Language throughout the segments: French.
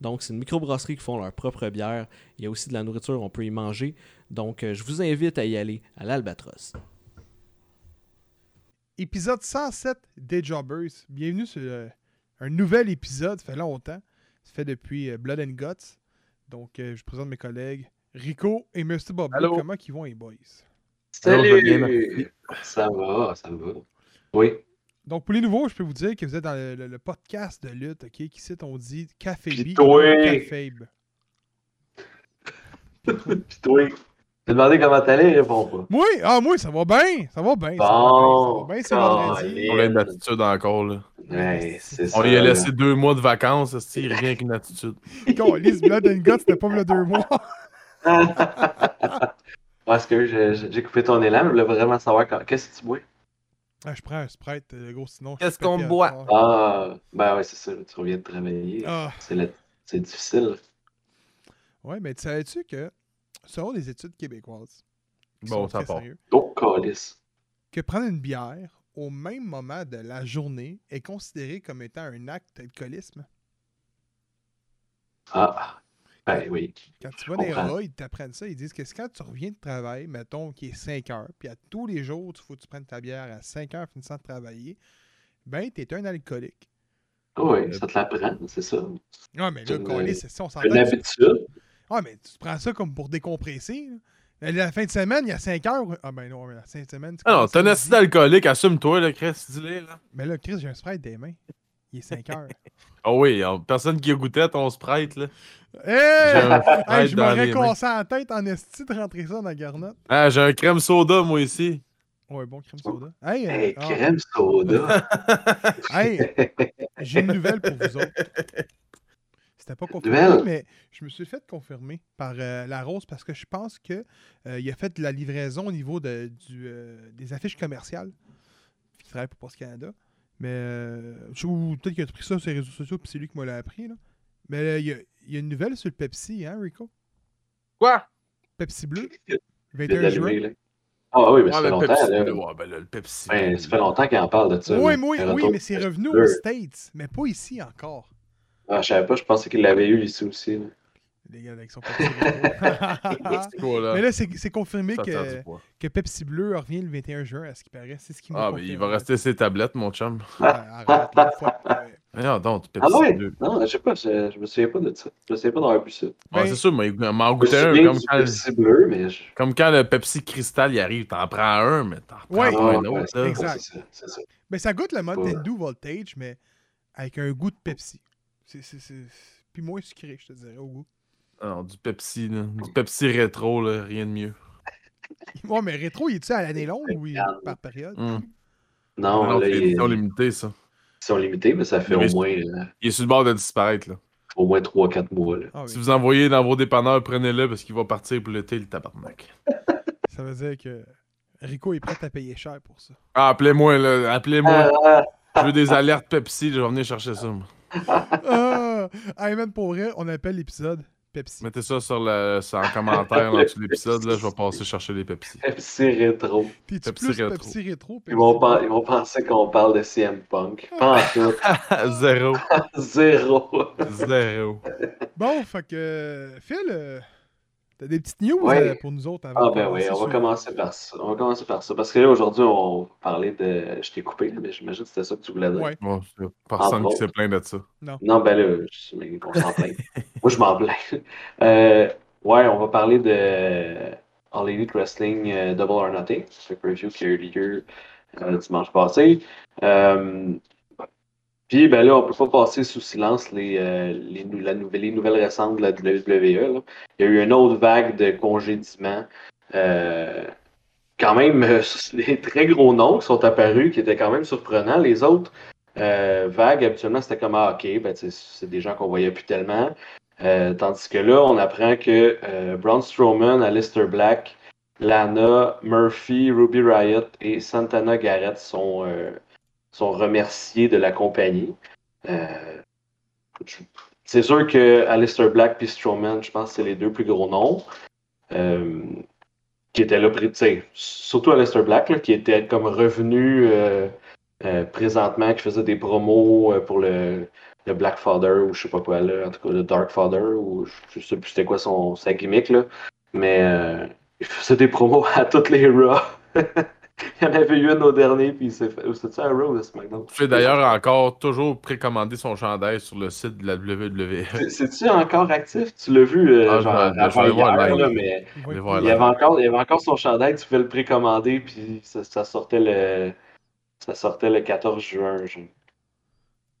Donc, c'est une microbrasserie qui font leur propre bière. Il y a aussi de la nourriture, on peut y manger. Donc, euh, je vous invite à y aller à l'Albatros. Épisode 107 des Jobbers. Bienvenue sur euh, un nouvel épisode. Ça fait longtemps. Ça fait depuis euh, Blood and Guts. Donc, euh, je présente mes collègues Rico et Mr. Bob. Allô? Comment ils vont, les boys? Allô, je vais bien, Salut! merci. Ça va, Ah, ça va. Oui. Donc, pour les nouveaux, je peux vous dire que vous êtes dans le, le- le podcast de lutte, OK? Qui c'est, on dit Café Pis B. toi! Cafébe. Puis toi, t'as demandé comment t'allais, réponds pas. Moi, ah, moi, ça va bien. Ça va bien. ça Bon, va bien, ça va bien, c'est vendredi. calé. On a une attitude encore, là. Ouais, c'est ça. On lui a là. laissé deux mois de vacances, esti, il revient avec une attitude. Calisse, Blood and Guts, c'était pas le deux mois. Parce que je- je- j'ai coupé ton élan, mais je voulais vraiment savoir quand- qu'est-ce que tu bois. Ah, je prends un Sprite, le gros, sinon... je Qu'est-ce suis pété qu'on à boit? soir. Ah, ben ouais, c'est ça, tu reviens de travailler. Ah, C'est la- c'est difficile. ouais, mais tu savais-tu que, selon des études québécoises, qui Bon, sont ça très part. sérieuses, Oh, calice. que prendre une bière au même moment de la journée est considéré comme étant un acte d'alcoolisme? Ah, ben oui. Quand tu vas dans les comprends. rats, ils t'apprennent ça. Ils disent que c'est quand tu reviens de travail, mettons, qui est 5 heures, puis à tous les jours, il faut que tu prennes ta bière à 5 heures finissant de travailler, ben, t'es un alcoolique. Oui, ça te l'apprend, c'est ça. Ah, mais là, Une- collé, c'est ça, on s'entend. Une que tu- habitude. Ah, mais tu prends ça comme pour décompresser. là. Mais La fin de semaine, il y a 5 heures. Ah, ben non, mais la fin de semaine. tu Ah non, commences t'es un à esti midi. d'alcoolique, assume-toi, là, Chris, dis-le, là. Mais là, Chris, j'ai un sprite des mains. Il est 5 heures. Ah oui, euh, personne qui goûtait ton sprite, là. J'ai Hey! un Hey, sprite je dans m'aurais les mains. cassé la tête en esti de rentrer ça dans la garnotte. Ah, j'ai un crème soda, moi, ici. Ouais, bon crème soda. Hey, euh, Hey, ah, crème soda. hey, J'ai une nouvelle pour vous autres. C'était pas confirmé, Nouvelle? mais je me suis fait confirmer par euh, la Rose parce que je pense que euh, il a fait de la livraison au niveau de- du, euh, des affiches commerciales qui travaille pour Post Canada. Mais euh, je- ou peut-être qu'il a pris ça sur les réseaux sociaux puis c'est lui qui me l'a appris. Là. Mais euh, il y, a- il y a une nouvelle sur le Pepsi, hein, Rico? Quoi? Pepsi bleu, de 21 juin. l'allumer, là. Ah oui, mais ça Ouais, fait le longtemps, Pepsi. là. là, Ouais, ben là, le Pepsi. Ouais, ça fait longtemps qu'on en parle de ça. Oui, là. oui, Un oui, retour- mais c'est revenu bleu. aux States, mais pas ici encore. Ah, je savais pas, je pensais qu'il l'avait eu ici aussi. là. Les gars avec son Pepsi Rico. C'est quoi, là? Mais là, euh, c'est c'est confirmé Ah. Ça sert que, du poids. que Pepsi Bleu revient le 21 juin, à ce qui paraît. C'est ce qui m'a Ah, mais il va confirmé. rester ses tablettes, mon chum. Ouais, arrête, là, fuck, ouais. Ah non, donc, du Ah Pepsi ouais? bleu. Non, je sais pas, je, je me souviens pas de ça. Je me souviens pas d'avoir bu ça. Ouais, Ben, c'est sûr, mais il m'en Je me goûtait un souviens comme du quand, Pepsi bleu, mais je... comme quand le Pepsi Cristal il arrive. T'en prends un, mais t'en prends Ouais. pas Ah, un ouais, autre, là. exact. c'est ça, c'est ça. mais ça goûte le Mountain Ouais. Dew Voltage, mais avec un goût de Pepsi. C'est- c'est- c'est- Puis moins sucré, je te dirais, au goût. Ah Non, du Pepsi, là. Du Pepsi rétro, là, rien de mieux. Ouais, mais rétro, il est-tu à l'année longue ou il- par période? Hum. Non, Non, Ah, là, c'est ils, édition limitée, ça. ils sont limités, mais ça fait Mais au c'est- moins, euh, Il est sur le bord de disparaître, là. au moins 3-4 mois. là. Ah oui, Si vous envoyez dans vos dépanneurs, prenez-le parce qu'il va partir pour l'été, le tabarnak. Ça veut dire que Rico est prêt à payer cher pour ça. Ah, appelez-moi, là. Appelez-moi. Ah, Je veux des alertes Pepsi, je vais venir chercher ça. moi. ah, hey, man, pour vrai, on appelle l'épisode Pepsi. Mettez ça sur le, sur- en commentaire dans dessous de l'épisode, là. Je vais passer chercher les Pepsi. Pepsi rétro. T'es-tu Pepsi plus rétro. Pepsi rétro? Ils Pepsi vont, bleu? pen- ils vont penser qu'on parle de CM Punk. Pas en tout. Zéro. Zéro. Zéro. Bon, fait que Phil, euh, t'as des petites news Ouais. euh, pour nous autres avant Ah de ben oui, commencer on va sur- commencer par ça. On va commencer par ça. Parce que là, aujourd'hui, on va parler de... Je t'ai coupé, là, mais j'imagine que c'était ça que tu voulais dire. Ouais. Bon, c'est personne Ah, qui bon. se plaint de ça. Non, ben là, je- mais on s'en plaint. Moi, je m'en plains. Euh, ouais, on va parler de euh, All Elite Wrestling euh, Double or Nothing, ce preview qui a eu lieu euh, dimanche passé. Euh, puis, ben là, on peut pas passer sous silence les, euh, les, nou- la nouvelle, les nouvelles récentes de la WWE. là. Il y a eu une autre vague de congédiements. euh, quand même, euh, des très gros noms qui sont apparus, qui étaient quand même surprenants. Les autres, euh, vague, habituellement, c'était comme ah, OK, ben, tu sais, c'est des gens qu'on voyait plus tellement. Euh, tandis que là, on apprend que euh, Braun Strowman, Aleister Black, Lana, Murphy, Ruby Riot et Santana Garrett sont, euh, sont remerciés de la compagnie. Euh, je- c'est sûr que Aleister Black et Strowman, je pense que c'est les deux plus gros noms. euh, qui étaient là, pré- tu sais, surtout Aleister Black, là, qui était comme revenu euh, euh, présentement, qui faisait des promos euh, pour le, le Black Father ou je sais pas quoi, là, en tout cas le Dark Father, ou je, je sais plus c'était quoi son, sa gimmick, là. mais euh, il faisait des promos à toutes les Raw. il y en avait eu une au dernier, puis il s'est fait. C'était à Raw, ou à SmackDown? Vous pouvez d'ailleurs encore toujours précommander son chandail sur le site de la E. WWE. C'est- C'est-tu encore actif? Tu l'as vu, euh, Ah, je genre, vais- je vais avant aller voir hier, live. là, mais Oui. Les voir il, y avait là. encore, il y avait encore son chandail, tu pouvais le précommander, puis ça, ça sortait le ça sortait le 14 juin. genre.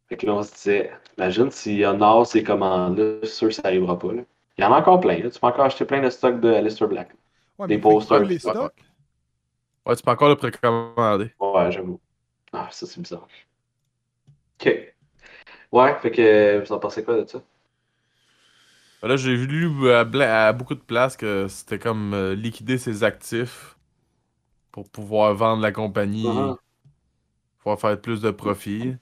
Fait que là, on se disait, imagine si honore ces commandes-là, c'est sûr que ça n'arrivera pas. là. Il y en a encore plein. là. Tu peux encore acheter plein de stocks de Aleister Black. Ouais, Des mais faut qu'ils posters, collent les je sais pas. stocks. Ouais, tu peux encore le précommander. Ouais, j'avoue. Ah, ça, c'est bizarre. OK. Ouais, fait que vous en pensez quoi de ça? Ben Là, j'ai lu à, bla- à beaucoup de places que c'était comme euh, liquider ses actifs pour pouvoir vendre la compagnie, Mhm. pouvoir faire plus de profit.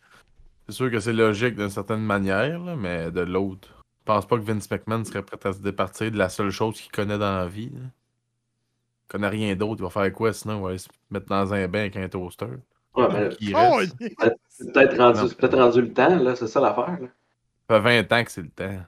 C'est sûr que c'est logique d'une certaine manière, là, mais de l'autre. Je pense pas que Vince McMahon serait prêt à se départir de la seule chose qu'il connaît dans la vie. là. Il connaît rien d'autre. Il va faire quoi sinon? Il va aller se mettre dans un bain avec un toaster. Ouais, mais là, Il Oh, reste. yeah. c'est peut-être Non. rendu, c'est peut-être rendu le temps, là, c'est ça l'affaire. là. Ça fait 20 ans que c'est le temps.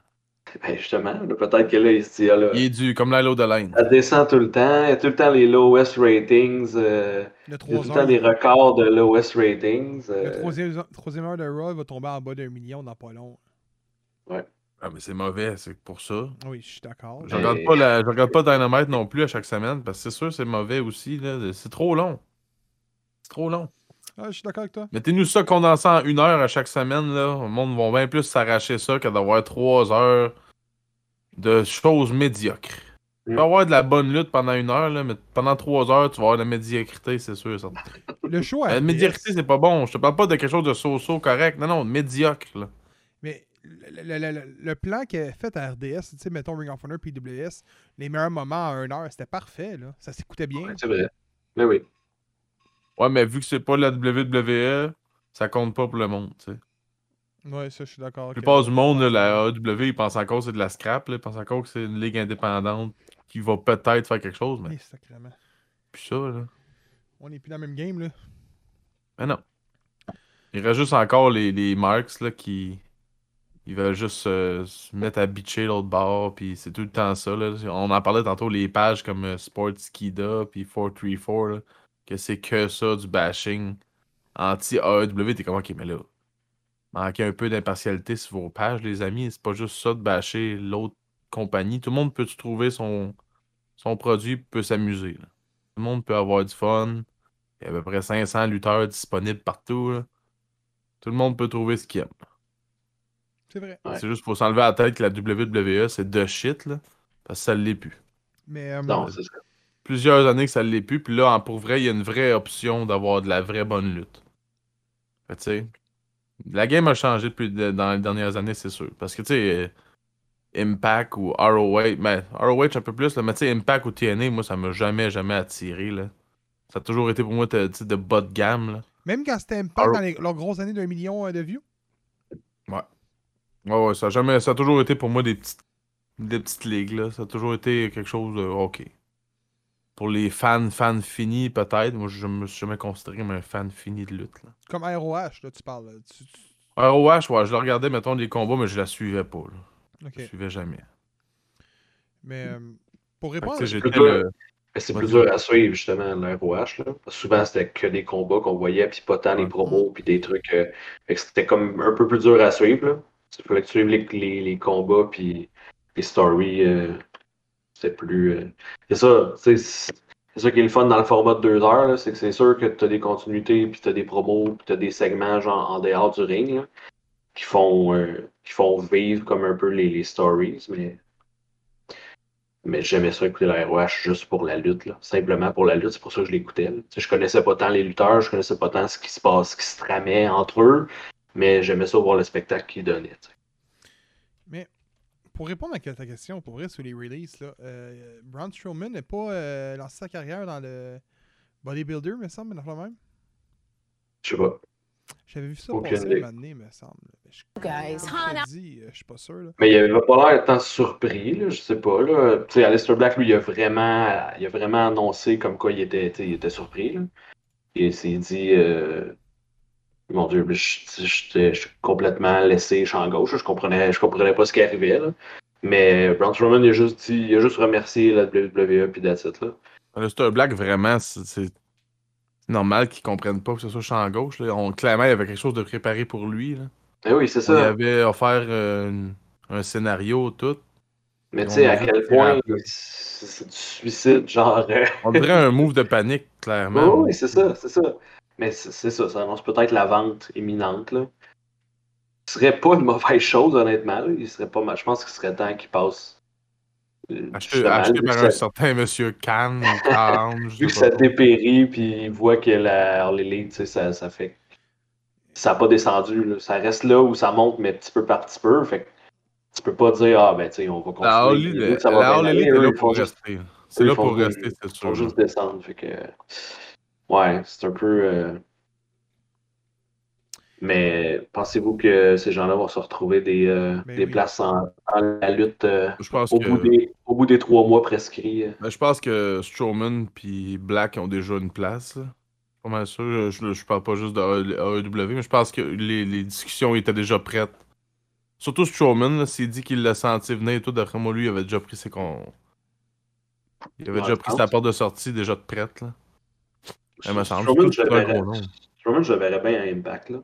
Ben justement, là, peut-être que là, il se dit, ah, là, Il est dû, comme l'eau de laine. Ça descend tout le temps. Il y a tout le temps les lowest ratings. euh, Le il y a tout 3 le temps heures. les records de lowest ratings. Le euh, troisième, troisième heure de Raw va tomber en bas d'un million dans pas long. Ah, mais c'est mauvais, c'est pour ça. Oui, je suis d'accord. Je regarde, pas la- je regarde pas Dynamite non plus à chaque semaine parce que c'est sûr c'est mauvais aussi. là. C'est trop long. C'est trop long. Ah, je suis d'accord avec toi. Mettez-nous ça condensé en une heure à chaque semaine. Là. Le monde va bien plus s'arracher ça que d'avoir trois heures de choses médiocres. Tu Mm. peux avoir de la bonne lutte pendant une heure, là, mais pendant trois heures, tu vas avoir de la médiocrité, c'est sûr. Ça. Le show à la médiocrité, Ah, Yes. c'est pas bon. Je te parle pas de quelque chose de so-so correct. Non, non, de médiocre. Là. Mais le, le- le- le- le plan qu'il avait fait à RDS, tu sais, mettons Ring of Honor, PWS, les meilleurs moments à 1 heure, c'était parfait, là. Ça s'écoutait bien. ouais, c'est vrai. Mais oui. Ouais, mais vu que c'est pas la WWE, ça compte pas pour le monde. tu sais. Ouais, ça, je suis d'accord. La avec- plupart du monde, là, la AEW, ils pensent encore que c'est de la scrap, là. ils pensent encore que c'est une ligue indépendante qui va peut-être faire quelque chose, mais Mais Eh, sacrément. plus ça, là. On n'est plus dans le même game, là. Mais non. Il reste juste encore les, les Marks là, qui ils veulent juste euh, se mettre à bitcher l'autre bord, puis c'est tout le temps ça. Là. On en parlait tantôt, les pages comme euh, Sports Kida, puis 434, là, que c'est que ça, du bashing anti-AEW, t'es comment qui mais là. Manquez un peu d'impartialité sur vos pages, les amis. C'est pas juste ça de bâcher l'autre compagnie. Tout le monde peut trouver son, son produit, peut s'amuser. là. Tout le monde peut avoir du fun. Il y a à peu près 500 lutteurs disponibles partout. là. Tout le monde peut trouver ce qu'il aime. C'est vrai. Ouais. C'est juste pour s'enlever à la tête que la WWE, c'est de shit, là. Parce que ça l'est plus. Mais euh, Non, c'est ça. Plusieurs années que ça l'est plus, puis là, en pour vrai, il y a une vraie option d'avoir de la vraie bonne lutte. Fait que, tu sais, la game a changé depuis de- dans les dernières années, c'est sûr. Parce que, tu sais, euh, Impact ou ROH, mais ROH un peu plus, là, mais tu sais, Impact ou TNA, moi, ça m'a jamais, jamais attiré, là. Ça a toujours été pour moi, tu sais, de bas de gamme, là. même quand c'était Ah, Impact dans les- leurs grosses années d'un million euh, de views, Ouais, ouais, ça a, jamais, ça a toujours été pour moi des petites, des petites ligues, là. Ça a toujours été quelque chose de OK. Pour les fans, fans finis, peut-être. Moi, je me suis jamais considéré comme un fan fini de lutte, là. comme ROH, là, tu parles. là. Tu- tu- ROH, ouais, je le regardais, mettons, les combats, mais je la suivais pas, là. Je Ok. la suivais jamais. Mais euh, pour Fait que, répondre. tu sais, c'est j'étais plutôt- le- Mais c'est Ouais. plus dur à suivre, justement, le ROH. Là. Parce que souvent, c'était que des combats qu'on voyait, puis pas tant les promos, puis des trucs. euh, Fait que c'était comme un peu plus dur à suivre. Là. Il fallait que tu suives les, les, les combats, puis les stories. euh, C'était plus. euh, C'est ça, tu sais, c'est c'est ça qui est le fun dans le format de deux heures. là, C'est que c'est sûr que tu as des continuités, puis tu as des promos, puis tu as des segments genre, en dehors du ring là, qui, font, euh, qui font vivre comme un peu les, les stories. Mais mais j'aimais ça écouter la ROH juste pour la lutte, là. simplement pour la lutte, c'est pour ça que je l'écoutais. là. Tu sais, Je connaissais pas tant les lutteurs, je connaissais pas tant ce qui se passe, ce qui se tramait entre eux, mais j'aimais ça voir le spectacle qu'ils donnaient. tu sais. pour répondre à ta question, pour vrai, sur les releases, là, euh, Braun Strowman n'a pas euh, lancé sa carrière dans le bodybuilder, me semble, mais dans le même. Je sais pas. J'avais vu ça Aucune passer idée. un moment donné, me semble. Mais Je, Guys, comme je te dis, euh, je suis pas sûr. Là. Mais il avait pas l'air tant surpris, là, je sais pas. Là. Tu sais, Aleister Black, lui, il a vraiment, il a vraiment annoncé comme quoi il était, tu sais, il était surpris. Là. Et il s'est dit, euh, mon Dieu, je je- j'étais je suis complètement laissé champ gauche. Je comprenais, je comprenais pas ce qui arrivait. Là. Mais Braun Strowman, il a juste dit, il a juste remercié la WWE puis that's it, là. Aleister Black, vraiment, c'est c'est normal qu'ils comprennent pas que ce soit champ gauche. Là. On, clairement, il y avait quelque chose de préparé pour lui. Là. Eh oui, c'est On lui ça. avait offert euh, une- un scénario, tout. Mais tu sais, à on- quel point c'est c'est du suicide, genre. euh, On dirait un move de panique, clairement. Ah, oui, c'est ça, c'est ça. Mais c'est c'est ça, ça annonce peut-être la vente imminente. Là. Ce serait pas une mauvaise chose, honnêtement. là. Il serait pas mal. Je pense qu'il serait temps qu'il passe. euh, Acheté, justement, acheté vu que par ça- un certain monsieur Khan ou Khan, je Vu que sais ça pas trop. dépérit, puis il voit que la Harley League, tu sais, ça, ça fait. Ça n'a pas descendu. là. Ça reste là où ça monte, mais petit peu par petit peu. Fait que tu peux pas dire, ah ben, tu sais, on va continuer. La Harley, Eux, ça va bien la Harley aller. League Eux, est là ils font pour juste- rester. C'est ils là font pour juste- rester, c'est ils font sûr. juste descendre. Fait que. Ouais, c'est un peu. euh, Mais pensez-vous que ces gens-là vont se retrouver des, euh, Ben des oui. places en, en la lutte euh, Je pense au, que... bout des, au bout des trois mois prescrits? euh. Ben, je pense que Strowman puis Black ont déjà une place. là. Pas mal sûr. euh, Je, je parle pas juste de AEW, mais je pense que les, les discussions étaient déjà prêtes. Surtout Strowman, là, s'il dit qu'il l'a senti venir et tout, d'après moi, lui, il avait déjà pris ses con. Il avait Ouais, déjà je pris pense. sa porte de sortie déjà de prête. Là. Ouais, Ben, me semble, Strowman, c'est je tout un verrais- gros nom. Strowman, je le verrais bien à Impact. Là.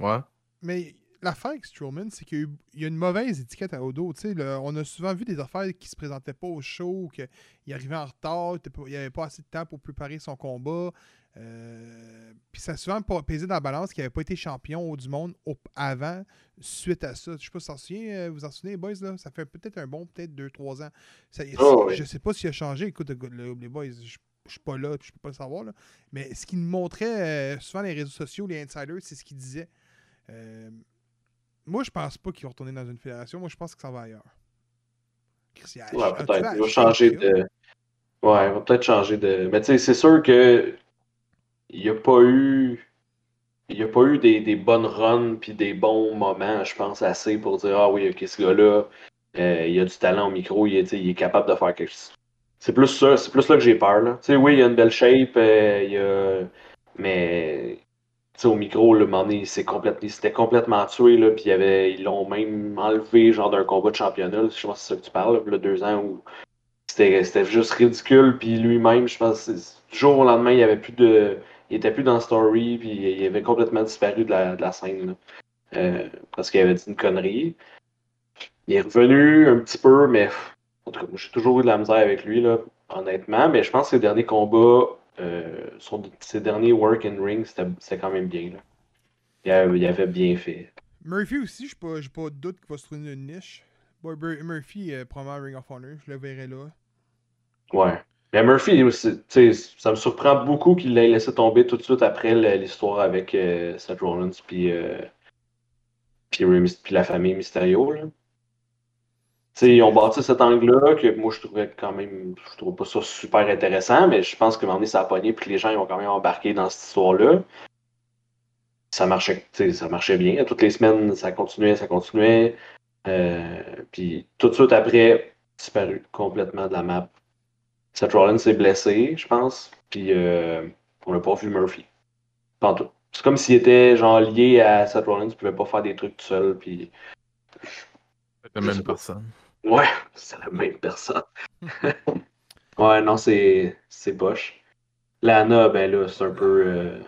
Ouais. Mais l'affaire avec Strowman, c'est qu'il y a eu- il y a une mauvaise étiquette au dos. tu sais, là, on a souvent vu des affaires qui se présentaient pas au show, qu'il arrivait en retard, t'as pas- il n'y avait pas assez de temps pour préparer son combat. Euh, Puis ça a souvent pas- pesé dans la balance qu'il n'avait pas été champion du monde au- avant, suite à ça. Je sais pas si vous en souvenez, euh, vous en souvenez, les boys, là? ça fait peut-être un bon, peut-être 2-3 ans. Ça- Oh, oui. Je sais pas s'il a changé. Écoute, le- le- les boys, je je suis pas là, puis je peux pas le savoir. là. Mais ce qu'il nous montrait euh, souvent les réseaux sociaux, les insiders, c'est ce qu'il disait. Euh, moi, je pense pas qu'ils vont retourner dans une fédération. Moi, je pense que ça va ailleurs. Chris, il a Ouais, ach- as-tu peut-être. Il va acheté changer Ikea? de. Ouais, il va peut-être changer de. Mais tu sais, c'est sûr que. Il n'y a pas eu. Il n'y a pas eu des, des bonnes runs puis des bons moments, je pense, assez pour dire Ah oui, ok, ce gars-là, euh, il a du talent au micro, il est, tu sais, il est capable de faire quelque chose. C'est plus ça, c'est plus là que j'ai peur. Là. Tu sais, oui, il a une belle shape, euh, il a... mais tu sais, au micro, le moment donné, il s'est complètement, il s'était complètement tué, là, puis il avait, ils l'ont même enlevé genre d'un combat de championnat, là, je pense que c'est ça que tu parles, là, il y a deux ans où c'était c'était juste ridicule, puis lui-même, je pense, c'est- du jour au lendemain, il avait plus de, il était plus dans la story, puis il avait complètement disparu de la, de la scène, là. Euh, parce qu'il avait dit une connerie. Il est revenu un petit peu, mais pff, en tout cas, moi, j'ai toujours eu de la misère avec lui, là, honnêtement, mais je pense que ses derniers combats, euh, son- ses derniers work and ring, c'était c'était quand même bien, là. Il avait, il avait bien fait. Murphy aussi, je n'ai pas, de doute qu'il va se trouver une niche. Boy, Bur- Murphy, euh, probablement Ring of Honor, je le verrai là. Ouais. Mais Murphy, aussi, tu sais, ça me surprend beaucoup qu'il l'ait laissé tomber tout de suite après le- l'histoire avec euh, Seth Rollins puis, euh, puis, Rey Myst- puis la famille Mysterio. Là. Tu sais, ils ont bâti cet angle-là que moi je trouvais quand même, je trouve pas ça super intéressant, mais je pense que un moment donné, ça a pogné puis que les gens ils ont quand même embarqué dans cette histoire-là. Ça marchait, tu sais, ça marchait bien. Toutes les semaines, ça continuait, ça continuait. Euh, puis tout de suite après, disparu complètement de la map. Seth Rollins s'est blessé, je pense, puis euh, on n'a pas vu Murphy. Pas en tout. C'est comme s'il était genre lié à Seth Rollins, il pouvait pas faire des trucs tout seul, puis La Je même sais pas. personne. ouais, c'est la même personne. ouais, non, c'est c'est boche. Lana, ben là, c'est un peu euh,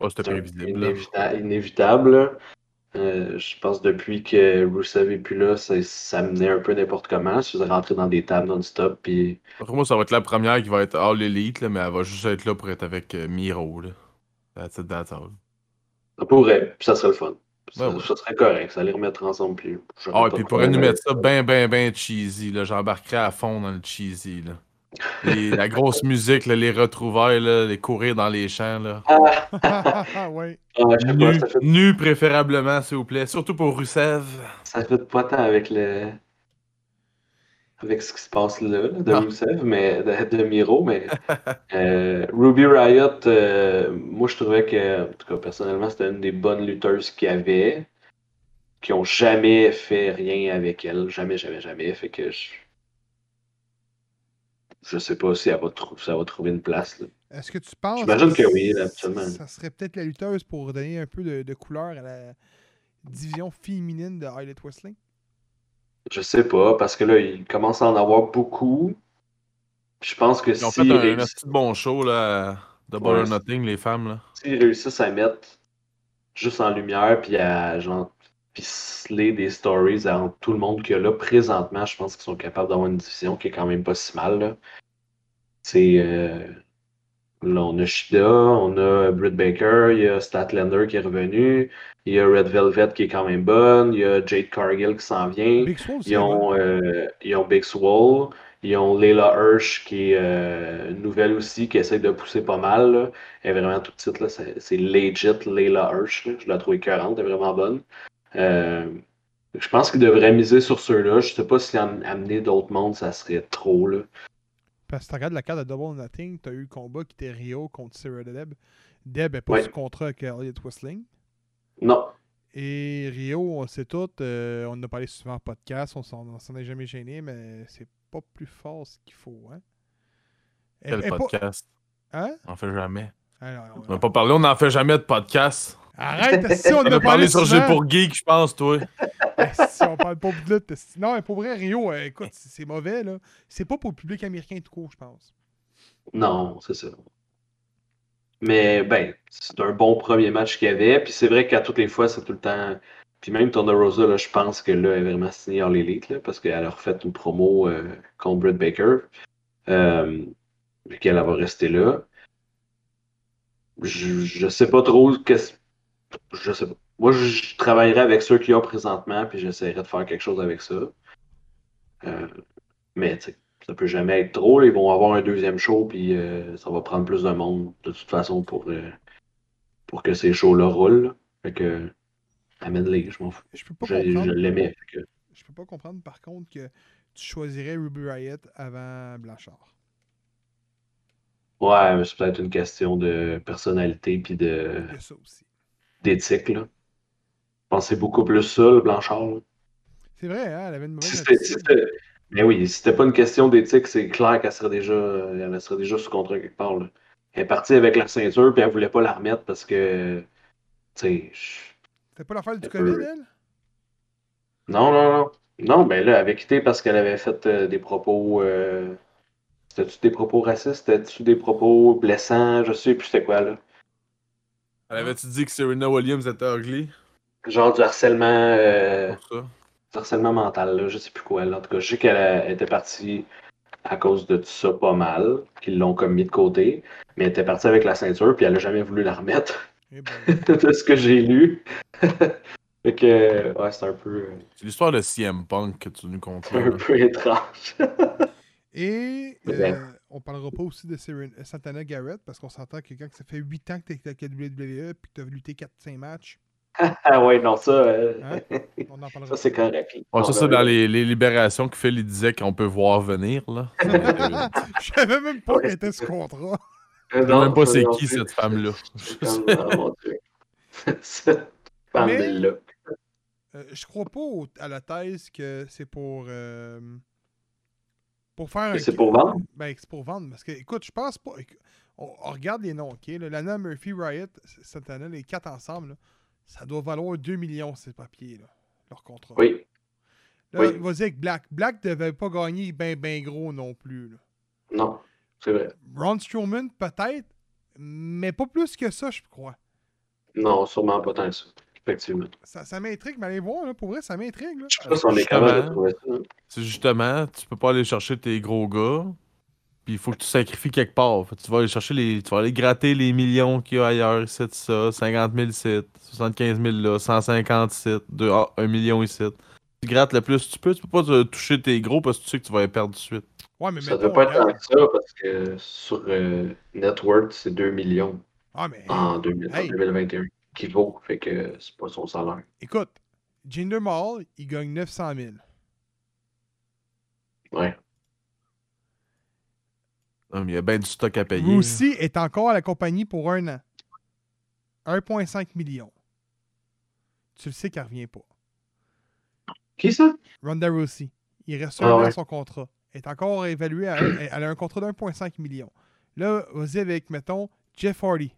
Oh, c'était c'est un- prévisible. là. inévita- inévitable. là. Euh, je pense depuis que Rusev est plus là, ça, ça menait un peu n'importe comment. Je suis rentré dans des tables non-stop, puis Pour moi, ça va être la première qui va être All Elite, là, mais elle va juste être là pour être avec euh, Miro. Là. That's it, that's all. Ça pourrait, puis ça serait le fun. Ça, Ouais, ouais. ça serait correct, ça les remettre ensemble. Puis j'aurais Ah, et pas puis de pourrait nous problème. mettre ça ben, ben, ben cheesy, là. J'embarquerais à fond dans le cheesy, là. Les- la grosse musique, là, les retrouvailles, là, les courir dans les champs, là. Ah, ouais. Ah, je sais pas, Nu, ça fait, nu préférablement, s'il vous plaît. Surtout pour Rusev. ça fait pas tant avec le. avec ce qui se passe là, là, Ah. de Rusev, mais de, de Miro, mais euh, Ruby Riot, euh, moi je trouvais que, en tout cas personnellement, c'était une des bonnes lutteuses qu'il y avait, qui ont jamais fait rien avec elle, jamais, jamais, jamais, fait que je, je sais pas si elle va trou- ça va trouver une place. là. Est-ce que tu penses. J'imagine que oui, là, absolument. Ça serait peut-être la lutteuse pour donner un peu de, de couleur à la division féminine de Highlight Wrestling. Je sais pas, parce que là, il commence à en avoir beaucoup. Je pense que Ils ont si fait ils un, un réussissent- petit bon show là, de Ouais, Ball or c'est- Nothing, les femmes. Là. s'ils réussissent à mettre juste en lumière puis à genre ficeler des stories à tout le monde qu'il y a là présentement, je pense qu'ils sont capables d'avoir une division qui est quand même pas si mal. Là. C'est euh, là, on a Shida, on a Britt Baker, il y a Statlander qui est revenu, il y a Red Velvet qui est quand même bonne, il y a Jade Cargill qui s'en vient. Big Swole, c'est Mm. Ils ont, euh, ils ont Big Swole, ils ont Leila Hirsch qui est euh, une nouvelle aussi, qui essaie de pousser pas mal. là. Elle est vraiment toute petite, là. C'est, c'est legit Leila Hirsch. là. Je la trouve écœurante, elle est vraiment bonne. Euh, je pense qu'ils devraient miser sur ceux-là. Je sais pas si en- amener d'autres mondes, ça serait trop. Là. Parce que tu regardes la carte de Double or Nothing, tu as eu le combat qui était Rio contre Sarah Deb. Deb n'est pas Ouais. sous contrat avec Elliot Wrestling. Non, Et Rio, on le sait tout, euh, on en a parlé souvent en podcast, on s'en on s'en est jamais gêné, mais c'est pas plus fort ce qu'il faut. Hein? Elle- Quel elle est pas- Ah, podcast. Hein? On en fait jamais. Alors, On n'a pas parlé, on n'en fait jamais de podcast. Arrête, si on On en a a parlé parlé sur G souvent. pour Geek, je pense, toi. si on parle pas de lutte. esti. Non, mais pour vrai, Rio, euh, écoute, c'est c'est mauvais, là. C'est pas pour le public américain tout court, je pense. non, c'est ça. Mais ben, c'est un bon premier match qu'il y avait. Puis c'est vrai qu'à toutes les fois, c'est tout le temps. Puis même Tonda Rosa, là, je pense que là, elle est vraiment signée en l'élite, là, parce qu'elle a refait une promo euh, contre Britt Baker. Euh, puis qu'elle elle va rester là. Je, je sais pas trop qu'est-ce. Je sais pas. Moi, je, je travaillerai avec ceux qu'il y a présentement, puis j'essaierai de faire quelque chose avec ça. Euh, mais tu sais, ça peut jamais être trop. là. Ils vont avoir un deuxième show, puis euh, ça va prendre plus de monde, de toute façon, pour, euh, pour que ces shows-là roulent. là. Fait que, amène-les, je m'en fous. Je peux pas Je, je comprendre. l'aimais. fait que- Je peux pas comprendre, par contre, que tu choisirais Ruby Riot avant Blanchard. Ouais, mais c'est peut-être une question de personnalité, puis de. Il y a ça aussi. d'éthique. Là. Je pense que c'est beaucoup plus ça, le Blanchard. là. C'est vrai, hein? Elle avait une mauvaise Si c'était- si attitude. c'était- mais oui, si c'était pas une question d'éthique, c'est clair qu'elle serait déjà, euh, elle serait déjà sous contrat quelque part. là. Elle est partie avec la ceinture, puis elle voulait pas la remettre parce que. Tu sais. je- C'était pas l'affaire du Euh, COVID, elle? Non, non, non. Non, ben là, elle avait quitté parce qu'elle avait fait euh, des propos. euh, C'était-tu des propos racistes? C'était-tu des propos blessants? Je sais plus c'était quoi, là. Elle avait-tu dit que Serena Williams était ugly? Genre du harcèlement. euh, Pour ça. du harcèlement mental, là, je sais plus quoi. là. En tout cas, je sais qu'elle euh, était partie à cause de tout ça pas mal, qu'ils l'ont comme mis de côté, mais elle était partie avec la ceinture, puis elle a jamais voulu la remettre, Eh ben, de ce que j'ai lu. fait que, ouais, c'est un peu, euh, C'est l'histoire de CM Punk que tu nous comptes. un peu étrange. Et Ouais. euh, on parlera pas aussi de Seren- euh, Santana Garrett, parce qu'on s'entend que quand ça fait 8 ans que t'es avec la WWE puis que t'as lutté 4-5 matchs, ah ouais, non, ça, euh, Hein? on en ça parlera c'est correct. Ouais, ça, On c'est a- dans les, les libérations que Phil il disait qu'on peut voir venir. là. pas. Je savais même pas qu'elle était sous contrat. Euh, sais même pas ça, c'est non qui, plus. cette femme-là. C'est comme, oh, mon Dieu. Cette femme-là. Euh, je crois pas au- à la thèse que c'est pour. euh, pour faire. Que un- c'est pour vendre? Ben, que c'est pour vendre. Parce que, écoute, je pense pas. éc- On, on regarde les noms, OK? là, Lana Murphy, Riot, cette année, les quatre ensemble, là, ça doit valoir 2 millions, ces papiers, là, leur contrat. Oui, Là, oui. vas-y avec Black. Black devait pas gagner ben, ben gros non plus, là. non, c'est vrai. Braun Strowman, peut-être, mais pas plus que ça, je crois. Non, sûrement pas tant que ça, effectivement. Ça, ça m'intrigue, mais allez voir, là, pour vrai, ça m'intrigue, là. Je sais pas si on est capable de trouver ça. hein. C'est justement, tu peux pas aller chercher tes gros gars, puis il faut que tu sacrifies quelque part. Fait que tu vas aller chercher les, tu vas aller gratter les millions qu'il y a ailleurs, ici, de ça, 50 000 sites, 75 000 là, 150 sites, de, ah, 1 million ici. Tu grattes le plus tu peux, tu peux pas te toucher tes gros parce que tu sais que tu vas les perdre tout de suite. Ouais, mais Ça mettons, devrait pas être regarde. tant que ça parce que sur euh, Network, c'est 2 millions Ah, mais en 2000 en Hey. 2021 qui vaut. Fait que c'est pas son salaire. écoute, Jinder Mahal, il gagne 900 000. Ouais. Non, mais Ben, Il y a bien du stock à payer. Roussi est encore à la compagnie pour un an. 1,5 million. Tu le sais qu'elle revient pas. Qui ça? Ronda Rousey. Il reste Ah un an ouais. à son contrat. Elle est encore évaluée à un- elle a un contrat de 1,5 million. Là, vas-y avec, mettons, Jeff Hardy.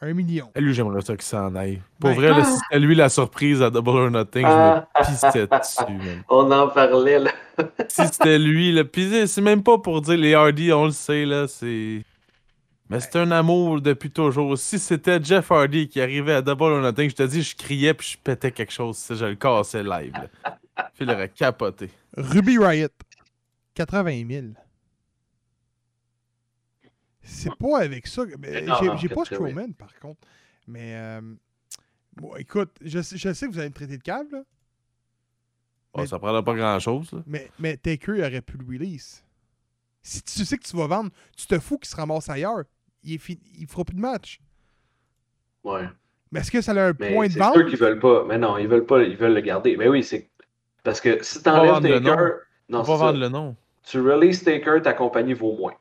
1 million. Eh, Lui, j'aimerais ça qu'il s'en aille. Pour Ben- vrai, là, si c'était lui la surprise à Double or Nothing, Ah. je me pissais dessus, man. On en parlait, là. Si c'était lui, là, pis c'est- c'est même pas pour dire les Hardy, on le sait, là, c'est... Mais c'est un amour depuis toujours. Si c'était Jeff Hardy qui arrivait à Double or Nothing, je te dis, je criais puis je pétais quelque chose, si je le cassais live, là. Puis il aurait capoté. Ruby Riot. 80 000. C'est pas avec ça. que- mais Mais non, J'ai non, j'ai pas 80 000. Strowman, par contre. Mais, euh, bon, écoute, je, sais- je sais que vous allez me traiter de câble, là, Bon, Mais- ça prendra pas grand-chose, là. mais, mais Taker aurait pu le release. Si tu sais que tu vas vendre, tu te fous qu'il se ramasse ailleurs. Il, est fini- il fera plus de match. Ouais. Mais est-ce que ça a un Mais point de c'est sûr vente? qu'ils veulent pas. Mais non, ils veulent pas. Ils veulent le garder. Mais oui, c'est. Parce que si Pas t'enlèves vendre le nom. Taker. On Non, va c'est ça. vendre le nom. Tu releases Taker, ta compagnie vaut moins.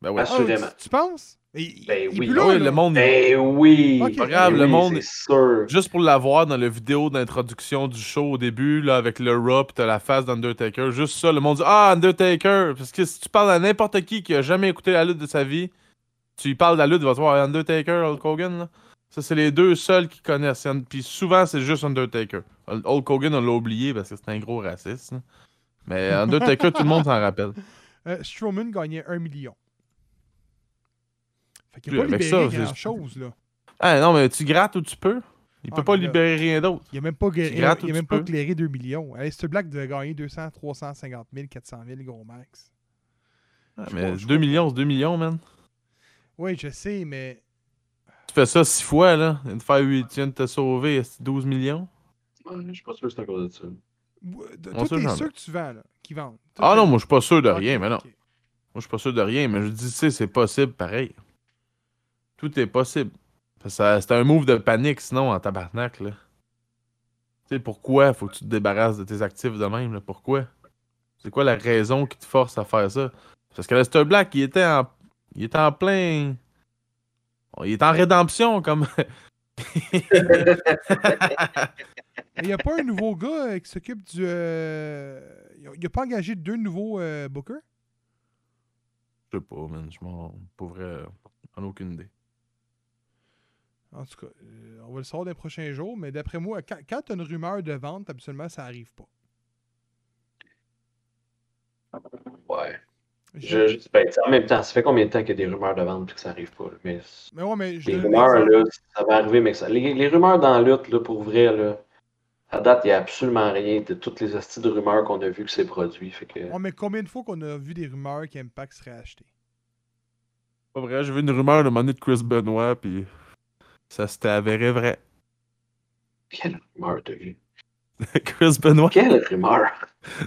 Ben ouais. Ah, assurément. tu, tu penses? Il- Ben il est oui. plus Ah là, oui, là. le monde... Ben oui! Ok. Pas grave, Ben le oui, monde- C'est sûr. Juste pour l'avoir dans la vidéo d'introduction du show au début, là, avec le rap, t'as la face d'Undertaker, juste ça, le monde dit Ah, Undertaker! Parce que si tu parles à n'importe qui qui a jamais écouté la lutte de sa vie, tu lui parles de la lutte, il va te voir Undertaker, Hulk Hogan. Là. Ça, c'est les deux seuls qui connaissent. Puis souvent, c'est juste Undertaker. Hul- Hulk Hogan, on l'a oublié parce que c'est un gros raciste. là. Mais Undertaker, tout le monde s'en rappelle. Euh, Strowman gagnait 1 million. Fait qu'il Puis n'a pas avec libéré ça, c'est- grand-chose, là. Ah non, mais tu grattes où tu peux. Il Ah, peut pas mais là- libérer rien d'autre. Il n'a même pas, gra- Tu il a- grattes il a où même tu pas peux. éclairé 2 millions. Aleister Black devait gagner 200, 350 000, 400 000, gros max. Ah, Je mais crois- je 2 crois- millions, c'est 2 millions, man. Oui, je sais, mais Tu fais ça six fois, là. Une fois, oui, tu viens de te sauver c'est 12 millions. Ouais, Je suis pas sûr que c'est à cause de ça. w- de- On toi, sait t'es jamais. sûr que tu vends, là, qu'ils vendent. Toi, Ah t'es- non, moi, je suis pas sûr de Ok, rien, mais non. ok. Moi, je suis pas sûr de rien, mais je dis, tu sais, c'est possible, pareil. Tout est possible. Parce que ça- C'est un move de panique, sinon, en tabarnak, là. Tu sais, pourquoi faut que tu te débarrasses de tes actifs de même, là? Pourquoi? C'est quoi la raison qui te force à faire ça? Parce que Lester Black, il était en... Il était en plein... Il est en rédemption, comme... Mais il n'y a pas un nouveau gars euh, qui s'occupe du. euh, Il n'a pas engagé deux nouveaux euh, bookers? Je sais pas, man. Je m'en... Pour vrai, euh, j'en ai aucune idée. En tout cas, euh, on va le savoir dans les prochains jours, mais d'après moi, quand, quand tu as une rumeur de vente, absolument, ça n'arrive pas. Ouais. Je, je- ben, tu sais, en même temps, ça fait combien de temps qu'il y a des rumeurs de vente et que ça arrive pas? là? Mais Mais ouais, mais je les donne un rumeurs, exemple. là, ça va arriver, mais que ça... les, les rumeurs dans la lutte, là, pour vrai, là, à date, il n'y a absolument rien de toutes les astuces de rumeurs qu'on a vues que c'est produit. Fait que... Ouais, mais combien de fois qu'on a vu des rumeurs qu'Impact serait acheté? Pas vrai, j'ai vu une rumeur de monnaie de Chris Benoit, puis ça s'était avéré vrai. Quelle rumeur t'as vu? Chris Benoit. Quelle rumeur?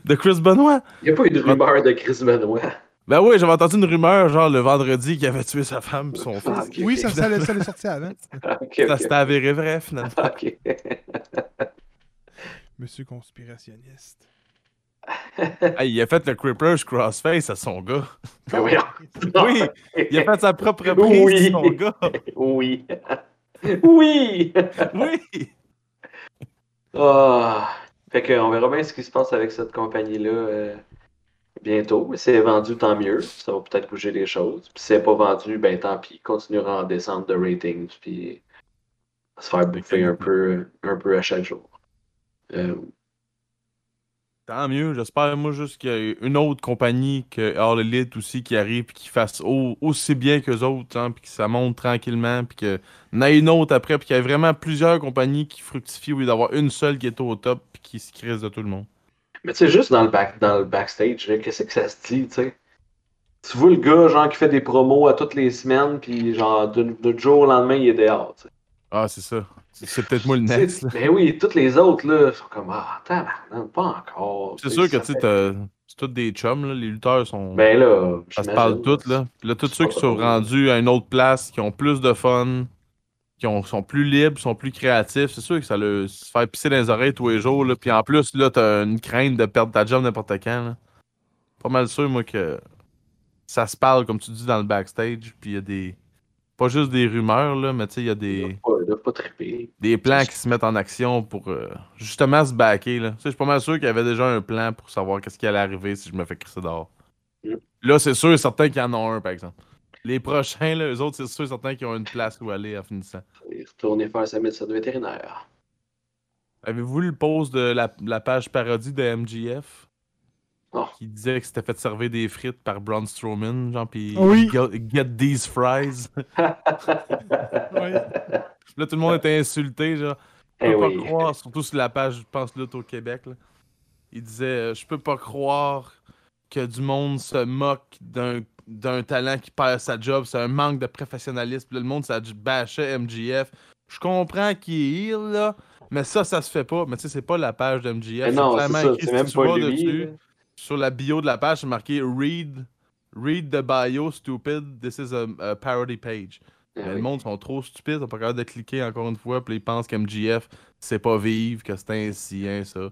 De Chris Benoit? Il n'y a pas eu de rumeur de Chris Benoit. Ben oui, j'avais entendu une rumeur, genre le vendredi, qu'il avait tué sa femme pis son Ah, fils. ok, Oui, ok. ça, ça, l'est- ça l'est sorti avant. Ok, Ça ok, s'était avéré vrai, finalement. ok. Monsieur conspirationniste. Hey, il a fait le Crippler's Crossface à son gars. Ben voyons. Oui! Il a fait sa propre prise Oui. sur son gars. Oui. Oui. Oui! Ah. Fait que on verra bien ce qui se passe avec cette compagnie-là euh, bientôt. Si c'est vendu, tant mieux. Ça va peut-être bouger les choses. Puis si c'est pas vendu, ben tant pis. Continuera en descente de ratings. Puis se faire bouffer un peu, un peu à chaque jour. Euh, Tant mieux, j'espère, moi, juste qu'il y a une autre compagnie que All Elite aussi qui arrive, puis qui fasse au- aussi bien qu'eux autres, hein, puis que ça monte tranquillement, puis que n'en ait une autre après, puis qu'il y ait vraiment plusieurs compagnies qui fructifient au lieu d'avoir une seule qui est au top, puis qui se crise de tout le monde. Mais tu sais, juste dans le, back, dans le backstage, là, qu'est-ce que ça se dit, tu sais? Tu vois le gars, genre, qui fait des promos à toutes les semaines, puis genre, de, de jour au lendemain, il est dehors, tu sais. Ah, c'est ça. C'est- C'est peut-être moi le Tu next, sais, Ben oui, toutes les autres, là, sont comme, ah, tabarnak, pas encore. C'est Tu sûr sais, que ça tu sais, fait- t'as- c'est tous des chums, là. les lutteurs sont. Ben là, ça se j'imagine. parle toutes, là. Puis là, tous C'est ceux pas qui sont drôle. rendus à une autre place, qui ont plus de fun, qui qui ont- sont plus libres, sont plus créatifs. C'est sûr que ça le se faire pisser dans les oreilles tous les jours. Là. Puis en plus, là, t'as une crainte de perdre ta job n'importe quand. là. Pas mal sûr, moi, que ça se parle, comme tu dis, dans le backstage. Puis il y a des. Pas juste des rumeurs, là, mais tu sais, il y a Ils des, doivent pas- ils doivent pas triper. des plans qui se mettent en action pour euh, justement se backer. là. Tu sais, Je suis pas mal sûr qu'il y avait déjà un plan pour savoir qu'est-ce qui allait arriver si je me fais crisser dehors. Mm. Là, c'est sûr et certain qu'il y en a un, par exemple. Les prochains, là, eux autres, c'est sûr et certain qu'ils ont une place où aller en finissant. Ils retournaient faire sa médecine vétérinaire. Avez-vous lu le post de la, la page parodie de MGF Non. qui disait que c'était fait servir des frites par Braun Strowman, genre, pis Oui. get, get these fries. là, tout le Ah. monde était insulté, genre. Je Eh peux Ah, pas oui. croire, surtout sur la page, je pense, lutte au Québec. là. Il disait euh, Je peux pas croire que du monde se moque d'un d'un talent qui perd sa job, c'est un manque de professionnalisme. Puis là, le monde, ça bâchait MGF. Je comprends qu'il est heel, là, mais ça, ça se fait pas. Mais tu sais, c'est pas la page de MGF. Mais non, c'est clairement ça, écrit, c'est si même tu pas vas lui. dessus, là. sur la bio de la page, c'est marqué Read, read the bio, stupid. This is a, a parody page. Eh Mais oui. Ben, le monde sont trop stupides, sont pas capable de cliquer encore une fois, puis ils pensent qu'MGF, c'est pas vivre, que c'est ainsi, hein, ça.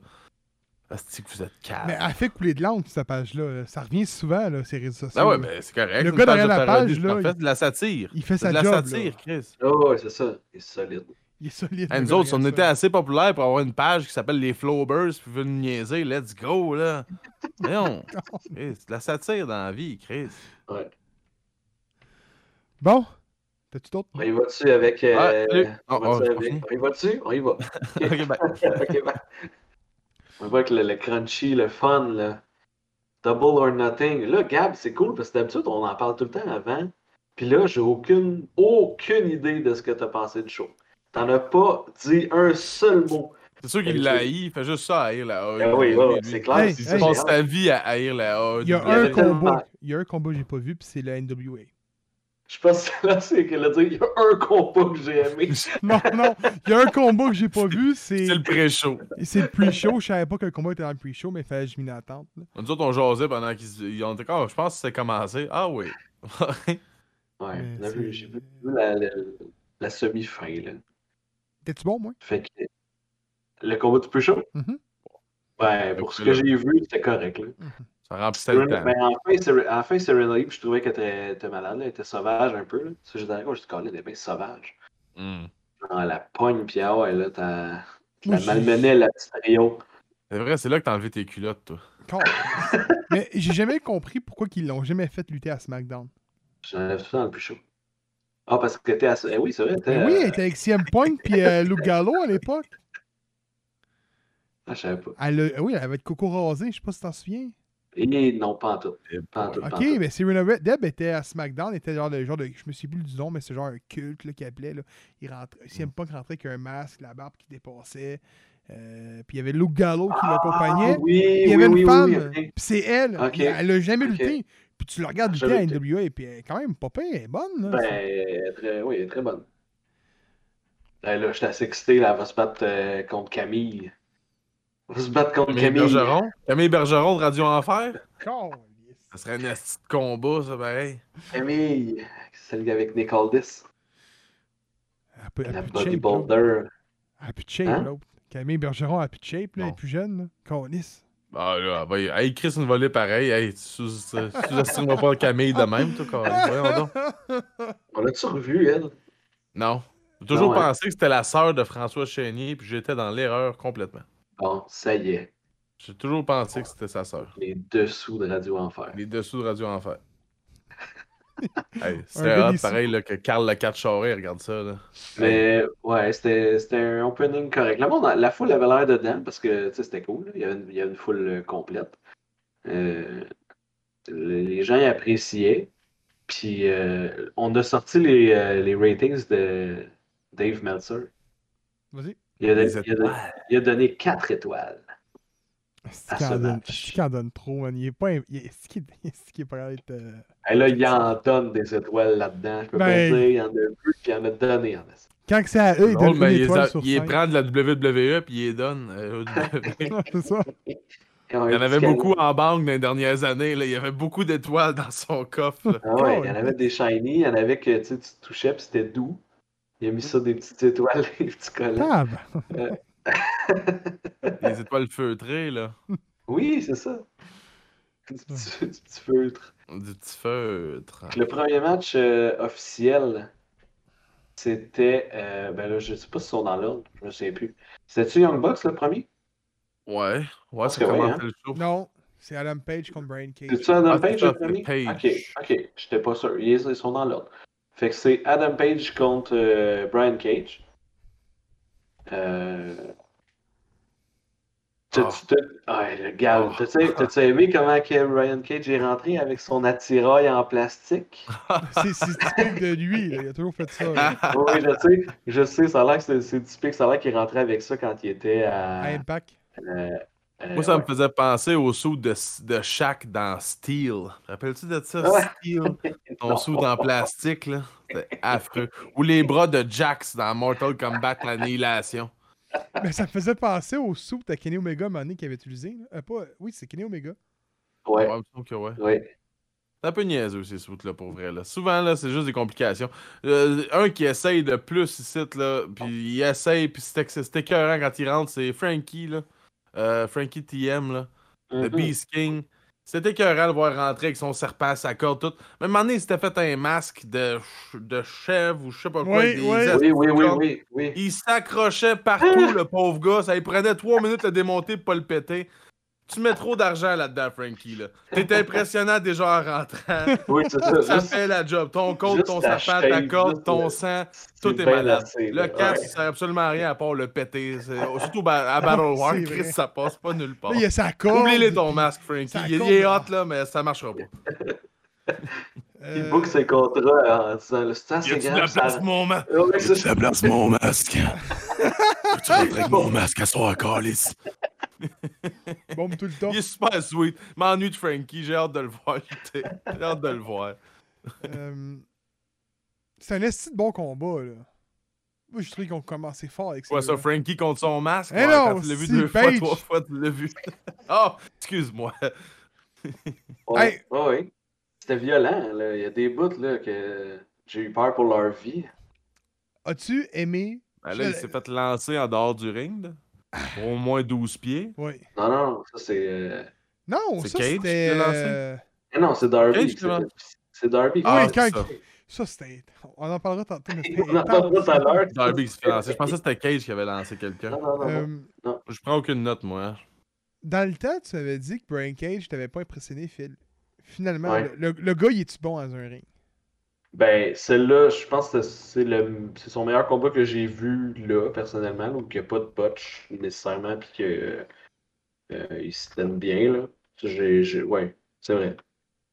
Asti que vous êtes calme. Mais elle fait couler de l'encre, cette page-là. euh, Ça revient souvent, là, ces réseaux sociaux. Ah ouais, là. mais c'est correct. Le une gars page derrière de la parodie, page, c'est là, parfait, c'est de la satire. Il fait C'est sa de la job. là. satire, Chris. Ah ouais, c'est ça. C'est solide. Il est solide. Hey, le nous gars autres, si on derrière était ça. assez populaires pour avoir une page qui s'appelle Les Flowbirds, puis vous nous niaiser, let's go, là. Non. Chris, c'est de la satire dans la vie, Chris. Ouais. Bon, t'as-tu d'autres? On y va dessus avec. euh, Ah, salut. on, va Oh, dessus oh, je avec- continue. on y va dessus? On y va. Ok, ben, bye. Ok, bye. On voit que le, le crunchy, le fun, le double or nothing. Là, Gab, c'est cool parce que d'habitude, on en parle tout le temps avant. Puis là, j'ai aucune, aucune idée de ce que t'as pensé du show. T'en as pas dit un seul mot. C'est sûr qu'il Ok. l'a haï, il fait juste ça haïr la AEW. Ah oui, ouais, c'est clair. Hey, c'est Il ça, hey. j'ai passe hâte. sa vie à haïr la AEW. Il y a Il y un avait tellement- combat. Il y a un combat que j'ai pas vu, puis c'est la NWA. Je pense que là, c'est qu'elle a dit il y a un combat que j'ai aimé. Non, non, il y a un combat que j'ai pas vu, c'est C'est le pré-show. c'est le pre-show. Je savais pas que le combat était dans le pre-show, mais fallait que je m'y attende. là. Nous autres, on jasait pendant qu'ils se- ils ont dit, Ah, je pense que c'est commencé. Ah oui. Ouais, Mais on a vu- c'est- j'ai vu la, la- la semi-fin. là. T'es-tu bon, moi? Fait que le combat du plus chaud, Mhm. ben, pour Le ce plus que j'ai vu, c'était correct. Là. ça remplissait le temps. Ben, enfin, Seren- enfin, Serena Lee, puis je trouvais qu'elle était, était malade, là, elle était sauvage un peu. là. Ça, j'ai dit, d'accord, je te connais, elle est bien sauvage. Hmm. Genre, la pogne, puis ah ouais, là, t'as. Moi, La j'ai- malmenait la petite Rio. C'est vrai, c'est là que t'as enlevé tes culottes, toi. Calme. mais j'ai jamais compris pourquoi ils l'ont jamais fait lutter à SmackDown. J'enlève tout dans le plus chaud. Ah, parce que t'étais à. Eh oui, c'est vrai, t'étais. Mais Ben oui, elle euh, était avec CM Punk puis euh, Luke Gallo à l'époque. Ah, je savais pas. Elle a- Oui, elle avait le coco rasé, je sais pas si t'en souviens. Et non, pas en tout. Eh Pas en tout. pas en Ok, tout. mais Serena Re- Deb était à SmackDown, était genre le genre de. Je me suis plus du nom, mais c'est genre un culte là, qu'il appelait. Là. Il rentrait, CM Mm. Punk rentrait avec un masque, la barbe qui dépassait. euh, puis il y avait Luke Gallo qui l'accompagnait. Ah, oui, il y oui, avait une oui, femme. oui, ok. Puis c'est elle. Ok. Elle elle a jamais Ok. lutté. Puis tu la regardes lutter Jamais à lutté. NWA, et puis elle est quand même pas pire, elle est bonne. Là, Ben, elle est très, oui, elle est très bonne. Ben là, je suis assez excité, là, elle va se battre euh, contre Camille. Elle va se battre contre Camille Camille. Bergeron. Camille Bergeron de Radio Enfer. Calisse. Ça serait un esti de combat, ça, pareil. Camille, celle avec Nick Aldis, Elle a plus- elle a la plus de shape. l'autre. bodybuilder. Elle a plus de shape, Hein? l'autre. Camille Bergeron a plus de shape, là, elle Non. est plus jeune. là. Calisse. Ah là, ben, hey, Chris une volée pareil. Hey, tu sous- euh, sous-estimeras pas Camille de même, toi, quand même. Voyons donc. On l'a-tu revue, elle? Non. J'ai toujours Non, hein. pensé que c'était la sœur de François Chénier, puis j'étais dans l'erreur complètement. Bon, ça y est, J'ai toujours pensé que c'était sa sœur. les dessous de Radio Enfer. Les dessous de Radio Enfer. hey, Un c'est gars hot, dessous. pareil là, que Carl le 4 Charest regarde ça. Là. Mais ouais, c'était c'était un opening correct. Le monde, la foule avait l'air dedans parce que tu sais, c'était cool. là. Il y avait une, il y avait une foule euh, complète. Euh, le- les gens appréciaient. Puis euh, on a sorti les, euh, les ratings de Dave Meltzer. Vas-y. Il a, donné- Les il a Ah donné- il a donné 4 étoiles. C'est ce qu'il en donne- match. c'est qu'il en donne trop, man. Il est pas. il est- Est-ce qu'il est-ce qu'il est pas capable d'être. euh, Et là, il en donne des étoiles là-dedans. Je peux Ben- pas dire, il en a vu, puis il en a donné en est. Quand que c'est à eux, ils Drôle, donnent une mais il, étoile les- sur il les cinq. prend de la WWE puis il les donne. euh, au WWE. C'est ça. Il y en il y en avait beaucoup en banque dans les dernières années. Là. Il y avait beaucoup d'étoiles dans son coffre. là. Ah ouais, il y en hein. Colin. avait des shiny, il y en avait que tu sais, tu touchais puis c'était doux. Il a Mm. mis ça des petites étoiles, des petits collants. Tab! Les étoiles feutrées, là. Oui, c'est ça. Du Ah. petit, du petit feutre. Du petit feutre. Le premier match euh, officiel, c'était. euh, ben là, je sais pas si ils sont dans l'ordre, je me souviens plus. C'était-tu Young Bucks le premier Ouais, ouais, que c'est oui, comment hein. le show. Non, c'est Adam Page contre Brian Cage. C'est-tu Adam Ah, Page c'est le ça, premier c'est Ok, Page. ok, j'étais pas sûr. Ils, ils sont dans l'ordre. Fait que c'est Adam Page contre euh, Brian Cage. Euh. T'as-tu- t'as- Ouais, le gars, Ah. t'as-tu t'as-tu aimé comment que Brian Cage est rentré avec son attirail en plastique? C'est c'est typique de lui, là. il a toujours fait ça. là. oui, je sais, je sais, ça a l'air que c'est- c'est typique, ça a l'air qu'il rentrait avec ça quand il était à. Ah. À Impact. euh, euh, Moi, ça me ouais. faisait penser au saut de, de Shaq dans Steel. Te Rappelles-tu de ça, Ouais. Steel? Ton Non. saut en plastique, là. C'était affreux. Ou les bras de Jax dans Mortal Kombat, l'annihilation. Mais ça me faisait penser au soupe de Kenny Omega Money qu'il avait utilisé. là. Euh, pas... Oui, c'est Kenny Omega. Ouais, Ouais, il me semble que ouais. ouais. C'est un peu niaiseux, ces soutes-là, pour vrai. Là. Souvent, là, c'est juste des complications. Euh, un qui essaye de plus ici, là, puis il essaye, puis c'est ex- c'est écœurant quand il rentre, c'est Frankie, là. Euh, Frankie TM, là. The Mhm. Beast King. C'était écœurant de le voir rentrer avec son serpent, sa corde, tout. Même un moment donné, il s'était fait un masque de, ch- de chèvre ou je sais pas quoi. Oui, avec des oui. espèces Oui, oui, de oui, cordes. oui, oui. Il s'accrochait partout, le pauvre gars. Ça lui prenait trois minutes de le démonter pour pas le péter. Tu mets trop d'argent là-dedans, Frankie. Là. T'es impressionnant déjà en rentrant. Oui, c'est ça. Ça juste- fait la job. Ton compte, juste ton la serpent, ta chaîne, corde, juste ton le- sang, c'est tout est bien malade. lassé, Le là, cap, ouais. ça sert absolument à rien à part le péter. C'est- euh, Surtout ba- à Battle War, C'est Chris, vrai. ça passe pas nulle part. Là, il y a sa corde. Oublie-les ton puis- masque, Frankie. ça Il, il est hot, compte. là, mais ça marchera pas. Il Euh, book ses contrats en disant le sens c'est grave. Ça... mon masque? Ouais, c'est ça. place mon masque? Tu rentres avec mon masque à soir, Carlis. Bombe tout le temps. Il est super sweet. M'ennuie de Frankie, j'ai hâte de le voir. J'ai hâte de le voir. Euh, C'est un esti de bon combat, là. Moi, je trouve qu'on commençait fort avec Quoi ça. ça, Frankie contre son masque? Eh non, quand tu l'as vu si, deux Paige. fois, trois fois, tu l'as vu. oh, excuse-moi. Ouais, Hey. ouais, ouais. C'était violent. Là. Il y a des bouts là, que j'ai eu peur pour leur vie. As-tu aimé Ben là, il s'est fait lancer en dehors du ring, là. Ah. Pour au moins 12 pieds. Oui. Non, non, non, ça c'est. euh, Non, C'est ça Cage qui c'était. l'a lancé? euh, Ah non, c'est Darby. Ok, que je comprends. c'est- C'est Darby. Ah, Ah, oui, quand... ça. Ça c'était. On en parlera tantôt. mais c'était On en parlera tout à l'heure. Darby qui s'est fait lancer. Je pensais que c'était Cage qui avait lancé quelqu'un. Non, non, non. non. Euh, Je prends aucune note, moi. Dans le temps, tu avais dit que Brian Cage t'avait pas impressionné, Phil. Finalement, Ouais. le, le- le gars, il est-tu bon dans un ring? Ben, celle-là, je pense que c'est le... c'est son meilleur combat que j'ai vu là, personnellement, là, où il n'y a pas de botch nécessairement, puis que euh, il se donne bien. Là. J'ai, j'ai... Ouais, c'est vrai.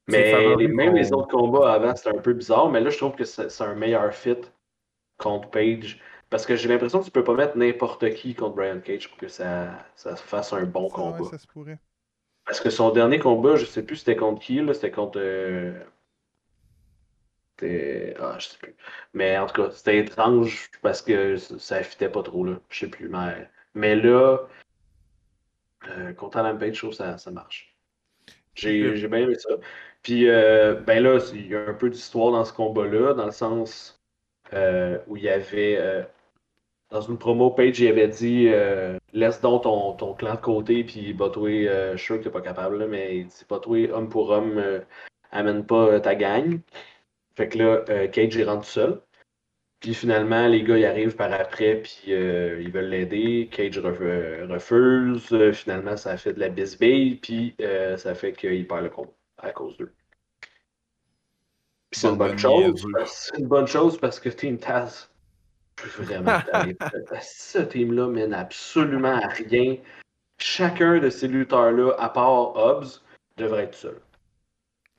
C'est Mais favori les- même qu'on- les autres combats avant, c'était un peu bizarre, mais là, je trouve que c'est, c'est un meilleur fit contre Page. Parce que j'ai l'impression que tu peux pas mettre n'importe qui contre Brian Cage pour que ça, ça fasse un bon Ça, combat. Ah ouais, ça se pourrait. Parce que son dernier combat, je sais plus c'était contre qui, là, c'était contre. euh, C'était. Ah, je sais plus. Mais en tout cas, c'était étrange parce que ça ça fitait pas trop, là. Je sais plus. Mais, mais là, euh, contre Adam Page, je trouve que ça, ça marche. J'ai Ok. j'ai bien aimé ça. Puis, euh, ben là, il y a un peu d'histoire dans ce combat-là, dans le sens euh, où il y avait. euh, dans une promo, Page, il avait dit euh, Laisse donc ton, ton clan de côté, puis bat-toi, euh, je suis sûr que t'es pas capable, là, mais il dit Bat-toi homme pour homme, euh, amène pas euh, ta gagne. Fait que là, euh, Cage, il rentre tout seul. Puis finalement, les gars, ils arrivent par après, puis euh, ils veulent l'aider. Cage ref- euh, refuse. Euh, Finalement, ça fait de la bisbille, puis euh, ça fait qu'il perd le combat à cause d'eux. Puis C'est une Bande bonne de chose. niaiseux. parce- C'est une bonne chose parce que Team Taz, je suis vraiment tanné. Ce team-là mène absolument à rien. Chacun de ces lutteurs-là, à part Hobbs, devrait être seul.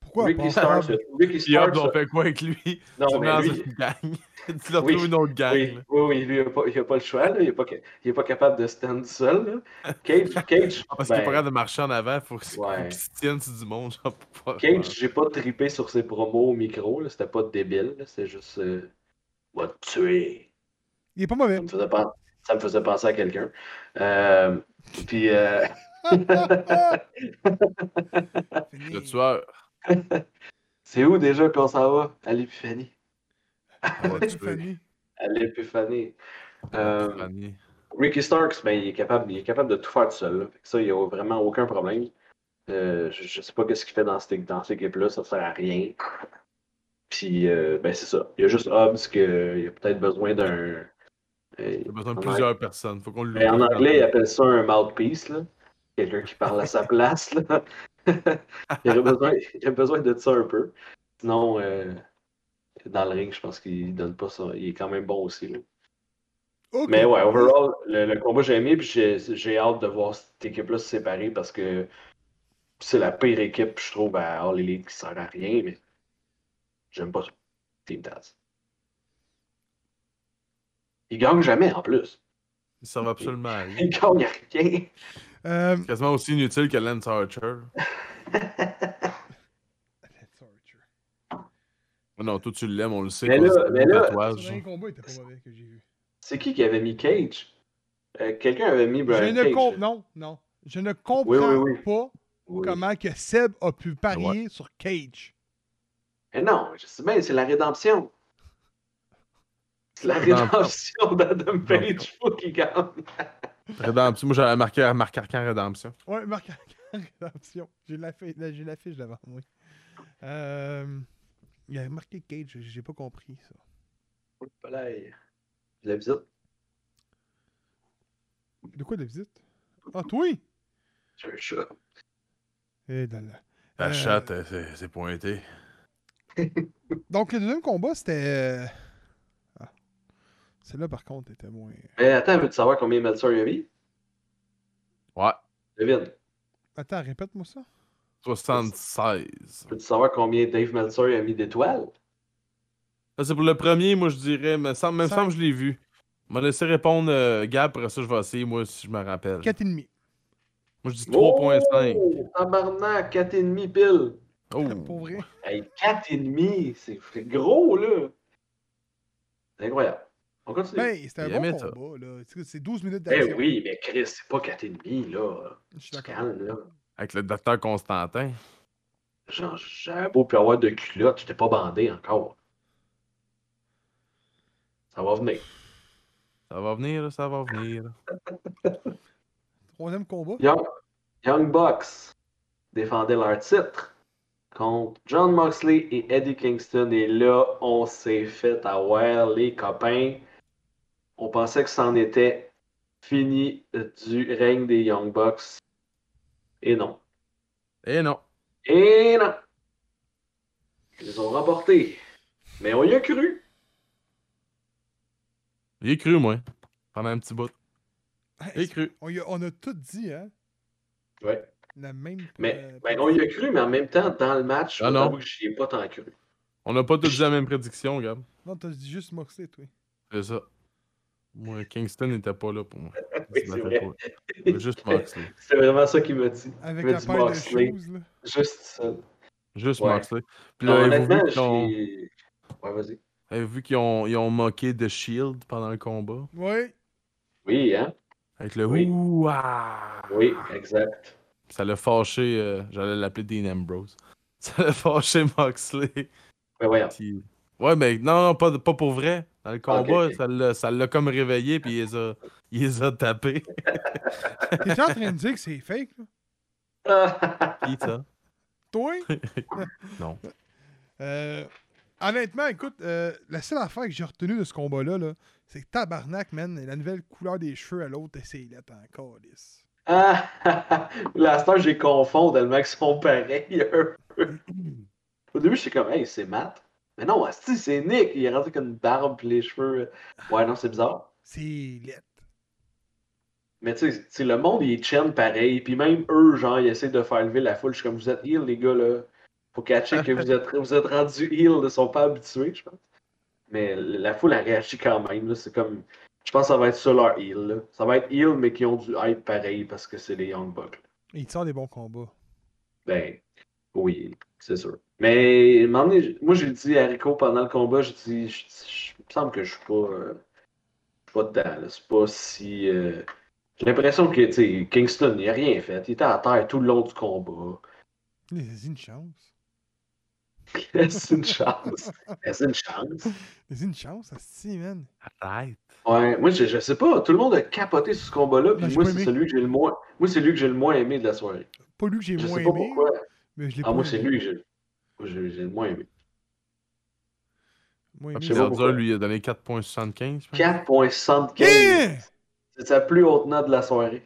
Pourquoi Ricky pas? Starks, Ricky Puis hop, Starks, on fait quoi avec lui? non, tu mais mets lui, dans une gang. tu l'as Oui. trouvé une autre gang. Oui, là. oui, oui, lui, il n'a pas, il a pas le choix. là. Il n'est pas, ca- il est pas capable de stand seul. là. Cage, Cage, Ah, Parce ben, qu'il est pas capable de marcher en avant, faut que Ouais. qu'il se tienne sur du monde, genre, pour pas- Cage, j'ai pas trippé sur ses promos au micro. là. C'était pas débile. là. C'était juste. euh, Va te tuer. Il est pas mauvais. Ça me faisait penser, ça me faisait penser à quelqu'un. Euh, puis, euh, Ah! Le tueur. c'est où déjà qu'on s'en va? À l'épiphanie. on va le tuer. Tiffany. à l'épiphanie. Euh, Fanny. Ricky Starks, ben, il, est capable, il est capable de tout faire tout seul. là. Fait que ça, il n'y a vraiment aucun problème. Euh, je ne sais pas ce qu'il fait dans cette, dans cette équipe-là, ça ne sert à rien. Puis, euh, ben, c'est ça. Il y a juste Hobbs qu'il a peut-être besoin d'un. euh, Il a besoin de en plusieurs personnes. Faut qu'on le Mais en loue. anglais, ils appellent ça un mouthpiece, là. Quelqu'un qui parle à sa place, là. il, aurait besoin, il a besoin de ça un peu. Sinon, euh, dans le ring, je pense qu'il donne pas ça. Il est quand même bon aussi, là. Ok. Mais ouais, overall, le, le combat j'ai aimé, puis j'ai- j'ai hâte de voir cette équipe-là se séparer parce que c'est la pire équipe, je trouve, à All Elite qui sert à rien, mais j'aime pas Team Taz. Ils gagnent jamais en plus. Ils servent absolument à rien. Ils gagnent à rien. Euh, C'est quasiment aussi inutile que Lance Archer. Lance Archer. Mais Ah Non, toi, tu l'aimes, on le sait. Mais qu'on là- se fait mais des là- Son tatouages, genre. dernier combat était pas mauvais que j'ai vu. C'est qui qui avait mis Cage? Euh, Quelqu'un avait mis Brian Je ne Cage. com- non, non. Je ne comprends Oui, oui, oui. pas Oui. comment que Seb a pu parier sur Cage. Mais Eh non, je sais bien, c'est la rédemption. C'est la Rédemption. rédemption d'Adam Page. Faut qu'il gagne. Rédemption. Moi, j'avais marqué Marc Arcan Rédemption. Ouais, Marc Rédemption. J'ai l'affi- la- j'ai l'affiche devant moi. Euh, il a marqué Cage, j'ai pas compris ça. Voilà, et- La visite. De quoi la visite? Ah, toi! J'ai un chat. Eh là là. La Euh, chatte, euh, c'est c'est pointé. Donc, le deuxième combat, c'était. euh, Ah. Celle-là, par contre, était moins. Mais attends, veux-tu savoir combien Meltzer y a mis? Ouais. Devine. Attends, répète-moi ça. 76. Veux-tu savoir combien Dave Meltzer a mis d'étoiles? Ça, c'est pour le premier, moi, je dirais. Me semble, même Cinq. semble, que je l'ai vu. On m'a laissé répondre euh, Gab, après ça, je vais essayer, moi, si je me rappelle. 4,5. Moi, je dis 3.5. Oh, tabarnak, 4,5 pile. Oh! Pour vrai. Hey, 4,5, c'est c'est gros, là. C'est incroyable. On continue. Ben, c'était un Il bon aimait ça. combat, là. Tu sais, C'est 12 minutes Eh d'action. oui, mais Chris, c'est pas 4,5, là. Je suis Tu d'accord. calmes, là. Avec le docteur Constantin. Genre, j'avais beau plus avoir de culotte, j'étais pas bandé encore. Ça va venir. Ça va venir, ça va venir. Troisième combat. Young, Young Bucks défendaient leur titre contre John Moxley et Eddie Kingston. Et là, on s'est fait avoir les copains. On pensait que c'en était fini du règne des Young Bucks. Et non. Eh non! Et non. Ils ont remporté. Mais on y a cru. J'ai cru, moi. Pendant un petit bout. J'ai cru. On, y a, on a tout dit, hein? Ouais. La même. Mais euh, ben, on y a cru, mais en même temps, dans le match, je Ah non. t'avoue que j'y ai pas tant cru. On n'a pas tous dit la même prédiction, Gab. Non, t'as dit juste Moxley, toi. C'est ça. Moi, Kingston n'était pas là pour moi. Oui, Ça c'est m'attend vrai. pas. Juste Moxley. C'est vraiment ça qu'il me dit. Avec Il me la dit paire de Moxley. choses, là. Juste ça. Juste Ouais. Moxley. Puis là, avez-vous honnêtement, vu qu'ils ont, j'ai- Ouais, vas-y. avez-vous vu qu'ils ont, ils ont moqué The Shield pendant le combat? Ouais. Oui, hein? Avec le Oui. ouah! Oui, exact. Ça l'a fâché, euh, j'allais l'appeler Dean Ambrose. Ça l'a fâché Moxley. Mais Ben voyons. Puis- Ouais, mais non, non, pas, pas pour vrai. Dans le combat, ok. ça l'a- ça l'a comme réveillé, puis il les a, il les a tapés. T'es en train de dire que c'est fake, là? Qui ça? Toi? Non. Euh, honnêtement, écoute, euh, la seule affaire que j'ai retenue de ce combat-là, là, c'est que tabarnak, man, la nouvelle couleur des cheveux à l'autre, c'est là, t'en calice. Ah, la star, j'ai confondu tellement qu'ils sont pareils. un peu. Au début, j'étais comme, hey, c'est Matt. Mais non, asti, c'est Nick. Il est rendu avec une barbe pis les cheveux. Ouais, non, c'est bizarre. C'est lettre. Mais tu sais, tu sais, le monde, il chaîne pareil. Puis même eux, genre, ils essaient de faire lever la foule. Je suis comme, vous êtes heal, les gars, là. Faut catcher que vous êtes, vous êtes rendus heal. Ils sont pas habitués, je pense. Mais la foule, elle réagit quand même. là. C'est comme, je pense que ça va être ça leur heal. là. Ça va être heal, mais qui ont du hype pareil parce que c'est les Young Bucks. là. Il te sort des bons combats. Ben, oui, c'est sûr. Mais, à un moment donné, j- moi, j'ai dit à Rico pendant le combat, j'ai dit, je- je- il me semble que je suis pas, euh, je suis pas dedans. là. C'est pas si. euh, J'ai l'impression que, tu sais, Kingston, il a rien fait. Il était à terre tout le long du combat. C'est une chance. C'est une chance. Ben, C'est une chance. C'est une chance, si man. Arrête. Ouais, moi, je, je sais pas. Tout le monde a capoté sur ce combat-là. Ouais, Puis j'ai moi, pas c'est aimé. celui que j'ai le moins. Moi, c'est lui que j'ai le moins aimé de la soirée. Pas lui que j'ai Je moins sais pas aimé, pourquoi. mais je l'ai Ah, pas moi, aimé. c'est lui que j'ai moi, j'ai- j'ai le moins aimé. Ah, Moins Je aimé, sais pas c'est- pourquoi. Verdure, lui, il a donné 4.75. je pense. 4.75. Yeah! C'est sa plus haute note de la soirée.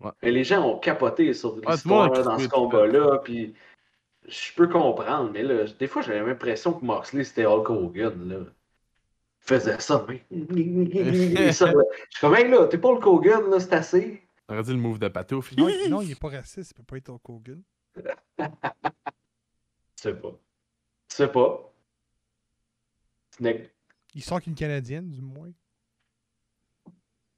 Ouais. Ah, Mais les gens ont capoté sur le l'histoire monde a dans crié ce tout le temps. combat-là, puis je peux comprendre, mais là, des fois, j'avais l'impression que Moxley, c'était Hulk Hogan, là. Il faisait ça, mais... Il sort- Je suis comme, Hey, là, t'es pas Hulk Hogan, là, c'est assez. On aurait dit le move de pâté au final. Non, il- non, il est pas raciste, il peut pas être Hulk Hogan. Je sais pas. Je sais pas. Snake. Il sort qu'une Canadienne, du moins.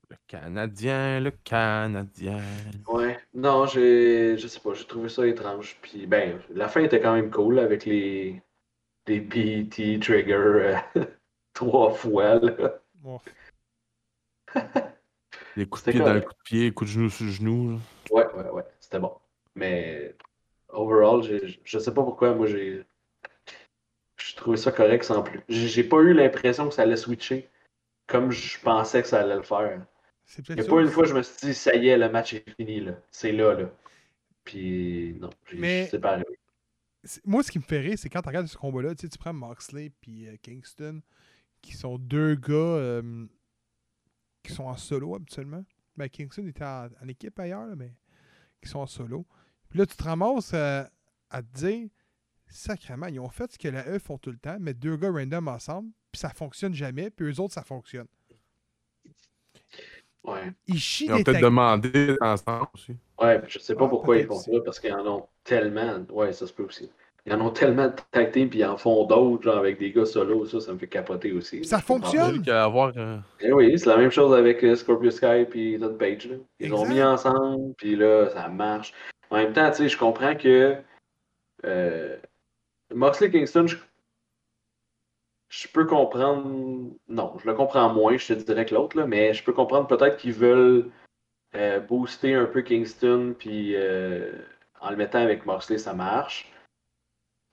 Le Canadien, le Canadien. Ouais. Non, j'ai... Je sais pas, j'ai trouvé ça étrange. Puis, ben, la fin était quand même cool avec les... les PET trigger euh, trois fois, là. Bon, Les coups C'est de pied dans le correct. coup de pied, coups de genou sur le genou. là. Ouais, ouais, ouais, c'était bon. Mais overall, j'ai- je sais pas pourquoi, moi j'ai je trouvais ça correct sans plus. J'ai j'ai pas eu l'impression que ça allait switcher comme je pensais que ça allait le faire. c'est Il y peut-être a ça. pas une fois je me suis dit ça y est, le match est fini là, c'est là là. Puis non, j'ai- Mais- c'est pas arrivé. C'est- Moi, ce qui me fait rire, c'est quand tu regardes ce combat-là, tu sais, tu prends Moxley puis euh, Kingston, qui sont deux gars euh, qui sont en solo habituellement. Ben, Kingston était en, en équipe ailleurs, là, mais qui sont en solo. Puis là, tu te ramasses euh, à te dire, sacrément, ils ont fait ce que la E font tout le temps, mettre deux gars random ensemble, puis ça fonctionne jamais, puis eux autres, ça fonctionne. Ouais. Ils chient Ils ont des peut-être tag- demandé d'être ensemble aussi. Ouais, ben, je sais pas Ah, pourquoi ils peut-être font aussi. ça parce qu'ils en ont tellement. Ouais, ça se peut aussi. Ils en ont tellement tacté puis ils en font d'autres genre avec des gars solo, ça ça me fait capoter aussi. Ça Je comprends pas. fonctionne? J'ai vu qu'à avoir, euh, Eh oui, c'est la même chose avec euh, Scorpio Sky puis Ethan Page. là. Ils Exact. ont mis ensemble, puis là, ça marche. En même temps, tu sais, je comprends que euh, Moxley Kingston, je, je peux comprendre. Non, je le comprends moins, je te dirais que l'autre, là, mais je peux comprendre peut-être qu'ils veulent euh, booster un peu Kingston, puis euh, en le mettant avec Moxley, ça marche.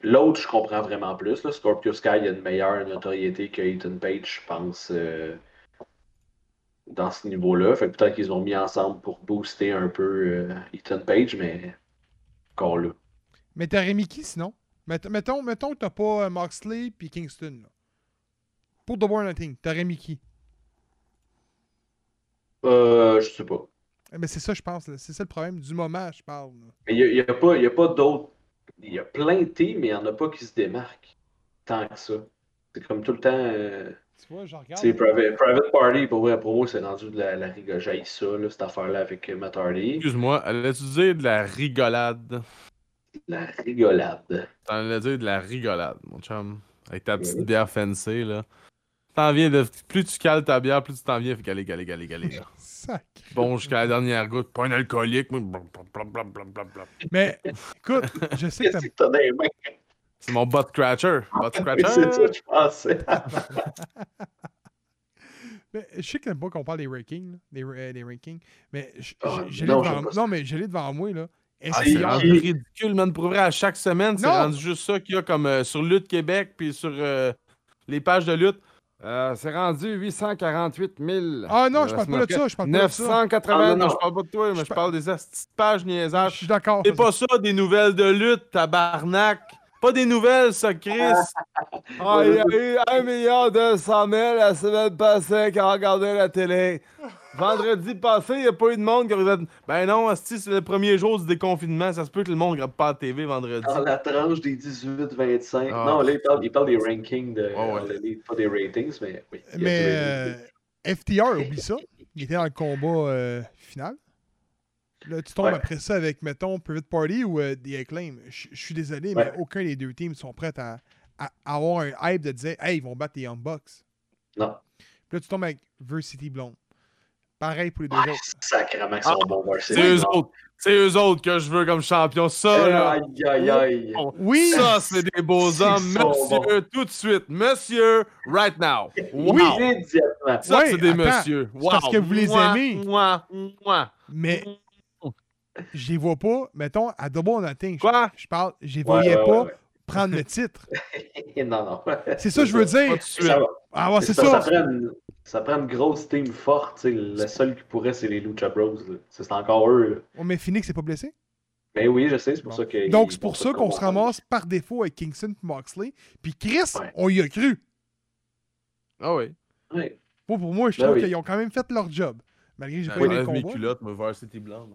L'autre, je comprends vraiment plus. Là. Scorpio Sky a une meilleure notoriété que Ethan Page, je pense. euh, dans ce niveau-là. Fait que peut-être qu'ils ont mis ensemble pour booster un peu euh, Ethan Page, mais encore là. Mais t'aurais mis qui sinon? Mett- Mettons, mettons que t'as pas euh, Moxley puis Kingston. là. Pour The War Nothing, t'aurais mis qui? Euh, je sais pas. Eh ben, c'est ça, je pense. là. C'est ça le problème du moment, je parle. là. Mais il n'y a, pas, y a pas d'autres. Il y a plein de teams, mais il n'y en a pas qui se démarquent tant que ça. C'est comme tout le temps. euh, Tu vois, je regarde. c'est private, private Party, pour vrai, pour moi, c'est rendu de la, la rigole. J'haïs ça, là, cette affaire-là avec euh, Matt Hardy. Excuse-moi, elle a-tu dire de la rigolade? La rigolade. T'en as dit de la rigolade, mon chum. Avec ta petite bière fancy, là. T'en viens de. Plus tu cales ta bière, plus tu t'en viens. Fait galer, galer, galer, galer. là. Sac. Bon, jusqu'à la dernière goutte. Pas un alcoolique. moi. Blablabla. Mais écoute, je sais que Qu'est-ce t'aimes. que t'as dans les mains? C'est mon butt scratcher. Butt Oui, C'est ça, scratcher. que je pensais. mais je sais que t'aimes pas qu'on parle des rankings, là, des, ra- euh, des rankings. Mais je- Ah, je- je l'ai non, devant j'aime pas ça. Non, mais je l'ai devant moi, là. Ah, Est-ce c'est qu'ils Et- ont- rendu ridicule, man. Pour vrai, à chaque semaine, c'est Non. rendu juste ça qu'il y a comme euh, sur Lutte Québec puis sur euh, les pages de lutte. Euh, c'est rendu 848 000. Ah non, je parle pas de ça, je parle pas de ça. 980, Ah, non, non. je parle pas de toi, mais Je je, par- parle des petites pages Je niaisages. suis d'accord. C'est ça, pas ça des nouvelles de lutte, tabarnak. Pas des nouvelles, ça, Chris. Ah, il y a eu 1 milliard 200 000 la semaine passée quand on regardait la télé. Vendredi passé, il n'y a pas eu de monde qui a dit Ben non, asti, c'est le premier jour du déconfinement. Ça se peut que le monde ne regarde pas la TV vendredi. Dans la tranche des 18-25. Ah. Non, là, il parle, il parle des rankings, de, Ouais, ouais. de- des- pas des ratings, mais oui. il y a Mais du rating. euh, FTR, oublie ça. Il était dans le combat euh, final. Là, tu tombes Ouais. après ça avec, mettons, Private Party ou euh, The Acclaim. Je je suis désolé, Ouais. mais aucun des deux teams sont prêts à, à avoir un hype de dire Hey, ils vont battre les Young Bucks. Non. Puis là, tu tombes avec Varsity Blonde. Pareil pour les deux Ah, autres. sacrément que sont Ah, bons C'est eux autres. C'est eux autres que je veux comme champion. Ça, là. Oh, Aïe, aïe, aïe. bon, Oui, Ça, c'est des beaux Ils hommes. sont Monsieur, tout de suite. Monsieur, right now. Wow. Immédiatement. Ça, Ouais, c'est des attends, messieurs. c'est parce Wow. que vous les Mouah, aimez. mouah, mouah. mais je les vois pas, mettons, à Double Nothing. Je- Quoi? Je parle, je les Ouais, voyais ouais, pas ouais, ouais. prendre le titre. non, non. C'est ça que je veux Pas dire. de suite. Ça va. Ah ouais, c'est ça, ça ça. prend, une, ça prend une grosse team forte. tu sais. Le seul qui pourrait, c'est les Lucha Bros. là. C'est encore eux. là. On met Oh, Phoenix n'est pas blessé. Mais oui, je sais, c'est pour Bon. ça que. Donc, ils c'est font pour ça qu'on se ensemble. ramasse par défaut avec Kingston et Moxley. Puis Chris, Ouais. on y a cru. Ah oui. Ouais. Moi, pour moi, je Ben trouve oui. qu'ils ont quand même fait leur job. Malgré que j'ai pas aimé le J'enlève mes combat. culottes, me voir City Blanc.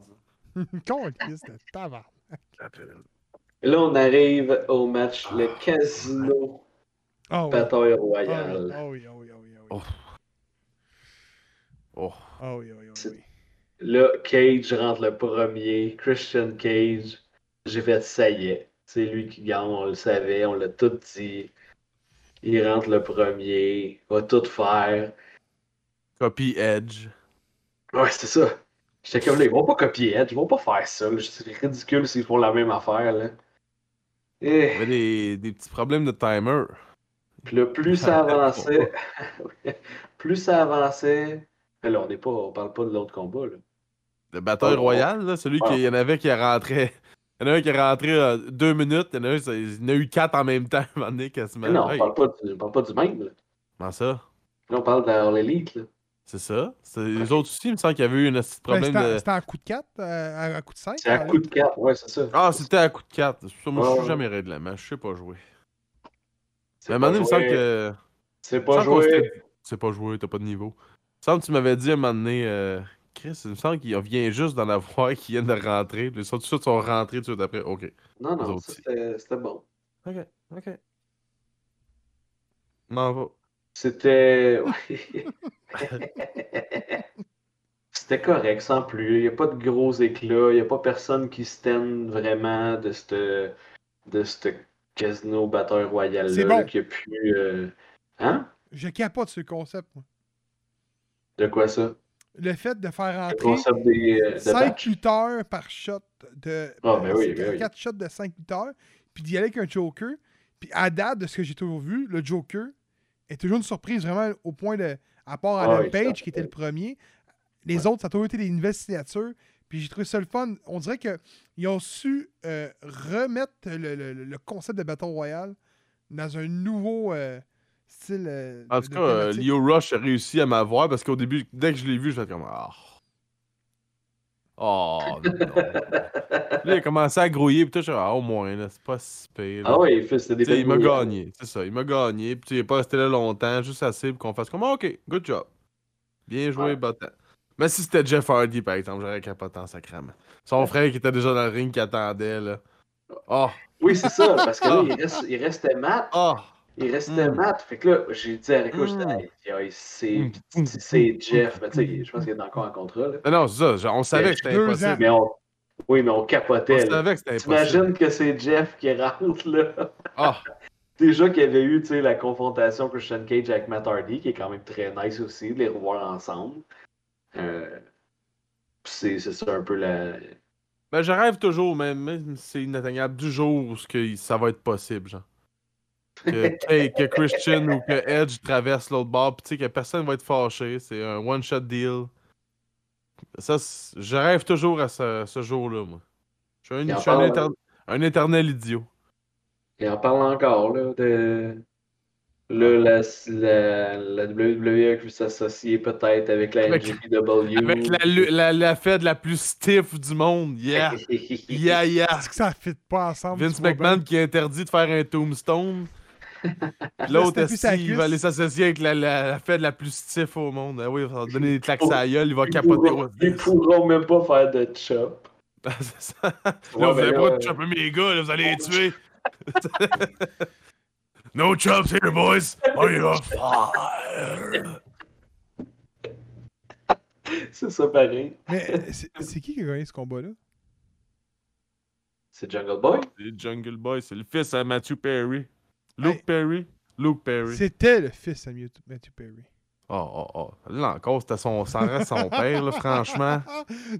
Con, Chris, t'es tabarnak. Là, on arrive au match, le Casino Ah oui. Bataille Ah oui, Royale. ah oui, ah oui, ah oui, ah oui. Oh. Oh. Ah oui, ah oui, ah C'est- oui. Là, Cage rentre le premier. Christian Cage. J'ai fait ça y est. C'est lui qui gagne, on le savait, on l'a tout dit. Il rentre le premier, va tout faire. Copy Edge. Ouais, c'est ça. J'étais comme là, ils vont pas copier Edge, ils vont pas faire ça. là. C'est ridicule s'ils font la même affaire. Là. Eh. Il y avait des, des petits problèmes de timer. Puis là, plus ça avançait, plus ça avançait. Mais là, on n'est pas, on parle pas de l'autre combat. Là. Le bataille Oh. royale, là, celui Ah. qui il y en avait qui rentrait. Il y en a un qui est rentré euh, deux minutes, il y en a un, ça- il y en a eu quatre en même temps, à un moment donné, quasiment. Mais non, on Ben, Hey, parle pas du, on parle pas du même. Là. Comment ça? Là, on parle de la All Elite. Là. C'est ça? C'est- Les autres aussi, il me semble qu'il y avait eu un petit Ben, problème c'était- de. C'était en coup de 4, à à coup de 5. C'est à coup de cap, ouais, c'est ça. Ah, c'était à coup de 4. Moi, je Ouais. suis jamais règlement. Je sais pas jouer. C'est Mais à un pas moment donné, il me semble joué, que. C'est il me pas semble qu'on joué. s'était- C'est pas joué, t'as pas de niveau. Il me semble que tu m'avais dit à un moment donné, euh, Chris, il me semble qu'il vient juste d'en avoir qui viennent de rentrer. Les autres tout de suite sont rentrés tout de suite après. Ok. Non, non, autres ça, aussi. c'était c'était bon. Ok, ok. M'en va. C'était. ouais. C'était correct, sans plus. Il n'y a pas de gros éclats. Il n'y a pas personne qui se tenne vraiment de ce de ce casino batteur royal C'est là, bon. qui a pu. euh, Hein? Je capote ce concept. moi. De quoi ça? Le fait de faire Le entrer concept des, euh, de 5 match? lutteurs par shot de Ah, ben oui, ben oui. 4 shots de 5 lutteurs, puis d'y aller avec un Joker. Puis à date de ce que j'ai toujours vu, le Joker est toujours une surprise vraiment au point de. À part Ah Adam oui, Page ça, qui était le ouais. premier, les autres, ça a toujours été des nouvelles signatures. Puis j'ai trouvé ça le fun. On dirait qu'ils ont su euh, remettre le, le- le- le concept de Battle Royale dans un nouveau euh, style. euh, En de- tout de cas, euh, thématique. Leo Rush a réussi à m'avoir parce qu'au début, dès que je l'ai vu, je vais comme Ah. Oh, non. Là, il a commencé à grouiller, puis tout, je suis comme, Ah, au moins, là, c'est pas si pire. là. Ah oui, c'était des Tu sais, belles il m'a brouilles. gagné, c'est ça, il m'a gagné, puis tu sais, il est pas resté là longtemps, juste assez pour qu'on fasse comme Ah, OK, good job. Bien joué, Ouais. battant. Mais si c'était Jeff Hardy, par exemple, j'aurais capoté en sacrament. Son frère qui était déjà dans le ring qui attendait, là. Ah, Oui, c'est ça, parce que là, Ah. il, reste- il restait mat. ah, Il restait Mm. mat. Fait que là, j'ai dit à Rico, j'ai dit, Mm. Aïe, aïe, c'est Mm. c'est Jeff. Mais tu sais, je pense qu'il est encore en contrat. Là. Mais non, c'est ça, genre, on savait que c'était Deux impossible. ans. Mais on... Oui, mais on Ah. On capotait. là. savait que c'était impossible. T'imagines que c'est Jeff qui rentre là. Ah, Déjà qu'il y avait eu tu sais, la confrontation Christian Cage avec Matt Hardy, qui est quand même très nice aussi, de les revoir ensemble. Euh, C'est c'est ça un peu la. ben je rêve toujours, même, même si c'est inatteignable, du jour où ce que ça va être possible, genre. Que, que- que Christian ou que Edge traverse l'autre bord, pis tu sais que personne va être fâché, c'est un one-shot deal. Ça, c'est- je rêve toujours à ce, ce jour-là, moi. Je suis un, Et je suis un encore, étern- un éternel idiot. Et on parle encore là, de. Là, la, la, la E WWE a pu s'associer peut-être avec la Avec- NJPW. Avec la, lu- la, la fête la plus stiff du monde, yeah! Yeah, yeah! Est-ce que ça ne fit pas ensemble? Vince tu vois bien? McMahon qui interdit de faire un tombstone. L'autre, Là, c'était plus sa est il va cuisse. aller s'associer avec la, la, la fête la plus stiff au monde. Ah oui, il va leur donner des claques Oh. à la gueule, il va Ils capoter. pourront- au- Ah, Ils pourront même pas faire de chop. C'est ça. Là, Ouais, vous ben allez là, pas chopper mes gars, là, vous allez les tuer. no chops here, boys. Oh, Are you on fire? C'est ça pareil. Mais euh, c'est c'est qui qui a gagné ce combat-là? C'est Jungle Boy? Les Jungle Boy, c'est le fils à Matthew Perry. Luke Hey. Perry. Luke Perry. C'était le fils à Mewtwo- Matthew Perry. Oh, oh, oh. Là encore, c'était son, ça reste son père, Ben, là, franchement.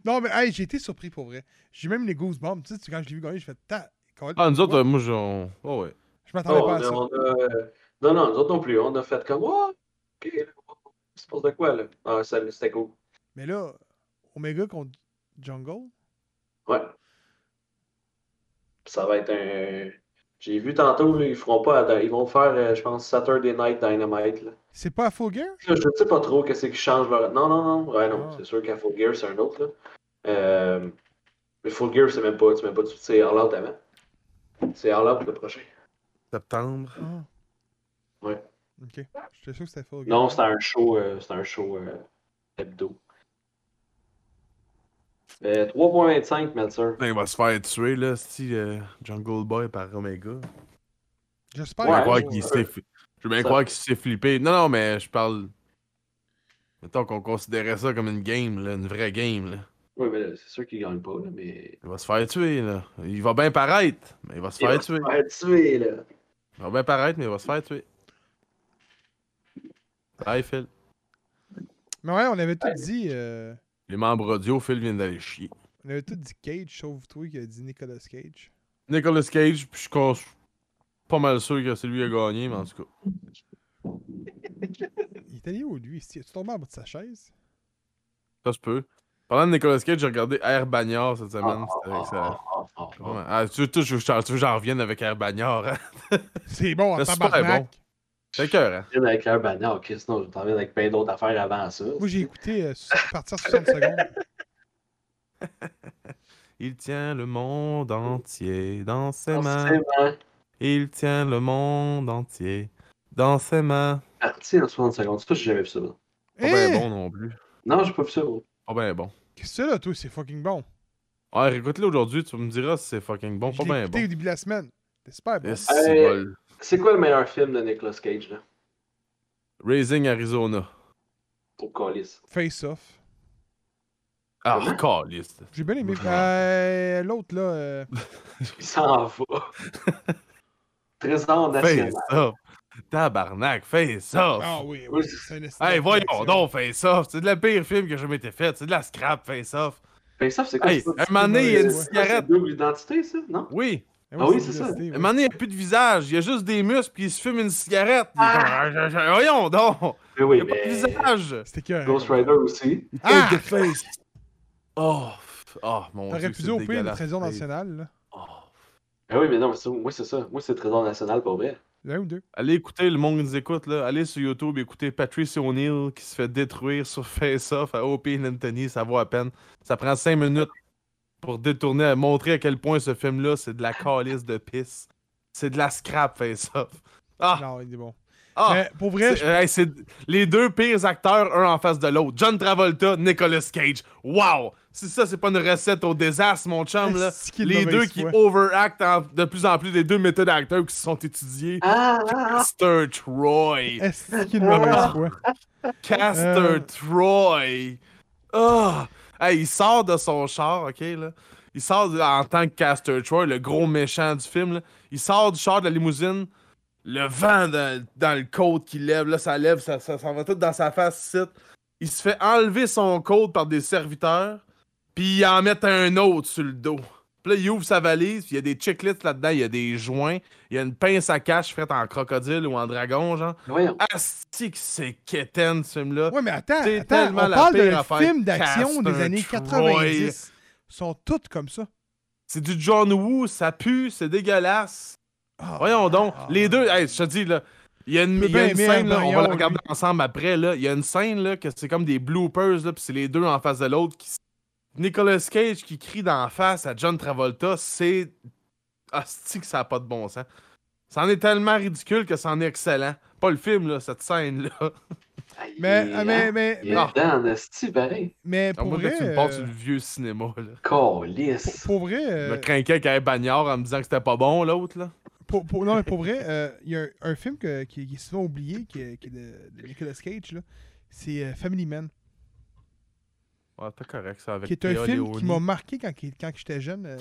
non, mais hey, j'ai été surpris pour vrai. J'ai même les goosebumps. Tu sais, quand je l'ai vu gagner, j'ai fait ta. Colin, Ah, nous autres, ouais, euh, moi, j'en. Oh, ouais. Je m'attendais Oh, pas on à a- ça. on a- euh, Non, non, nous autres non plus. On a fait comme, oh, ok, là, c'est pour de quoi, là? Ah, ça, c'était cool. Mais là, Omega contre Jungle, Ouais. Ça va être un, J'ai vu tantôt, là, ils feront pas. à- Ils vont faire, euh, je pense, Saturday Night Dynamite. Là. C'est pas à Full Gear? Je je sais pas trop qu'est-ce qui change leur. Non, non, non. Ouais, non. Ah. C'est sûr qu'à Full Gear, c'est un autre. Là. Euh, Mais Full Gear, c'est même pas. C'est même pas. C'est All Out avant. C'est All Out le prochain. Septembre. Ah. Ouais. Ok. J'étais sûr que c'était Full Gear. Non, c'est un show. euh, c'est un show euh, hebdo. Euh, 3.25, Meltzer. Putain, il va se faire tuer, là, si euh, Jungle Boy par Omega. J'espère. Je Ouais, vais bien croire ouais. qu'il s'est fli- je veux bien Ça- croire qu'il s'est flippé. Non, non, mais je parle. Mettons qu'on considérait ça comme une game, là, une vraie game. Là. Oui, mais là, c'est sûr qu'il gagne pas, là, mais. Il va se faire tuer, là. Il va bien paraître, mais il va se Il faire va se tuer. faire tuer, là. Il va bien paraître, mais il va se faire tuer. Bye, Phil. Mais ouais, on avait tout dit. euh, Les membres audio, Phil vient d'aller chier. On avait tout dit Cage, sauf toi qui a dit Nicolas Cage. Nicolas Cage, puis je suis cons- pas mal sûr que c'est lui qui a gagné, mais en tout cas. Il est allé où lui? Tu tombé en bas de sa chaise? Ça se peut. Parlant de Nicolas Cage, j'ai regardé Air Bagnard cette semaine. C'était Ah, ah, excellent. ah, ah, ah. Ouais. Ah, tu veux tu veux- tu veux que j'en revienne avec Air Bagnard, hein? C'est bon, en C'est super tabarnak. C'est cœur, hein? Je viens avec Claire Bagnard, ok, sinon je t'en viens avec plein d'autres affaires avant ça. Moi, j'ai écouté euh, su- partir 60 secondes. Il tient le monde entier dans ses Non, mains. c'est vraiment Il tient le monde entier dans ses mains. parti en 60 secondes. C'est pas que j'ai jamais vu ça. moi. Pas Hé! bien bon non plus. Non, j'ai pas vu ça. moi. Pas bien bon. Qu'est-ce que c'est là, toi? C'est fucking bon. Ouais, écoute-le aujourd'hui, tu me diras si c'est fucking bon. Je Pas l'ai bien écouté bon. au début de la semaine. C'est super bon. Eh, c'est Hey. bol. C'est quoi le meilleur film de Nicolas Cage, là Raising Arizona. Au colis. Face Off. Ah, caliste. J'ai bien aimé. Ouais. Euh, L'autre, là. euh, Il s'en va. Trésor Face national. off. Tabarnak, face off. Ah oui, Oui. oui. c'est un estime Hey, de voyons collection. donc, face off. C'est le pire film que j'ai jamais été fait. C'est de la scrap, face off. Ben, ça, c'est quoi Hey, ça? à un moment donné, il y a une Ouais. cigarette. C'est double identité, ça, non Oui. Eh Ah oui, c'est c'est ça. resté, À oui. un moment donné, il n'y a plus de visage. Il y a juste des muscles, puis il se fume une cigarette. Il est Ah. comme, Ah, Voyons donc. Mais Il oui, n'y a pas de mais. visage. C'était que. Ben, Ghost Rider aussi. Ah! Take the face. Oh, f- oh mon dieu. T'aurais pu c'est dire au pire une dégueulasse. trésor nationale, là. Oh. Ben oui, mais non, mais ça, moi, c'est ça. Moi, c'est Trésor national, pour vrai. L'un ou deux. Allez écouter, le monde nous écoute, là. Allez sur YouTube, écoutez Patrice O'Neill qui se fait détruire sur Face Off à OP Anthony, ça vaut à peine. Ça prend 5 minutes pour détourner, à montrer à quel point ce film-là, c'est de la calice de pisse. C'est de la scrap, Face Off. Ah, Non, il est bon. ah. Euh, pour vrai, C'est- hey, c'est les deux pires acteurs, un en face de l'autre. John Travolta, Nicolas Cage. Wow! Si ça, c'est pas une recette au désastre, mon chum, là. Esti qu'il est de Les deux mauvaise qui foi. overact en- de plus en plus, les deux méthodes d'acteurs qui se sont étudiées. Ah, ah, Caster Troy! est-ce qu'il est de Ah! mauvaise foi? Caster Euh. Troy! Ah! Hey, il sort de son char, ok, là. Il sort de- en tant que Caster Troy, le gros méchant du film, là. Il sort du char de la limousine. Le vent dans, dans le côte qui lève, là, ça lève, ça, ça, s'en va tout dans sa face, ici. Il se fait enlever son côte par des serviteurs, puis il en met un autre sur le dos. Puis là, il ouvre sa valise, puis il y a des checklists là-dedans, il y a des joints, il y a une pince à cache faite en crocodile ou en dragon, genre. ah. Voyons. Asti que c'est quétaine, ce film-là. Ouais, mais attends, C'est attends on tellement la parle pire de affaire. films d'action des Caster années Troy. 90. Ils sont toutes comme ça. C'est du John Woo, ça pue, c'est dégueulasse. Ah, Voyons donc. Les deux, hey, je te dis, là, il y a une, J'ai il y a bien une aimé scène, là, on va Embryon, la regarder ensemble après, là. Il y a une scène, là, que c'est comme des bloopers, là, puis c'est les deux en face de l'autre. qui s- Nicolas Cage qui crie d'en face à John Travolta, c'est. Asti que ça n'a pas de bon sens. C'en est tellement ridicule que c'en est excellent. Pas le film, là, cette scène-là. Aïe, Mais, hein. mais, mais, Il est mais, Ah. dedans, en esti, pareil. mais À pour, moins que vrai, Ah, tu me euh, passes sur le vieux cinéma, là. pour, Calice. pour vrai, euh, me craquait avec un bagnard en me disant que c'était pas bon, l'autre, là. pour- pour- non, mais pour vrai, euh, il y a un, un film que- qui, qui est souvent oublié, qui, est- qui est de, de Nicolas Cage, là, c'est euh, Family Man, Ouais, t'es correct, ça, avec qui est un Théa film Léonie. qui m'a marqué quand, qu'il- quand j'étais jeune. euh,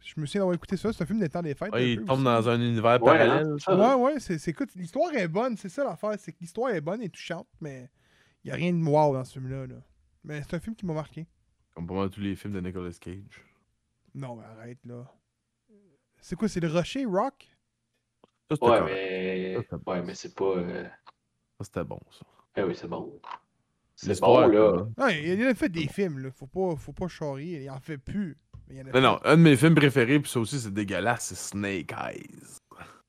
Je me souviens d'avoir écouté ça, c'est un film des temps des fêtes. Ouais, un il peu tombe aussi. dans un univers Ouais, parallèle. hein, c'est ça, Ouais, ouais, c'est, c'est écoute, l'histoire est bonne, c'est ça l'affaire, c'est que l'histoire est bonne et touchante, mais il n'y a rien de wow dans ce film-là. là. Mais c'est un film qui m'a marqué. Comme pas mal tous les films de Nicolas Cage. Non, mais arrête, là. C'est quoi, c'est le Rocher Rock? Ça, c'était Ouais, correct. mais. Ouais, mais c'est pas. euh, Ça, c'était bon, ça. Eh oui, c'est bon. C'est L'histoire, hein. bon, là. quoi. Non, il, il a fait des films, là. Faut pas, faut pas charrier, il en fait plus. Mais il y en a Non, non, un de mes films préférés, puis ça aussi c'est dégueulasse, c'est Snake Eyes.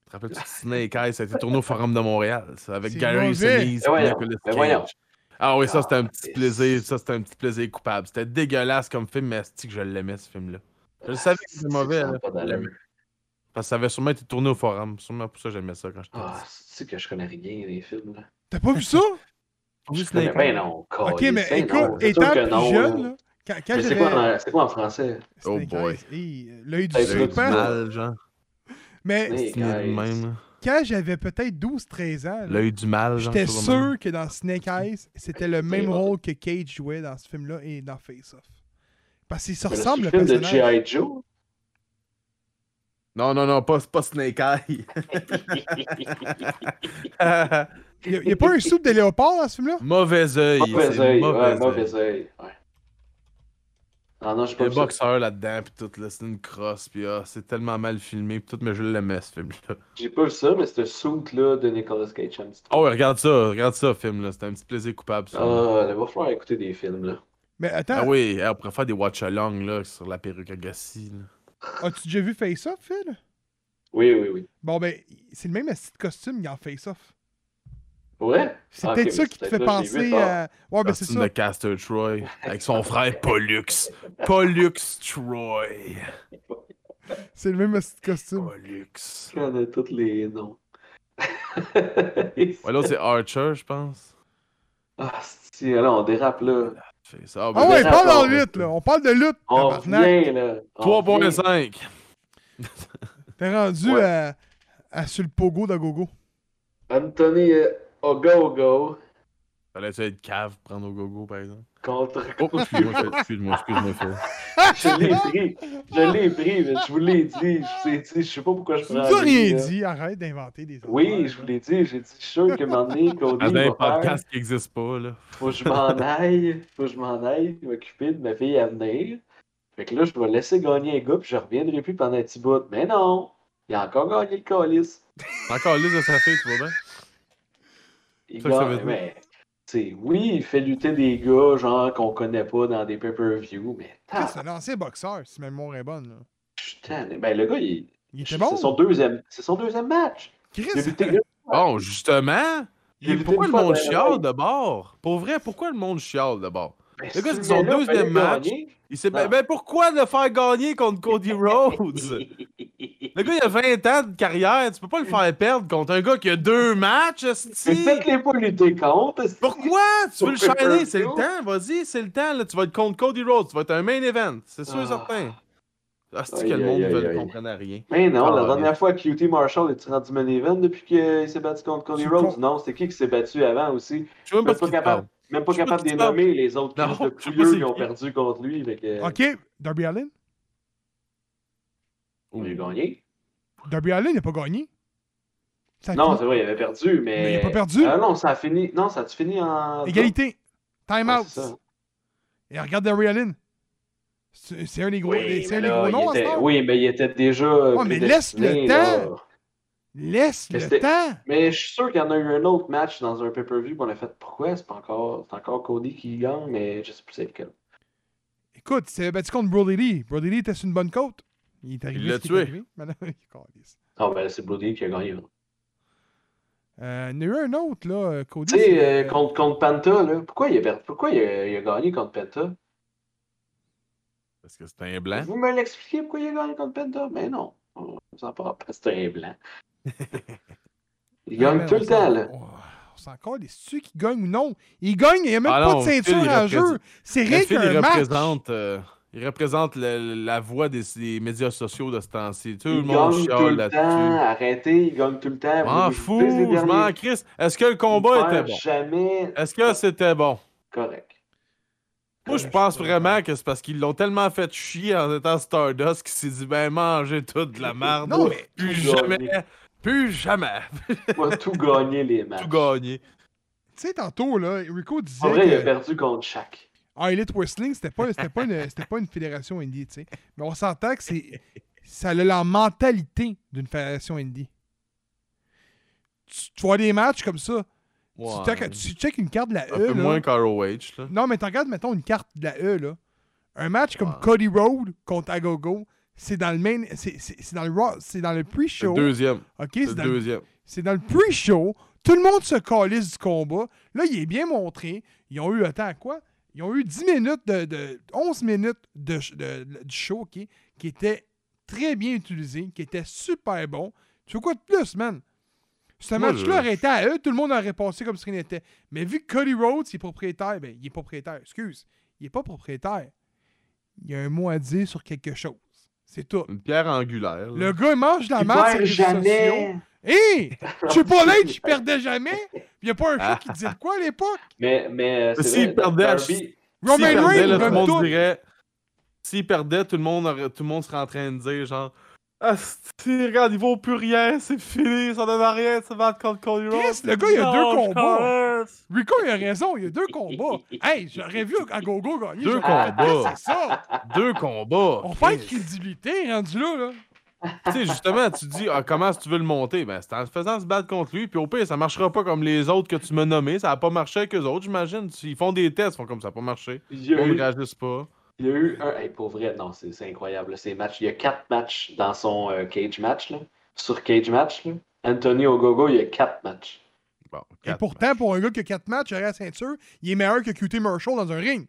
Te rappelles-tu de Snake Eyes? Ça a été tourné au Forum de Montréal, ça, avec Ah, C'est Gary mauvais. Sinise. Mais puis voyons, Nicolas mais Cage. voyons. Ah oui, ça c'était un Ah, petit c'est- plaisir, ça c'était un petit plaisir coupable. C'était dégueulasse comme film, mais c'est que je l'aimais ce film-là. Je le savais que c'était mauvais, Ça a là. pas d'allure. Parce que ça avait sûrement été tourné au Forum, sûrement pour ça que j'aimais ça quand j'étais Ah, c'est que je connais rien des films. Là. T'as pas vu ça? petit. Je connais Snake Eyes. ben non, ok, câlisse, mais ben non, écoute, c'est sûr étant que plus non, jeune, là. là, quand, quand Mais c'est j'avais. quoi, hein? en- c'est quoi en français? Oh Snake boy. Eyes, hey, euh, L'œil du Hey, C'est Snake du Eyes. serpent. mal, genre. Mais Snake C'est le Eyes. même. là. quand j'avais peut-être 12-13 ans, là, L'œil du mal, genre. j'étais c'est le même. sûr que dans Snake Eyes, c'était le même rôle que Cage jouait dans ce film-là et dans Face Off. Parce qu'ils se Mais là, ressemblent, le C'est le film de personnage. G.I. Joe. Non, non, non, pas, pas Snake Eye. Il n'y a, pas un soupe de léopard dans ce film-là? mauvais œil. mauvais c'est œil, ouais, œil. mauvais œil. Ouais. Ah non, je Le peux pas. vu ça. boxeur là-dedans, puis tout, là, c'est une crosse, puis ah, c'est tellement mal filmé, puis tout, mais je l'aimais, ce film-là. J'ai pas vu ça, mais c'est un suit là de Nicolas Cage. j'aime ça. Oh, regarde ça, regarde ça, film-là, c'était un petit plaisir coupable, ça. Ah, il va falloir écouter des films là. Mais Ah attends, oui, eh, on pourrait faire des watch-alongs, là, sur la perruque Agassi, là. Ah, as-tu déjà vu Face Off, Phil? Oui, oui, oui. Bon, ben, c'est le même style de costume qu'il y a en Face Off. Ouais? C'est Ah, peut-être ok, ça mais qui c'est te fait peut-être là que je l'ai vu, penser ça. à. Ouais, ben c'est Costume ça. de Caster Troy, avec son frère Pollux. Pollux Troy. C'est le même style de costume. Pollux. Je connais tous les noms. Ouais, l'autre, c'est Archer, je pense. ah, si, là, on dérape là. Fait ça, Ah ben, mais ouais, parle en d'accord, lutte, là. On parle de lutte. On tabarnak. revient là. On revient. 3.5. T'es rendu Ouais. à, à sur le pogo d'Agogo. Anthony euh, Ogogo Fallait-tu être cave, prendre au gogo, par exemple? contre. Oh, excuse-moi, Phil, excuse-moi, excuse-moi, Phil. Je l'ai pris. Je l'ai pris, mais je vous l'ai dit. Je vous l'ai dit. Je sais pas pourquoi je Tu prends. nous as rien là. dit, arrête d'inventer des Oui, affaires. je vous l'ai dit. J'ai dit, je suis sûr que m'emmener Cody. Dans un va faire- podcast qui n'existe pas, là. faut que je m'en aille, faut que je m'en aille m'occuper de ma fille à venir. Fait que là, je vais laisser gagner un gars, puis je reviendrai plus pendant un petit bout. Mais non! Il a encore gagné le colis. Encore liste de sa fille, tu vois bien? Il Ça, ça veut gagne, dire. mais. tu sais, oui, il fait lutter des gars, genre, qu'on connaît pas dans des pay-per-view, mais Chris, tabarnak, C'est un ancien boxeur, si ma mémoire est bonne. Là. putain, ben le gars, il... Il était c'est bon. son deuxième, c'est son deuxième match. Il a Chris, lutté gars, Bon, justement, il a lutté pourquoi Ah. une le fois monde dans- chiale de bord? Pour vrai, pourquoi le monde chiale de bord? Ben, Le gars, ce c'est son gars-là, deuxième fallait match. gagner. Il s'est Ah. ben pourquoi le faire gagner contre Cody Rhodes? Le gars, il a 20 ans de carrière, tu peux pas le faire perdre contre un gars qui a deux matchs, Mais esti! faites-les pas lutter contre. esti. Pourquoi? Tu veux le Sur shiner, c'est le Pay-Per-View. temps, vas-y, c'est le temps, là, tu vas être contre Cody Rhodes, tu vas être un main event, c'est sûr et Ah. certain. Ah, c'est Aïe, que le monde aïe, aïe, ne aïe. comprenne à rien. Mais non, Ah, la ouais. dernière fois que QT Marshall est rendu main event depuis qu'il s'est battu contre Cody C'est Rhodes. con. Non, c'est qui qui s'est battu avant aussi? Je sais même pas Même ce qu'il pas parle. Même pas Je sais capable de pas qui les tu parles. nommer les autres Non, crises de je sais pas couilleux c'est qui ont qui. perdu contre lui. Fait que, ok, Darby Allin. On a gagné. Darby Allin n'a pas gagné. Ça a Non, fini. c'est vrai, il avait perdu, mais. Mais il a pas perdu. Ah non, ça a fini. Non, ça a fini en. Égalité. Time Ouais, out. c'est ça. Et regarde Darby Allin. C'est c'est un des gros, Oui, c'est mais un des là, gros il noms à ce était- temps. oui, mais il était déjà. Ouais, mais laisse le prédestiné, là. temps. Laisse Mais le c'était- temps. Mais je suis sûr qu'il y en a eu un autre match dans un pay-per-view qu'on a fait. Pourquoi? C'est pas encore. C'est encore Cody qui gagne, mais je sais plus c'est lequel. Écoute, il s'est battu contre Brody Lee. Brody Lee était sur une bonne côte. Il est arrivé. l'a ce qui est tué. arrivé. Maintenant, il est calé. Ah ben c'est Brody qui a gagné. là. Euh, il y en a eu un autre, là, euh, Cody. Tu sais, euh, c'est- contre, contre Penta, là, pourquoi, il a, per- pourquoi il, a, il a gagné contre Penta? Parce que c'est un Hein? blanc. Vous me l'expliquez pourquoi il a gagné contre Penta? Mais non, on s'en parle pas, c'est un blanc. Il gagne Ah, tout man, le on s'en- temps, là. on- On s'en calme, les ceux qui gagnent ou non. Ils gagnent, il n'y a même Ah pas non, de ceinture Phil, il en représente- jeu. C'est Mais rien Phil, il qu'un match. représente, euh, il représente le- la voix des, des médias sociaux de ce temps-ci. Tout le Il monde gagne tout chiale le temps, là-dessus. arrêtez, il gagne tout le temps. M'en Vous- vous- fous, dès les je m'en derniers, crisse. Est-ce que le il combat perd était bon? jamais Est-ce que c'était bon? correct. Moi, je pense vraiment que c'est parce qu'ils l'ont tellement fait chier en étant Stardust qu'il s'est dit, ben, mangez toute de la merde. Non, mais- Plus Tout jamais, gagné. plus jamais. Il a tout gagné, les matchs. Tout gagné. Tu sais, tantôt, là, Rico En vrai, il a disait que perdu contre chaque. ah, Elite Wrestling, c'était pas, c'était pas, une, c'était pas une fédération indie, tu sais. Mais on s'entend que c'est, ça a la mentalité d'une fédération indie. Tu, tu vois des matchs comme ça. Ouais. Tu, check- tu check une carte de la Un E, peu là. moins qu'ROH, là. Non, mais tu regardes, mettons, une carte de la E, là. Un match comme Ouais. Cody Road contre Agogo, c'est dans le main. C'est c'est- c'est dans le Raw- c'est dans le C'est le pre-show. deuxième. Ok, C'est c'est le dans, le- deuxième. c'est dans le pre-show. Tout le monde se calisse du combat. Là, il est bien montré. Ils ont eu le temps à quoi? Ils ont eu 10 minutes de. de- 11 minutes de, ch- de- de- du show qui, qui était très bien utilisé, qui était super bon. Tu veux quoi de plus, man? Ce Moi, match-là je- aurait été à eux, tout le monde aurait passé comme ce qu'il était. Mais vu que Cody Rhodes est propriétaire, ben, il est propriétaire, excuse, il est pas propriétaire. Il a un mot à dire sur quelque chose. C'est tout. Une pierre angulaire. là. Le gars, il mange de la Tu marde perds sur les réseaux sociaux. jamais. Hé! Je suis pas là, je perdais jamais. Il y a pas un chat qui disait de quoi à l'époque. Mais, mais euh, c'est S'il vrai, perdait, Darby, S'il Roman perdait, Reigns, là, tout le comme monde tout. dirait. S'il perdait, tout le monde, aurait- tout le monde serait en train de dire genre. Ah, si, regarde, il vaut plus rien, c'est fini, ça donne à rien, ça va contre Cody Rhodes. Chris, le gars, il a deux Non, je combats. commence. Rico, il a raison, il y a deux combats. Hey, j'aurais vu Agogo gagner. Deux j'aurais combats. fait, C'est ça. Deux combats. On fait Chris. crédibilité rendu là, là. Tu sais, justement, tu dis, ah, comment est-ce que tu veux le monter? Ben, c'est en se faisant se battre contre lui, puis au pire, ça marchera pas comme les autres que tu m'as nommés, ça a pas marché avec eux autres, j'imagine. Ils font des tests, ils font comme ça, a pas marché. il y a On ne eu, réagissent pas. il y a eu un. hey, pour vrai, non, c'est c'est incroyable. là, Ces matchs. Il y a quatre matchs dans son euh, cage match. Là. Sur cage match, là. Anthony Ogogo, il y a quatre matchs. Bon, Et quatre pourtant, pour un gars qui a 4 matchs, j'aurais la ceinture, il est meilleur que QT Marshall dans un ring.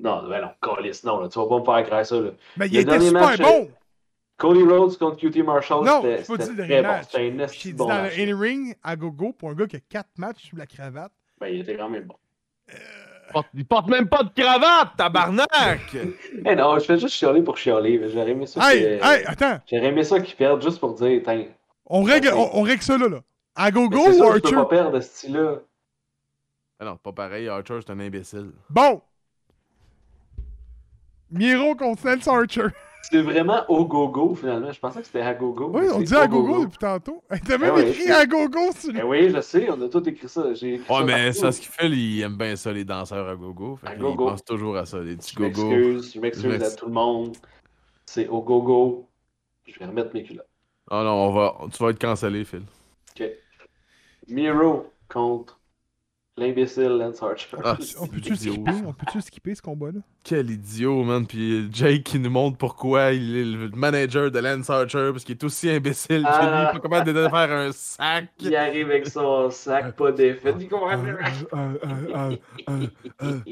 Non, ben non, Callis, non, là, tu vas pas me faire craindre ça. Là. Mais il Le était dernier super match, euh, bon. Cody Rhodes contre QT Marshall, Non, c'était j'ai pas dit c'était le très bon. rematch. C'était un J'ai esti dit bon dans match. le in-ring, Agogo, pour un gars qui a 4 matchs sous la cravate. Ben, il était quand même bon. matchs. Il porte- Il porte même pas de cravate, tabarnak! Mais non, je fais juste chialer pour chialer. mais J'aurais aimé ça. Hey, que- hey, attends. J'aurais aimé ça qu'ils perdent juste pour dire, tiens. On règle, Ok. on, on règle ça là, là. mais Agogo c'est ou sûr, je peux Archer? pas perdre de ce style-là. Ah non, pas pareil, Archer, c'est un imbécile. Bon! Miro contre Lance Archer. C'est vraiment au gogo finalement. Je pensais que c'était à gogo. Oui, mais on c'est dit au à gogo gogo. depuis tantôt. Hey, T'as même Ah ouais, écrit c'est- à gogo sur le. Eh oui, je sais, on a tout écrit ça. J'ai écrit Ouais, ça mais partout. ça, ce qu'il fait, il aime bien ça, les danseurs à gogo. Fait À que gogo. Il pense toujours à ça, les petits Je gogo. m'excuse, je Je m'excuse m'ex- à tout le monde. C'est au gogo. Je vais remettre mes culottes. Oh non, on va... tu vas être cancellé, Phil. Ok. Miro contre l'imbécile Lance Archer. Ah, On peut-tu le idiot, skipper? ça. On peut-tu skipper ce combat-là? Quel idiot, man. Puis Jake qui nous montre pourquoi il est le manager de Lance Archer parce qu'il est aussi imbécile que lui. Il est Ah. pas capable de te faire un sac. Il arrive avec son Euh, sac pas défait. Il comprend rien.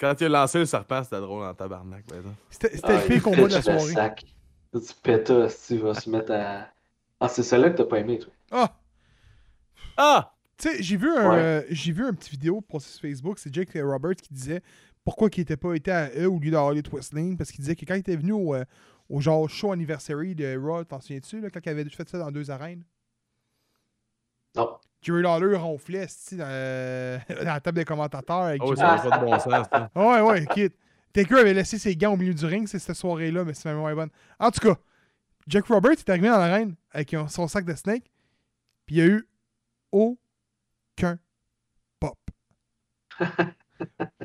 Quand il a lancé le serpent, c'était drôle en tabarnak. par exemple. C'était c'était Ah, le il pire combat de la pitch le soirée. sac. Tu pétas, tu vas se mettre à. Ah, c'est celle-là que t'as pas aimé, toi. Ah! Ah! Tu sais, j'ai vu, un, Ouais. euh, j'ai vu un petit vidéo pour sur Facebook, c'est Jake Roberts qui disait pourquoi il n'était pas été à eux au lieu d'aller de Wrestling, parce qu'il disait que quand il était venu au, euh, au genre show anniversary de Raw, t'en souviens-tu, là, quand il avait fait ça dans deux arènes? Non. Jerry Lawler ronflait esti, dans, euh, dans la table des commentateurs. avec Ah oui, Jimmy- ça n'a pas de bon sens. ça. Ah Ouais, ouais, quitte. Taker avait laissé ses gants au milieu du ring, c'est cette soirée-là, mais c'est ma mémoire est bonne. En tout cas, Jack Roberts est arrivé dans l'arène avec son sac de snake, puis il y a eu aucun pop.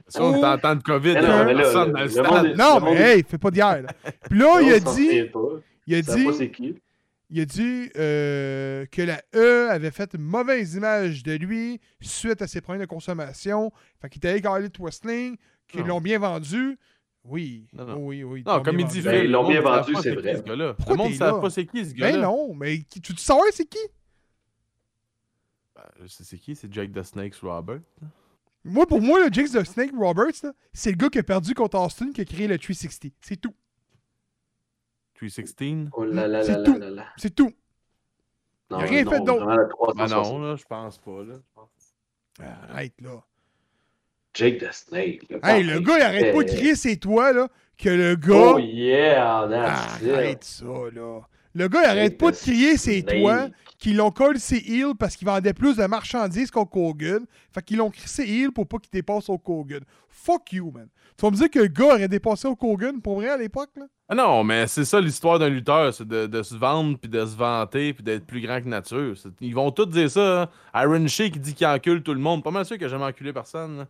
Ça, on est en temps de COVID. Mais il y avait non, mais là, personne le- dans le le stade. monde est- Non, le mais monde- hey, fais pas d'hier. là. Puis là, Oh, il a Non, ça dit, revient pas. il a Je savais pas dit, c'est qui. il a dit euh, que la E avait fait une mauvaise image de lui suite à ses problèmes de consommation. Fait qu'il était allé avec Harley Wrestling, qu'ils Non. l'ont bien vendu. Oui, Non, non. oui, oui. ils Non, l'ont comme bien il dit, vendu. Phil, Ben, ils l'ont le monde bien ne savent vendu, pas c'est qui vrai. ce gars-là. Le Pourquoi monde ne t'es savent là? pas c'est qui ce gars-là. Ben non, mais qui- tu, tu savais c'est qui? Ben, je sais c'est qui, c'est Jake the Snake Robert. Moi, pour moi, le Jake the Snake Roberts, là, c'est le gars qui a perdu contre Austin qui a créé le 360. C'est tout. 316. Oh là là C'est là là tout. là là. C'est tout. Non, Il a rien non, fait d'autre. vraiment, le Ben 360. non, là, je pense pas. Là. Arrête, là. Jake the Snake. Le Hey, le gars, il arrête pas de crier, c'est toi, là, que le gars. Ah, Ah, Oh yeah, that's it. arrête ça, là. Le gars, il arrête pas de crier, c'est Snake. toi, qu'ils l'ont collé ses heels parce qu'il vendait plus de marchandises qu'au Kogan. Fait qu'ils l'ont crié ses heels pour pas qu'il dépasse au Kogan. Fuck you, man. Tu vas me dire que le gars aurait dépassé au Kogan pour vrai à l'époque, là? Ah non, mais c'est ça l'histoire d'un lutteur, c'est de, de se vendre, puis de se vanter, puis d'être plus grand que nature. C'est- Ils vont tous dire ça. hein. Iron Sheik dit qu'il encule tout le monde. Pas mal sûr qu'il a jamais enculé personne. là.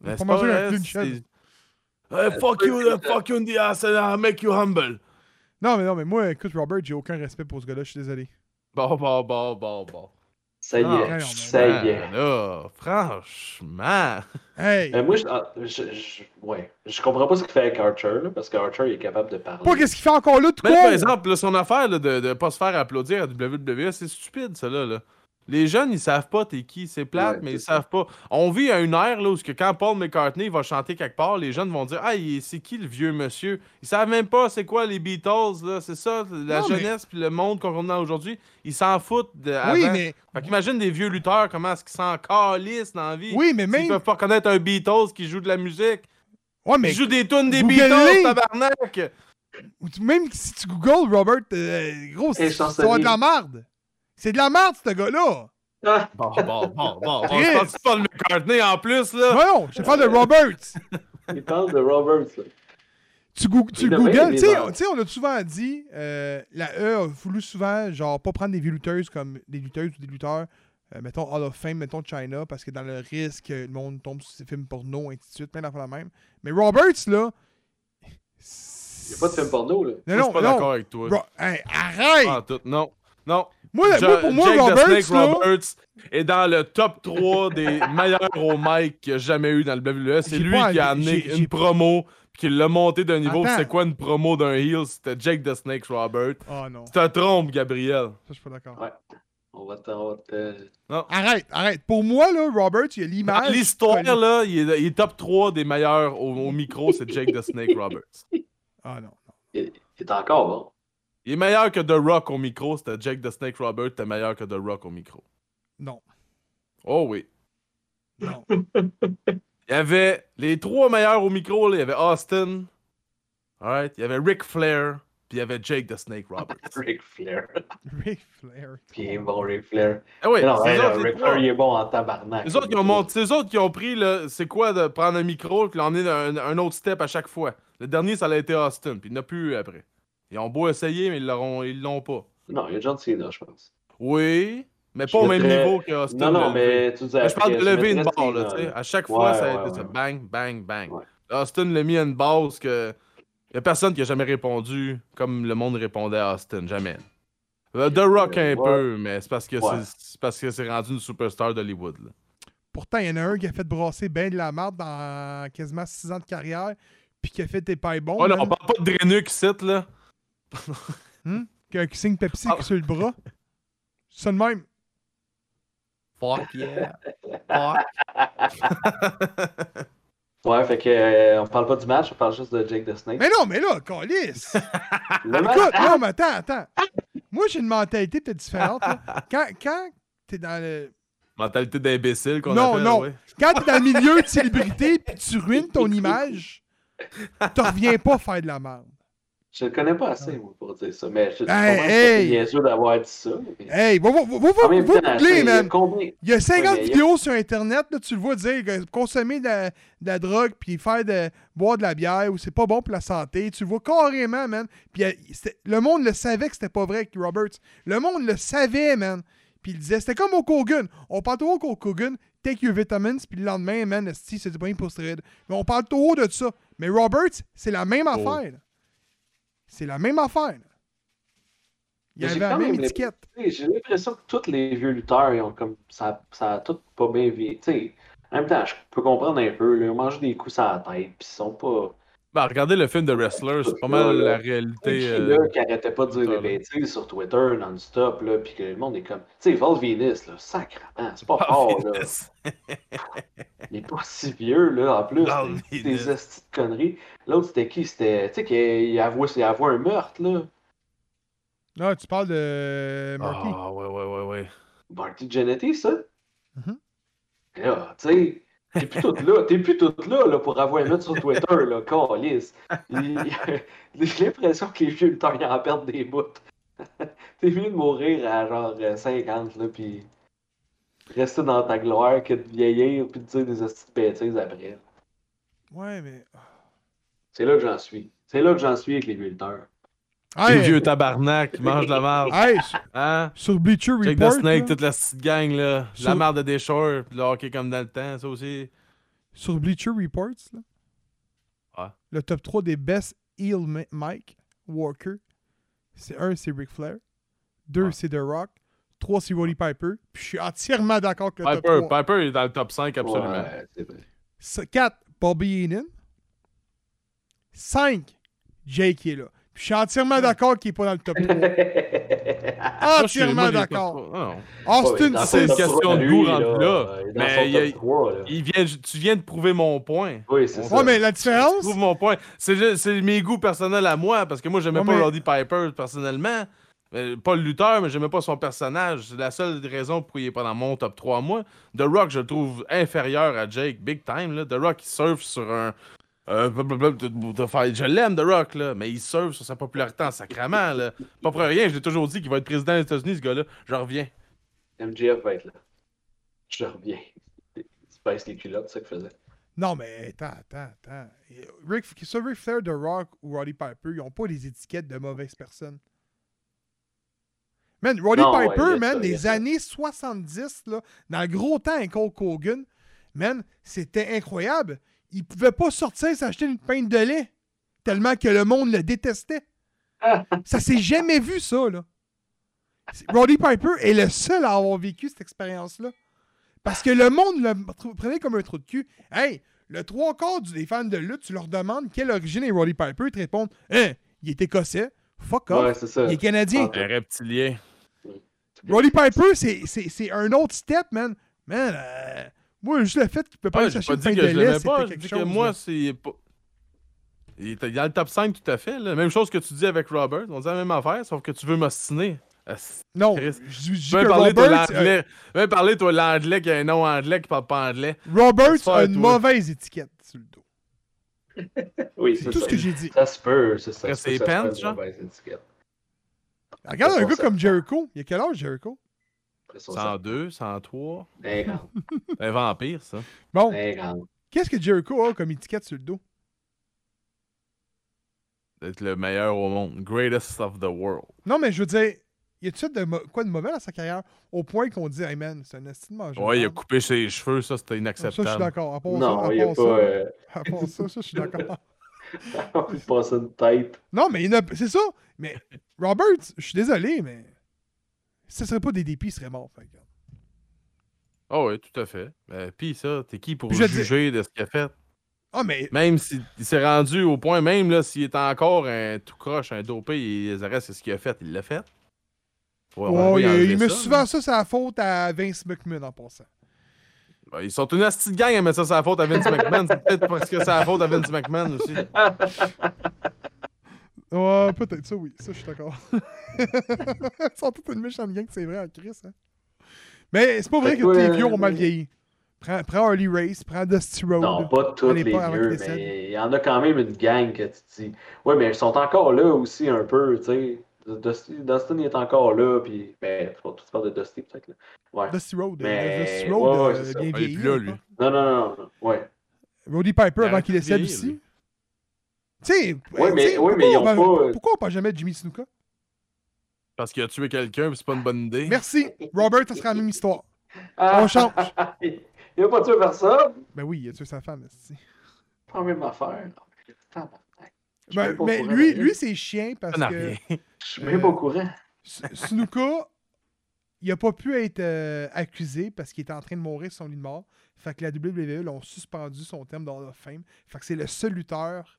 Mais Pas c'est mal sûr qu'il a vrai, enculé une c'est- chaîne. Hey, fuck you, uh, fuck you in the ass, and I'll make you humble. Non, mais non, mais moi, écoute, Robert, j'ai aucun respect pour ce gars-là, je suis désolé. Bon, bon, bon, bon, bon. Ça y Ah, est, ça y est. Là, franchement. Hey! Euh, moi, je, ah, je, je- ouais. je comprends pas ce qu'il fait avec Archer, là, parce que Archer il est capable de parler. Pas qu'est-ce qu'il fait encore là, tout Mais ben, par court! exemple, là, son affaire là, de ne pas se faire applaudir à WWE, c'est stupide, ça. Là, là. Les jeunes, ils savent pas t'es qui. C'est plate, Ouais, mais c'est ils ça. savent pas. On vit à une ère là, où ce que quand Paul McCartney va chanter quelque part, les jeunes vont dire Ah, il- c'est qui le vieux monsieur Ils savent même pas c'est quoi les Beatles. là. C'est ça, la Non, mais- jeunesse puis le monde qu'on connaît aujourd'hui. Ils s'en foutent de. Oui, avant. mais, Fait qu'imagine des vieux lutteurs, comment est-ce qu'ils s'en calissent dans la vie. oui, mais Ils même. peuvent pas connaître un Beatles qui joue de la musique. Ouais, Ils mais jouent des tunes des Googlez-les. Beatles, tabarnak même si tu googles Robert, euh, gros, c'est Hey, ça chancelier. va de la merde! C'est de la merde, ce gars-là! Ah, Bon, bon, bon, bon. On Chris. se passe pas le McCartney en plus, là. Non, non, je te parle de Roberts! il parle de Roberts. là. Tu, goo- tu Il devrait googles, tu aider sais, dans- tu sais, on a souvent dit, euh, la E a voulu souvent, genre, pas prendre des vieilles lutteuses comme des lutteuses ou des lutteurs, euh, mettons Hall of Fame, mettons China, parce que dans le risque, euh, le monde tombe sur ses films porno, ainsi de suite, plein d'affaires la même. Mais Roberts, là. Il n'y a pas de film porno, là. Non, Moi, je non, suis pas non. d'accord avec toi. Ro- hey, arrête! Ah, tout. Non. Non. moi, là, Ja- moi, pour moi, Jake the Roberts, Snake là. Roberts est dans le top 3 des meilleurs au mic qu'il y a jamais eu dans le WWE. C'est J'ai lui pas qui a envie- amené j'ai- j'ai- une promo, puis qui l'a monté d'un niveau. Attends. C'est quoi une promo d'un heel? C'était Jake the Snake Robert. Ah non, Tu ça, te trompes, Gabriel. je suis pas d'accord. Ouais. On va te. on va te- Arrête, arrête. Pour moi, là, Roberts, il y a Dans l'image. l'histoire, là, il est, il est top 3 des meilleurs au, au micro, c'est Jake the Snake Roberts. Ah non. Il il est encore bon. Il est meilleur que The Rock au micro, c'était Jake the Snake Roberts, t'es meilleur que The Rock au micro. Non. Oh oui. Non. Il y avait les trois meilleurs au micro. Là. Il y avait Austin. Alright. Il y avait Ric Flair. Puis il y avait Jake the Snake Roberts. Ric Flair. Ric Flair. Puis il est bon, Ric Flair. Ah oui, non, c'est hey, eux là, autres, les Ric trois. Flair, il est bon en tabarnak. Les autres, qui ont monté- c'est eux autres qui ont pris le. C'est quoi de prendre un micro et l'emmener d'un un autre step à chaque fois. Le dernier, ça a été Austin. Puis il n'y en a plus eu après. Ils ont beau essayer, mais ils l'auront- ils l'ont pas. Non, il y a John Cena, je pense. Oui, mais Je pas au même mettrais- niveau que Austin. Non, non, l'a levé. mais tu disais. Mais je parle de après, lever une mettrais barre, là, Cena, tu sais. À chaque Ouais, fois, ça a ouais, été ouais. ça. Bang, bang, bang. Ouais. Austin l'a mis à une base que. Il y a personne qui a jamais répondu comme le monde répondait à Austin, jamais. Euh, The Rock un Ouais. peu, mais c'est parce que Ouais. c'est- c'est parce que c'est rendu une superstar d'Hollywood. là. Pourtant, il y en a un qui a fait brasser ben de la marde dans quasiment 6 ans de carrière, puis qui a fait des pailles bons. Oh là, man, on parle pas de Drenuk ici, là. Qui a un kissing Pepsi Ah. sur le bras. C'est ça de même. Fuck yeah. Fuck. Ouais, fait que euh, on parle pas du match, on parle juste de Jake the Snake. Mais non, mais là, calice! Le match- Écoute, non, mais attends, attends. Moi, j'ai une mentalité peut-être différente. là. Quand, quand t'es dans le. Mentalité d'imbécile qu'on Non, appelle, non. ouais. Quand t'es dans le milieu de célébrité puis tu ruines ton image, t'en reviens pas faire de la merde. Je le connais pas assez, moi, pour dire ça. Mais je, je Hey, comprends hey! bien sûr d'avoir dit ça. mais- Hey, va, va, va, va, En va même temps, googler, attends, il y a man. combien- Il y a 50 Ouais, mais il y a- vidéos sur Internet, là, tu le vois dire que consommer de la, de la drogue puis faire de boire de la bière ou c'est pas bon pour la santé. Tu le vois carrément, man. Puis euh, c'était- le monde le savait que c'était pas vrai avec Roberts. Le monde le savait, man. Puis il disait, c'était comme au Kogan. On parle toujours au Kogan, take your vitamins, puis le lendemain, man, esti, c'est du pas pour stéroïdes. Mais on parle toujours de ça. Mais Roberts, c'est la même Oh. affaire. là. C'est la même affaire. là. Il y Mais j'ai avait la quand même même les- étiquette. T'sais, J'ai l'impression que tous les vieux lutteurs, ils ont comme ça, ça a tout pas bien vieilli. T'sais, en même temps, je peux comprendre un peu. là, ils ont mangé des coups sur la tête, puis ils sont pas. Ben, regardez le film de Wrestler, c'est pas mal la réalité. T'sais, euh, là, qui arrêtait pas de dire des bêtises sur Twitter non-stop, là, puis que le monde est comme. Tu sais, Val Venus, là, sacrement, c'est pas fort, Oh, là. Il est pas si vieux, là, en plus. Val des- Venus. Des hosties de conneries. L'autre, c'était qui C'était. Tu sais, qu'il avoue, il avoue un meurtre, là. Non, Ah, tu parles de Murphy. Ah, ouais, ouais, ouais, ouais. Marty Jannetty, ça? Mm-hmm. Mhm. Là, tu sais, t'es plus toute là, t'es plus toute là, là, pour avoir un mettre sur Twitter, là, câlisse. Il- J'ai l'impression que les vieux lutteurs, ils en perdent des bouts. t'es mieux de mourir à genre euh, 50, là, pis rester dans ta gloire que de vieillir pis de dire des hosties de bêtises après. Ouais, mais. C'est là que j'en suis. C'est là que j'en suis avec les vieux lutteurs. Les Hey, Ah. vieux tabarnak, ils mangent de la merde. hey, sur- Hein? sur Bleacher Jake Report. the Snake, là, toute la petite gang, là. La Sur- merde de Deshaw, pis le hockey comme dans le temps, ça aussi. Sur Bleacher Reports, là, Ouais. le top 3 des best heel mi- Mike Walker, c'est un, c'est Ric Flair. Deux, Ouais. c'est The Rock. 3, c'est Roddy Piper. Puis je suis entièrement d'accord que le Piper, top 3. Piper est dans le top 5, absolument. Ouais, c'est vrai. 4, Bobby Heenan. 5, Jake qui est là. Puis je suis entièrement d'accord qu'il n'est pas dans le top 3. Moi, je suis- moi, entièrement j'ai pas d'accord. trop- non. Ouais, Austin dans son 6. top question trois, de lui, goût rendu là. euh, dans Mais son il y top a- trois, là. Il vient, tu viens de prouver mon point. Oui, c'est ça. Ouais, mais la Tu différence, prouves mon point. C'est juste- c'est mes goûts personnels à moi, parce que moi, j'aimais Ouais, pas mais- Roddy Piper personnellement. Euh, pas le lutteur, mais j'aimais pas son personnage. C'est la seule raison pour il est pas dans mon top 3 moi. The Rock, je le trouve inférieur à Jake, big time. Là. The Rock, il surfe sur un. euh, blablabla, de- de- de faire- je l'aime, The Rock, là, mais il surfe sur sa popularité en sacrament. Là. Pas pour rien, je l'ai toujours dit qu'il va être président des États-Unis, ce gars-là. Je reviens. MJF va être là. Je reviens. Tu baisses les culottes, c'est ça qu'il faisait. Non, mais attends, attends, attends. Rick, que ce soit Ric Flair, The Rock ou Roddy Piper, ils n'ont pas les étiquettes de mauvaise personne. Man, Roddy Non, ouais, Piper, il y a man, ça, il y a les ça. années 70, là, dans le gros temps avec Hulk Hogan, man, c'était incroyable. Il pouvait pas sortir s'acheter une pinte de lait tellement que le monde le détestait. ça s'est jamais vu, ça, là. C'est- Roddy Piper est le seul à avoir vécu cette expérience-là. Parce que le monde le tr- prenait comme un trou de cul. Hey, le trois quarts du- des fans de lutte, tu leur demandes quelle origine est Roddy Piper, ils te répondent Hein, il est écossais, fuck off, Ouais, c'est ça. Ah, il est canadien. Un reptilien. Roddy Piper, c'est- c'est c'est un autre step, man. Man, euh, moi, juste le fait qu'il peut pas Ouais, aller j'ai chercher pas une dit pinte que de je lait, l'aimais c'était pas. Je quelque dis chose. que moi, c'est pas. Il est dans le top 5 tout à fait. Là. Même chose que tu dis avec Robert. On dit la même affaire, sauf que tu veux m'ostiner. Asti, non, Chris. je dis Tu veux que me parler, toi, Robert, euh, l'anglais. Tu veux me parler, toi, l'anglais qui a un nom anglais qui parle pas anglais. Robert Laisse a une faire, toi. mauvaise étiquette sur le dos. Oui, C'est tout ce ça. que j'ai dit. Ça se peut, c'est ça. Que Ça, c'est ça se pants, peut, genre? mauvaise étiquette. Regarde un Après gars ça, comme ça- Jericho. Il a quel âge, Jericho? Après ça, ça- 102, 103. Cinquante, Un vampire, ça. Bon, cinquante. qu'est-ce que Jericho a comme étiquette sur le dos? D'être le meilleur au monde. Greatest of the world. Non, mais je veux dire, y a-tu de mo- quoi de mauvais dans sa carrière au point qu'on dit, hey man, c'est un estime mangeur. Ouais, il a coupé ses cheveux, ça, Ça, je c'était suis inacceptable. d'accord. À part ça, Non, il n'y à a part pas. ça, euh, à part ça, ça, je suis d'accord. Il passe une tête. Non, mais il y en a- c'est ça. Mais Robert, je suis désolé, mais si ce serait pas des dépits, il serait mort. fait que- Ah ouais, tout à fait. Euh, Puis ça, t'es qui pour Puis je dis- juger de ce qu'il a fait? Ah, mais Même s'il s'est rendu au point, même là, s'il est encore un tout croche, un dopé, il les arrête, c'est ce qu'il a fait, il l'a fait. Ouais, on oh, va il, y enlever il met ça, hein. souvent là. ça, c'est la faute à Vince McMahon en passant. Ben, Ils sont une astuce gang à mettre ça sur la faute à Vince McMahon. C'est peut-être parce que c'est la faute à Vince McMahon aussi. Ouais, peut-être ça, oui. Ça, je suis d'accord. Ils sont tous une méchante gang, c'est vrai, en Chris. Hein? Mais c'est pas vrai Fait que que tous les toi, vieux ont mal euh, vieilli. Prends, prends Harley Race, prends Dusty Road. Non, pas tous Allez les pas avant vieux, qu'ils décèdent. mais il y en a quand même une gang que tu te dis. Ouais, mais ils sont encore là aussi un peu, tu sais. Dusty, Dustin il est encore là, puis. Ben, tu parles- tu parles de Dusty peut-être là. Ouais. Dusty Road. euh, Mais- Dusty ouais, Road, ouais, euh, c'est ça. bien Ah, il est vieilli. plus là, lui. Non, non, non, non. Ouais. Roddy Piper Il avant arrête qu'il de décède vieillir, aussi. lui. Tu sais, euh, Ouais, tu mais- sais, ouais, pourquoi mais ils on ont parle- pas, euh, Pourquoi on parle jamais de Jimmy Snuka? Parce qu'il a tué quelqu'un, puis c'est pas une bonne idée. Merci, Robert, ça sera la même histoire. Ah, change. il n'a pas tué personne. Ben oui, il a tué sa femme. esti. Pas la même affaire. Tabarnak. Je suis Ben, même pas au mais courant lui, de rien. lui c'est chiant parce Ça n'a que rien. Je suis même pas au courant. S- Snuka, il a pas pu être euh, accusé parce qu'il était en train de mourir sur son lit de mort. Fait que la WWE l'ont suspendu son terme dans of Fame. Fait que c'est le seul lutteur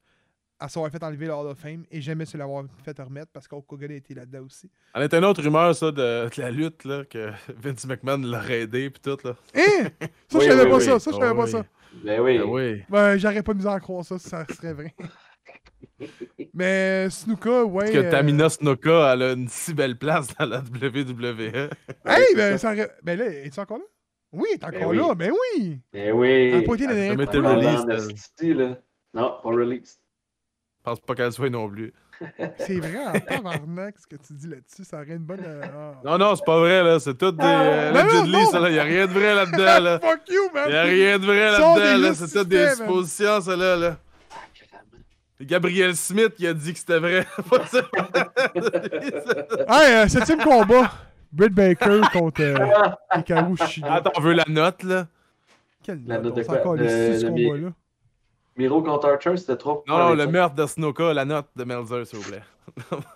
à s'avoir fait enlever le Hall of Fame et jamais se l'avoir fait remettre parce qu'Hulk Hogan a été là-dedans aussi. On était une autre rumeur, ça, de, de la lutte, là, que Vince McMahon l'aurait aidé, puis tout, là. Hein? Ça, Oui, je savais oui, pas oui. ça. Ça, je Ah savais pas oui. ça. Ben oui. Ben oui. Ben, j'aurais pas mis en croire ça si ça serait vrai. Mais Snuka, ouais. Parce que euh, Tamina Snuka, elle a une si belle place dans la E. WWE. Hey, ben, ça aurait- ben là, es-tu encore là? Oui, elle est encore oui. là. Ben oui. Ben Elle a oui. pas été Elle la se dernière mettait On le l'entend release, en euh. esti, là. Non, pas release. Je pense pas qu'elle soit non plus. C'est vrai, en tabarnak, ce que tu dis là-dessus, ça aurait une bonne. euh, ah. Non, non, c'est pas vrai, là. C'est tout des. Euh, Non, legit non, Ah non. leaks, ça, là. Y a rien de vrai là-dedans, là. Fuck you, man! Y a rien de vrai Ce sont des là-dedans, là. listes C'est tout des suspects, man. suppositions, ça, là. là. Sacrément. Gabriel Smith, il a dit que c'était vrai. Pas ça. Hey, euh, septième combat! Britt Baker contre euh, Hikaru Shida. Attends, on veut Ah, la note, là. Quel La nom, note de on s'en quoi? calisse, Euh, ce le combat-là. Miro contre Archer, c'était 3 Non, non, le meurtre de Snuka, la note de Melzer, s'il vous plaît.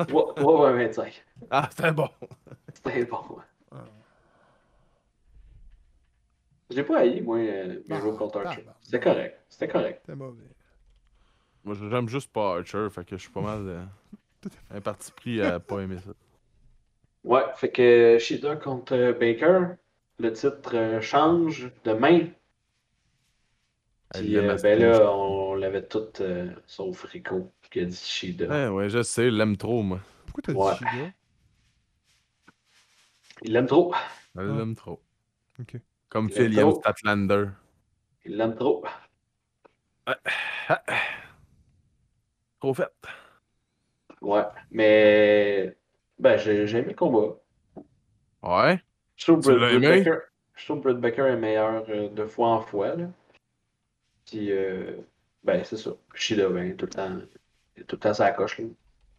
3,25. Ah, c'était bon. C'était bon. hein. Ah, J'ai pas haï, moi, euh, Miro Ah, contre Archer. tabarnak. C'était correct. C'était correct. C'était mauvais. Moi, j'aime juste pas Archer, fait que je suis pas mal euh, un parti pris à pas aimer ça. Ouais, fait que Shida contre euh, Baker, le titre euh, change de main. Puis, Le euh, mastic. ben là, on l'avait tout euh, sauf Rico qui a dit Shida. Ouais, Eh, ouais, je sais, il l'aime trop, moi. Pourquoi t'as Ouais. dit Shida Il l'aime trop. Elle l'aime trop. Ah. Ok. Comme Il Phil, l'aime il aime trop. Statlander. Il l'aime trop. Trop fait. Ouais. Mais ben j'ai j'ai aimé le combat. Ouais. Je trouve Tu Britt l'as Britt aimé? Baker, je trouve Britt Baker est meilleur euh, de fois en fois. Là. Puis euh, ben c'est ça. Shida, ben, tout le temps. Tout le temps ça coche là.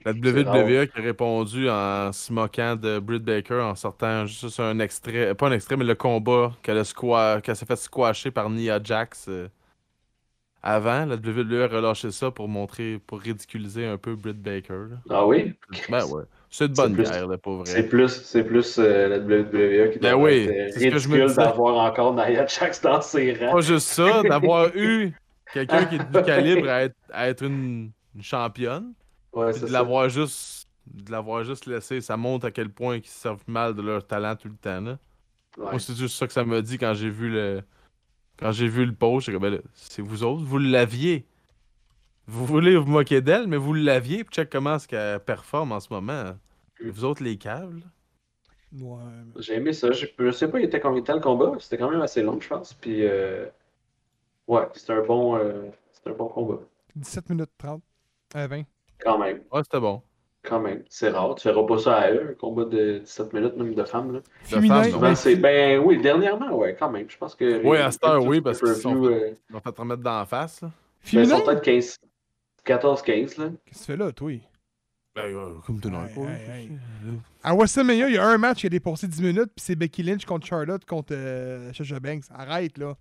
La WWE qui a répondu en se moquant de Britt Baker en sortant juste un extrait, pas un extrait, mais le combat qu'elle a squa- qu'elle s'est fait squasher par Nia Jax euh, avant. La WWE a relâché ça pour montrer, pour ridiculiser un peu Britt Baker. là. Ah oui? Ben ouais. C'est de bonne C'est plus- guerre, là, pour vrai. C'est plus, c'est plus euh, la WWE qui Ben doit oui, être, euh, c'est ce que je me ridicule disais. d'avoir encore Nia Jax dans ses rangs. Pas juste ça, d'avoir eu quelqu'un qui est du calibre à être, à être une, une championne, Ouais, puis c'est de ça. l'avoir juste de l'avoir juste laissé, ça montre à quel point ils se servent mal de leur talent tout le temps. Là. Ouais. Moi, c'est juste ça que ça m'a dit quand j'ai vu le quand j'ai vu le post, j'ai comme ben là, c'est vous autres, vous l'aviez. Vous voulez vous moquer d'elle, mais vous l'aviez, puis check comment est-ce qu'elle performe en ce moment. Et vous autres les câbles. Ouais. mais- J'ai aimé ça. J'ai- Je sais pas, il était combien de temps le combat. C'était quand même assez long, je pense. Puis, euh, ouais, c'était un bon, euh, c'était un bon combat. 17 minutes 30. Euh, 20. Quand même, Ouais, c'était bon. quand même. C'est rare. Tu verras pas ça à eux, un combat de 17 minutes, même de femmes. Là. Féminin. femme, non. Souvent, mais- c'est, ben oui, dernièrement, ouais, quand même. Je pense que. Oui, à cette heure, oui, parce qu'ils qu'ils sont- euh. Ils vont te remettre dans la face. Là. ben, ils sont Féminin? peut-être 15, 14-15, là. Qu'est-ce que tu fais là, toi? Ben, euh, comme tout le monde. Hey, À WrestleMania, il y a un match qui a dépassé 10 minutes, puis c'est Becky Lynch contre Charlotte contre euh, Sasha Banks. Arrête, là.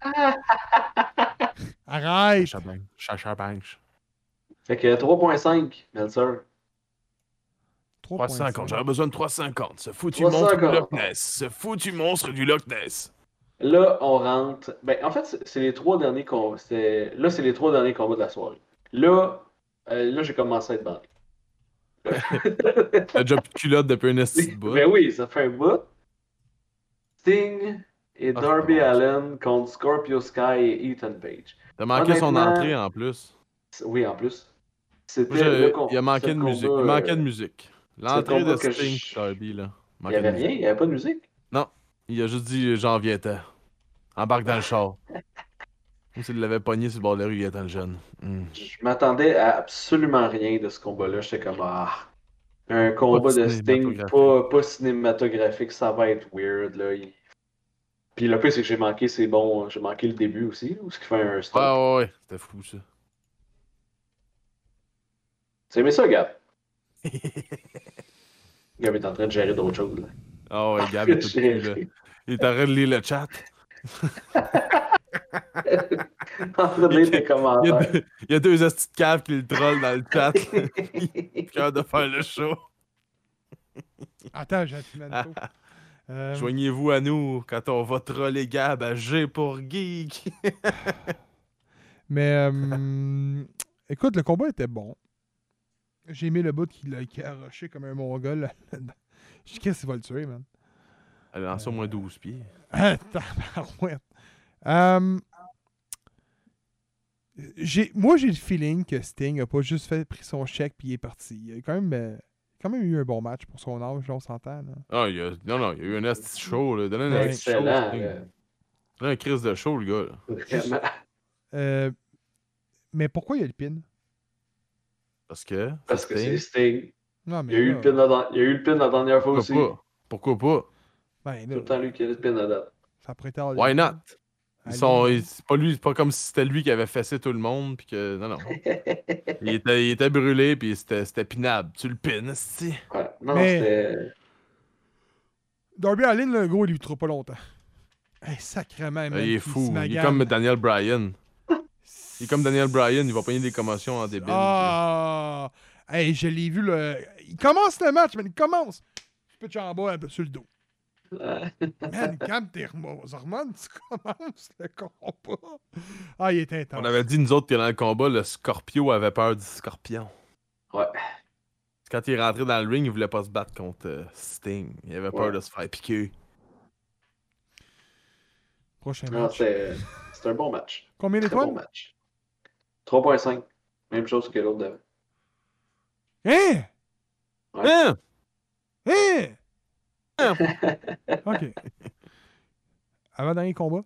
Arrête. Chacha Banks. Chacha Banks. Fait que 3.5, Meltzer. 350, 3.5. j'aurais besoin de 350. Ce foutu 350. monstre du Loch Ness. Ce foutu monstre du Loch Ness. Là, on rentre. Ben, en fait, c'est- c'est les trois derniers combats. c'est- Là, c'est les trois derniers combats de la soirée. Là, euh, là j'ai commencé à être bandé. T'as déjà plus de culotte depuis un esti de bout. Ben oui, ça fait un bout. Sting et Ah, Darby c'est bon. Allen contre Scorpio Sky et Ethan Page. T'as manqué son Honnêtement, entrée en plus. C'est- Oui, en plus. Moi, C'était je- le com- il a manqué ce de musique. combat, Il manquait de euh, musique. L'entrée combat de que Sting je- et Darby, Il là. n'y Manquait de avait musique. rien, il n'y avait pas de musique. Il a juste dit J'en viens t'en. Embarque dans le char. Ou s'il l'avait pogné sur le bord de la rue, il était le jeune. Hmm. Je m'attendais à absolument rien de ce combat-là. J'étais comme, ah, un combat de, de Sting cinématographique. pas, pas cinématographique, ça va être weird, là. Il- Puis le pire, c'est que j'ai manqué, c'est bon, j'ai manqué le début aussi, ou ce qui fait un Ouais, stop. Ah ouais, ouais. C'était fou, ça. Tu aimé ça, Gab? Gab est en train de gérer d'autres choses, là. Ah ouais, Gab, il est tout cul, là. Il est en train de lire le chat. en train de lire tes Il y a commentaires. deux, il y a deux hosties de caves qui le trollent dans le chat. Cœur de faire le show. Attends, j'ai un petit manteau. Euh, Joignez-vous à nous quand on va troller Gab à G pour Geek. Mais euh, écoute, le combat était bon. J'ai aimé le bout qui l'a carroché comme un mongol. là- là-dedans. Je dis, qu'est-ce qu'il va le tuer, man? Elle lance au moins 12 pieds. Ah, tabarouette. Euh, j'ai- moi, j'ai le feeling que Sting a pas juste fait, pris son chèque puis il est parti. Il a quand même, euh, quand même eu un bon match pour son âge, là, on s'entend. là. Ah, il y a... Non, non, il y a eu un esti show. Là. Donnez un Ouais. esti show. Excellent, Sting. là. Donnez un crise de show, le gars. là. Vraiment. Euh, mais pourquoi il y a le pin? Parce que. Parce que Sting. c'est Sting. Non, mais Il y a eu là, le pin la- il y a eu le pin la dernière fois aussi. Pourquoi pas? Pourquoi pas? ben, Tout là, le temps, lui qui a eu le pin à date. ça pourrait être all- Why not? Ils Allez. sont, ils- c'est pas lui, c'est pas comme si c'était lui qui avait fessé tout le monde puis que non non. il, était, il était brûlé puis c'était, c'était pinable. Tu le pines, si. Ouais. Non, Mais- c'était. Darby Allin, le gros, il lui trouve pas longtemps. Hey, sacrément, Eh, man, Ah, Euh, il est puis se fou. Il est magane. comme Daniel Bryan. Il est comme Daniel Bryan, il va pogner des commotions en débile. Ah! Hey, je l'ai vu, le... il commence le match, mais il commence. Pitch en bas, un peu sur le dos. Euh, Man, calme tes hormo- hormones, tu commences le combat. Ah, il est intense. On avait dit, nous autres, que dans le combat, le Scorpio avait peur du Scorpion. ouais. Quand il est rentré dans le ring, il voulait pas se battre contre euh, Sting. Il avait peur Ouais. de se faire piquer. Prochain Non, match. c'était c'était un bon match. Combien Très bon d'étoiles? match. 3.5. Même chose que l'autre d'avant. Hein? Ouais. Hein? Hein? OK. Avant-dernier combat.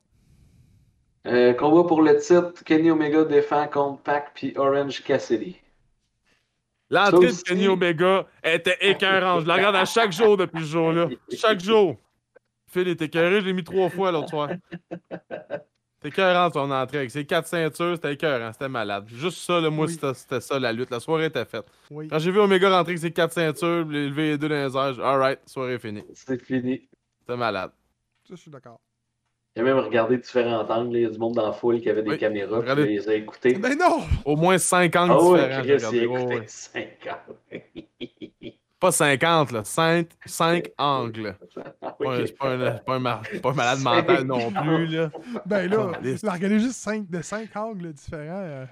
Euh, combat pour le titre, Kenny Omega défend contre Pac puis Orange Cassidy. L'entrée Ça de aussi. Kenny Omega était écœurante. Je la regarde à chaque jour depuis ce jour-là. Chaque jour. Phil est écœuré, je l'ai mis trois fois l'autre soir. C'était écœurant son entrée avec ses quatre ceintures, c'était écœurant, c'était malade. Juste ça, là, moi, Oui. c'était- c'était ça la lutte. La soirée était faite. Oui. Quand j'ai vu Omega rentrer avec ses quatre ceintures, il a levé les deux dans les airs, j'ai- alright, soirée finie. C'est fini. C'était malade. Ça, je suis d'accord. J'ai même regardé différents angles. Il y a du monde dans la foule qui avait des Oui, caméras. puis regardez. il les a écoutés. Ben non! Au moins 50 Ah ouais, différents. j'ai Chris, il a regardé. Oh, écouté ouais. 50. Pas 50, là. 5, angles. Ah, Pas un- ok. C'est pas, un- c'est pas un mar- pas un malade mental non plus, là. Ben là, Caliste. il a regardé juste cinq, de cinq angles différents. euh,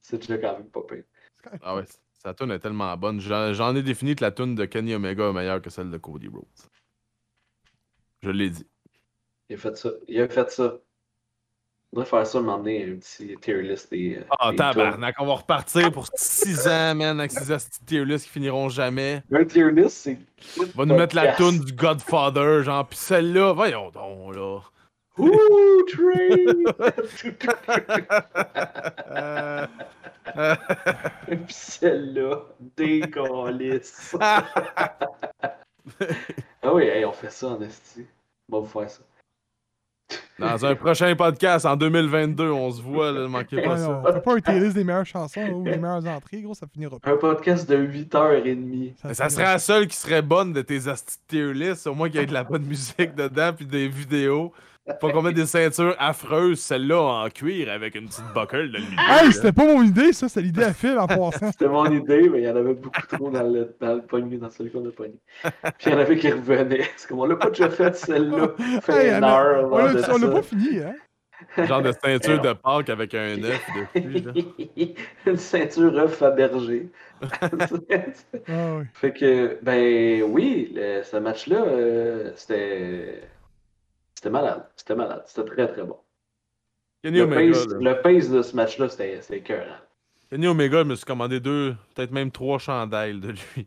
C'est déjà quand même pas pire. c'est quand même- Ah ouais, sa tune est tellement bonne. J'en j'en ai défini que la tune de Kenny Omega est meilleure que celle de Cody Rhodes. Je l'ai dit. Il a fait ça. Il a fait ça. On devrait faire ça, demander un petit tier list des. euh, Ah, des tabarnak, on va repartir pour 6 ans, man, avec ces astuces tier list qui finiront jamais. tunes. Un tier list, c'est. Va nous mettre la Podcast. tune du Godfather, genre, pis celle-là, voyons donc, là. Ouh, train! Euh, Puis celle-là, décalisse. ah oui, hey, on fait ça en esti. On va vous faire ça. Dans un prochain podcast, en 2022, on se voit, là, ne manquez Ouais, pas ça. non, on fait pas un tier des meilleures chansons ou des meilleures entrées, gros, ça finira pas. Un podcast de 8h30. Mais Ça serait finira- la seule qui serait bonne de tes astuces tier list, au moins qu'il y ait de la bonne musique dedans puis des vidéos. Pas qu'on mette des ceintures affreuses, celle-là en cuir avec une petite buckle de lumière. Hey, c'était pas mon idée, ça, c'est l'idée à Phil en passant. C'était mon idée, mais il y en avait beaucoup trop dans le, dans le pogné, dans celui qu'on a pogné. Puis il y en avait qui revenaient. Parce qu'on l'a pas déjà fait celle-là. Fait Hey, une mais- heure On l'a avant de on l'a ça. pas fini, hein? Genre de ceinture de Pâques avec un œuf dessus. là. Une ceinture œuf à berger. Ah oui. Fait que, ben oui, le- ce match-là, euh, c'était. C'était malade. C'était malade. C'était très, très bon. Kenny Le Omega, pace, là. le pace de ce match-là, c'était c'était écœurant. Kenny Omega, je me suis commandé deux, peut-être même trois chandelles de lui. Puis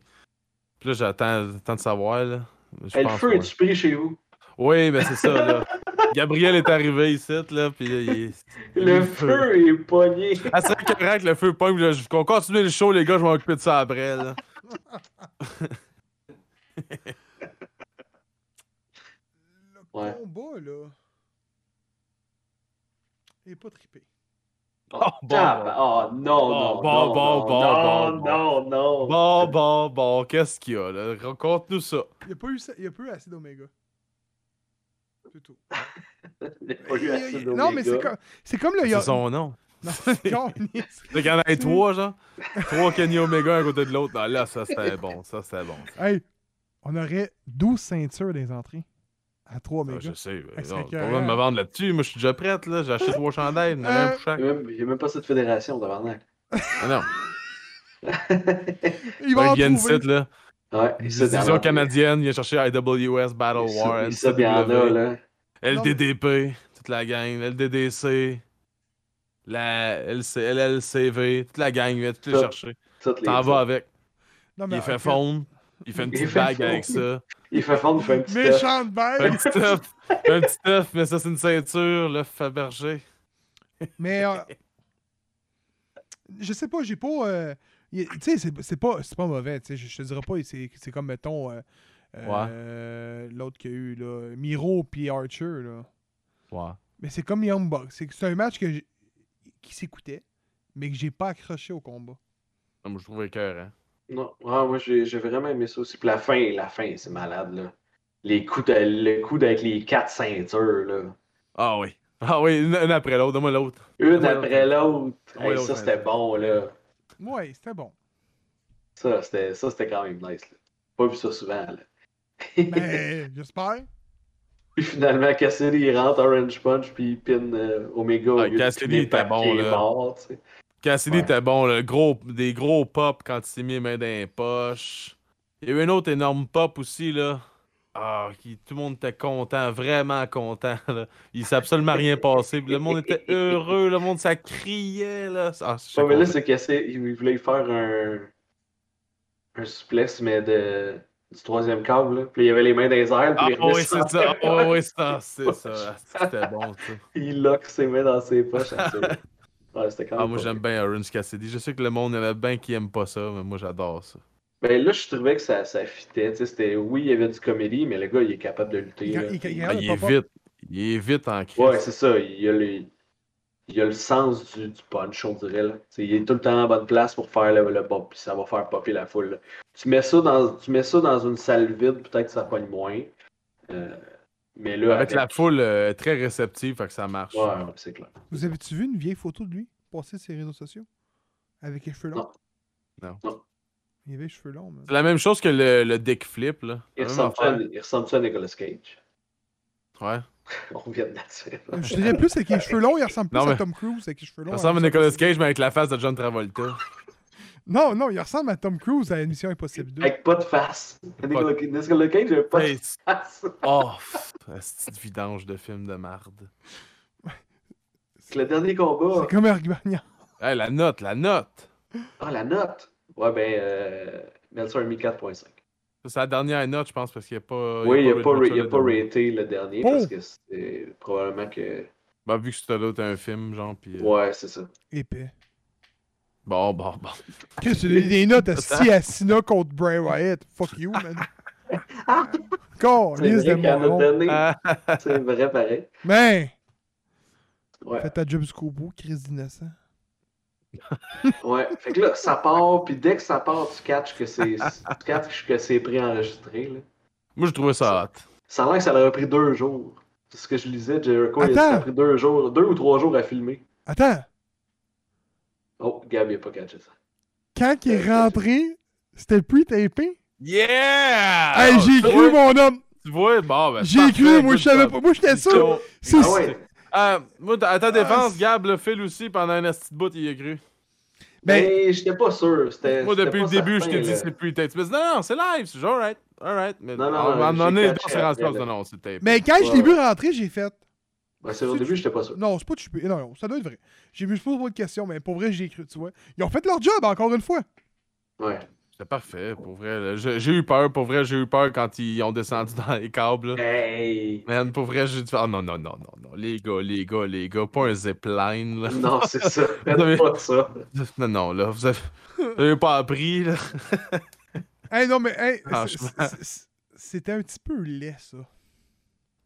là, j'attends j'attends de savoir. Là. Je Hey, le pense, feu, ouais. est tu pris chez vous? Oui, ben c'est ça. Là. Gabriel est arrivé ici, là, puis là, il est... Le feu est pogné. Ah, c'est correct, le feu pogne. là, je- On continue le show, les gars, je vais m'occuper de ça après. Là. Le Ouais. combat, là. Il est pas trippé. Oh, bon, tab- bon. oh, non, Bon, non, bon, non, bon, non, bon, non, bon, non, non. Bon, bon, bon, qu'est-ce qu'il y a là? Raconte-nous ça. Il n'y a, pas eu ça- il y a pas eu assez d'oméga. C'est tout. J'ai pas eu assez Il- il- non, mais c'est d'oméga. comme, c'est comme le C'est yaourt. son nom. Non, c'est con, il- Fait qu'il y en a trois, genre. Trois Kenny Omega un à côté de l'autre. Non, là, ça c'était bon, ça c'était bon. Hey, on aurait 12 ceintures des entrées à 3 Ah, oméga. je sais, mais Ah, c'est non, pas écœurant. besoin de me vendre là-dessus. Moi, je suis déjà prête, là. J'ai acheté trois chandelles, il y en avait un pour chaque. Il n'y a, même- il y a même pas cette fédération, tabarnak. Ah, non, Il Fait va en qu'il y a une trouver. site, là. Ouais, et ça, Division canadienne, il a cherché IWS, Battle et ça- War, et ça, il y en a, NCW, là. LDDP, toute la gang, LDDC, la LC, LLCV, toute la gang, il va tout les Ça, chercher. Toutes les- T'en vas avec. Non, mais- Il fait ok. fondre. Il fait une Il petite fait bague fondre. avec ça. Il fait fondre, il fait un petit test. Méchante Un bête! petit œuf. Un petit œuf, mais ça, c'est une ceinture, l'œuf Fabergé. Mais euh, je sais pas, j'ai pas. euh, y- tu sais, c'est, c'est pas, c'est pas mauvais. tu sais, Je, je te dirais pas, c'est, c'est comme, mettons, euh, euh, l'autre qu'il y a eu, là, Miro puis Archer. Là. Ouais. Mais c'est comme Young Bucks. C'est, c'est un match que j'ai- qui s'écoutait, mais que j'ai pas accroché au combat. Non, mais je trouve écœurant. Non, ah, moi j'ai j'ai vraiment aimé ça aussi. Puis la fin, la fin, c'est malade là. Les coups de- le coude avec les quatre ceintures là. Ah oui. Ah oui, une, une après l'autre. Donne-moi l'autre. Une Ouais, après l'autre. Hey, Ouais, l'autre, ça ouais. c'était bon là. Ouais, c'était bon. Ben, Ça c'était ça c'était quand même nice. Là. Pas vu ça souvent là. Mais j'espère. Puis finalement, Cassidy, il rentre Orange Punch, puis il pin euh, Omega. au Ouais, lieu de Ah, Cassidy piner était parce bon, qu'il est là. mort, tu sais. Cassidy Ouais. était bon, le gros, des gros pop quand il s'est mis les mains dans les poches. Il y a eu un autre énorme pop aussi, là. Ah, qui, tout le monde était content, vraiment content. Là. Il s'est absolument rien passé. puis Le monde était heureux, le monde, ça criait. Là. Ah, je suis Ouais, mais là, content. c'est cassé. Il voulait faire un. un suplex, mais de... du troisième câble. Là. Puis il avait les mains dans les airs. Ah, Puis il oui, remet c'est en ça. terre. Ah, oui, c'est ça. C'est ça. Ah, C'était bon, ça. Il lock ses mains dans ses poches. Ah, c'est- ouais, c'était quand même. Ah, moi, pas j'aime bien Orange Cassidy. Je sais que le monde aimait bien qui aime pas ça, mais moi, j'adore ça. Ben là, je trouvais que ça, ça fitait. tu sais, C'était... Oui, il y avait du comédie, mais le gars, il est capable de lutter. Il- là. il- il- Ah, Ouais, il pas est fort. vite. Il est vite en crise. Ouais, c'est ça. Il a le, il a le sens du, du punch, on dirait. Là. Tu sais, Il est tout le temps en bonne place pour faire le, le pop, puis ça va faire popper la foule. là. Tu, mets ça dans, tu mets ça dans une salle vide, peut-être que ça pogne moins. Euh, mais là, Avec la foule euh, très réceptive, fait que ça marche. Ouais, ouais, c'est clair. Vous avez-tu vu une vieille photo de lui passer sur ses réseaux sociaux Avec les cheveux longs Non. Non. Il avait les cheveux longs. mais- C'est la même chose que le, le dick flip, là. Il La même ressemble-tu à, affaire. il ressemble-tu à Nicolas Cage? Ouais. On vient de là-dessus. Je dirais plus avec les cheveux longs, il ressemble plus Non, mais- à Tom Cruise avec les cheveux Il longs. hein, ressemble à Nicolas Cage, mais avec la face de John Travolta. Non, non, il ressemble à Tom Cruise à Mission Impossible 2. Avec pas de face. Nicolas, Nicolas Cage, il avait pas de Face face. off. Petite vidange oh, de film de marde. Le dernier combat. C'est comme Ergbagnat. Hey, la note, la note. Ah, la note. Ouais, ben, euh, Meltzer a mis 4.5. Ça, C'est la dernière note, je pense, parce qu'il n'y a pas. Oui, Ah, il n'a pas, ra- Richard il a pas Lederman. raté le dernier Oh! parce que c'est probablement que. Bah, vu que c'était l'autre un film, genre, puis. euh, Ouais, c'est ça. Épais. Bon, bon, bon. Qu'est-ce que tu des notes à Siasina contre Bray Wyatt? Fuck you, man. Corps, C'est liste de vrai qu'à notre mon donné, Ah, c'est vrai pareil. Mais, Ouais. fais ta job jusqu'au bout, crise d'innocent. ouais. Fait que là, ça part, puis dès que ça part, tu catches que c'est tu catches que c'est préenregistré. là. moi, je trouvais ça hot. Ça a l'air que ça leur a pris deux jours. C'est ce que je lisais, Jericho, il a dit que ça a Attends. pris deux jours, deux ou trois jours à filmer. Attends, Oh, Gab, il a pas catché ça. quand il est rentré, c'était pre-tapé? Yeah! Hey, Ah, j'ai tu cru, vois- mon homme! Tu vois, bon, ben. J'ai parfait, cru, moi, good je savais job. pas. Moi, j'étais Ils sûr. sont- C'est- Ah ouais. Ah, moi, t- à ta défense, c'est- Gab, le Phil aussi, pendant un petit bout, il y a cru. Ben- Mais j'étais pas sûr. C'était, Moi, c'était depuis pas le début, je certain, euh, t'ai dit là. c'est plus tape. Tu me dis, non, non, c'est live. Je dis, alright, alright. Mais Non, non, à un non, moment j'ai donné, catché on s'est rendu après, compte, là. non, non, c'est tape. Mais quand je Ouais, l'ai vu rentrer, j'ai fait. Ouais, ben, c'est, au début, j'étais pas sûr. Non, c'est pas chupé. Non, non, ça doit être vrai. J'ai vu, je pose pas de question, mais pour vrai, j'ai cru, tu vois. Ils ont fait leur job, encore une fois. Ouais. C'était parfait, pour vrai. là. J'ai j'ai eu peur, pour vrai, j'ai eu peur quand ils ont descendu dans les câbles. là. Hey! Man, pour vrai, j'ai dit, ah non, non, non, non, non, les gars, les gars, les gars, pas un zipline, là. Non, c'est ça. Faites Non, mais- pas ça. Non, non, là, vous avez, vous avez pas appris, là. Hey, non, mais, hey, c'est- Franchement. c'est- c'est- c'était un petit peu laid, ça.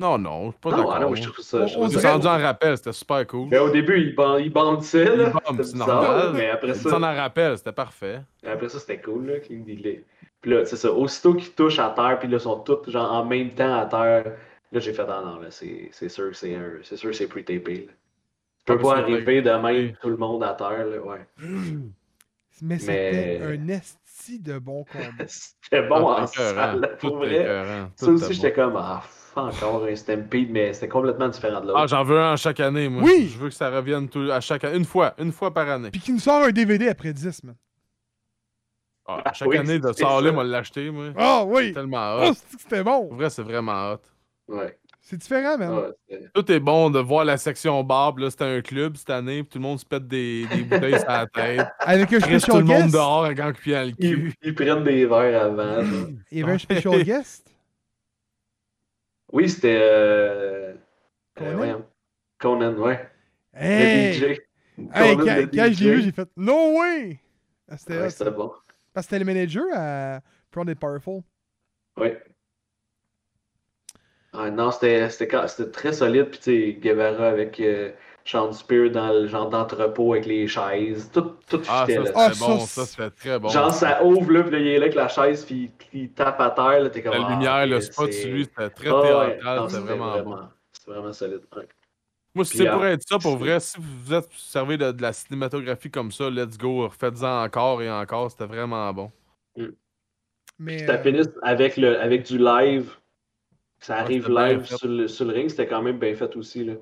Non, non, je suis pas Non, ah d'accord. non, moi, je trouve ça. je On- on Ils trouve nous ça- sont rendus en rappel, c'était super cool. Ben, au début, il, ban- il bandissait, là. Il bande, C'était c'est bizarre, normal. Mais après Ils nous en ça, rappel, c'était parfait. après ça c'était cool, là. qu'il dealait. Puis là, c'est ça. Aussitôt qu'ils touchent à terre, puis là, ils sont tous genre, en même temps à terre. Là, j'ai fait, ah non, là, c'est c'est sûr que c'est un... c'est sûr que c'est pre-tapé, là. Tu peux pas Ah, mais c'est arriver de même pre-tapé. tout le monde à terre, là. Ouais. Mais Mais- c'était un esti de bon combat. C'était bon Ah, en c'était écœurant, salle, là, tout pour était vrai. écœurant, Ça tout aussi, était j'étais beau. comme, ah, f- encore un stampede, mais c'était complètement différent de l'autre. Ah, j'en veux un à chaque année, moi. Oui! Je veux que ça revienne tout- à chaque Une fois, une fois par année. Puis qui nous sort un DVD après 10, man. Ah, à chaque oui, année, de c'est sort-là, ça. moi, de l'acheter, moi. Ah oui! C'est tellement Oh, hot. c'est que c'était Pour bon! vrai, c'est vraiment hot. Ouais. C'est différent, man. Ah, c'était- Tout est bon de voir la section barbe. Là, c'était un club cette année, puis tout le monde se pète des, des bouteilles sur la tête. Avec un Reste tout special le monde guest. dehors avec un cul dans le Ils, cul. ils prennent des verres avant. là. Il y avait un special guest. Oui, c'était. Euh... Conan? euh, voyons. Conan, ouais. Hey! Le DJ. Hey, Conan, quand, le quand je l'ai DJ. vu, j'ai fait No way! Ah, Ouais, C'était hot, ça. c'était bon. Parce que c'était le manager à Proud and Powerful. Ouais. Ah, non, c'était c'était quand- c'était très solide. Puis, tu sais, Guevara avec euh, Sean Spear dans le genre d'entrepôt avec les chaises. Tout, tout Ah, fitait, ça, là. c'était Ah, ça, bon. c'est- Ça, c'était très bon. Genre, ça ouvre, là, puis là, il est là avec la chaise, puis il, il tape à terre. Là, t'es comme, La ah, lumière, le ok, spot c'est- sur lui, c'était très Ah, ouais. théâtral. Non, C'était c'était vraiment, bon. C'était vraiment solide. ouais. Moi, si Puis, c'est pour euh, être ça, pour vrai, si vous êtes servi de, de la cinématographie comme ça, let's go, faites-en encore et encore. C'était vraiment bon. Mais. Ça euh, finisse avec, le, avec du live Ça arrive c'était bien live fait. sur le, sur le ring, c'était quand même bien fait aussi. Là.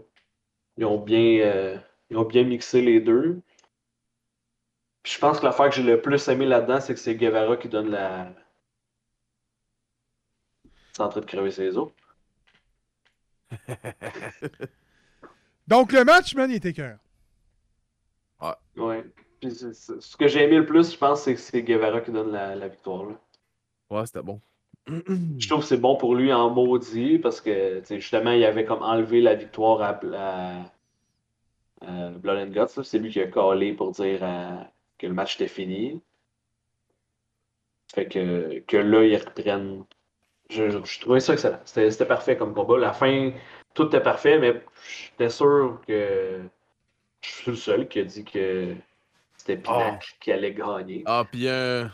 Ils, ont bien, euh, ils ont bien mixé les deux. Puis je pense que l'affaire que j'ai le plus aimé là-dedans, c'est que c'est Guevara qui donne la. C'est en train de crever ses os. Donc, le match, man, il était cœur. Ouais. Puis c'est- c'est- ce que j'ai aimé le plus, je pense, c'est que c'est Guevara qui donne la, la victoire. Là. Ouais, c'était bon. Je trouve que c'est bon pour lui en maudit parce que tu sais, justement, il avait comme enlevé la victoire à, à- à Blood and Guts. là. C'est lui qui a collé pour dire à- que le match était fini. Fait que, que là, ils reprennent. Je, je- je trouvais ça excellent. C'était c'était parfait comme combat. La fin, tout était parfait, mais j'étais sûr que je suis le seul qui a dit que c'était Pinac qui allait gagner. Ah, puis il y a un...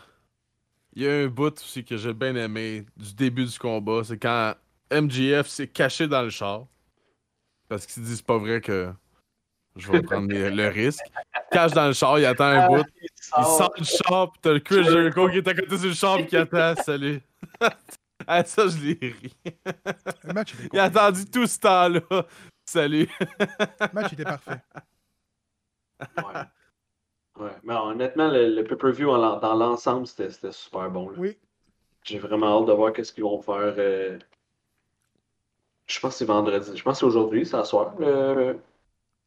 Il y a un bout aussi que j'ai bien aimé du début du combat, c'est quand MGF s'est caché dans le char. Parce qu'il se dit, c'est pas vrai que je vais prendre les- le risque. Il cache dans le char, il attend un Ah, bout. Il sort du char, pis t'as le Chris Jericho qui est à côté du char pis qui attend, salut. ah, ça, je l'ai ri. Le match était Il a cool. attendu tout ce temps-là. Salut. Le match était parfait. Ouais. Ouais. Mais honnêtement, le, le pay-per-view en l'en- dans l'ensemble, c'était c'était super bon. là. Oui. J'ai vraiment hâte de voir qu'est-ce qu'ils vont faire. euh, Je pense que c'est vendredi. Je pense que c'est aujourd'hui, c'est à soir. le-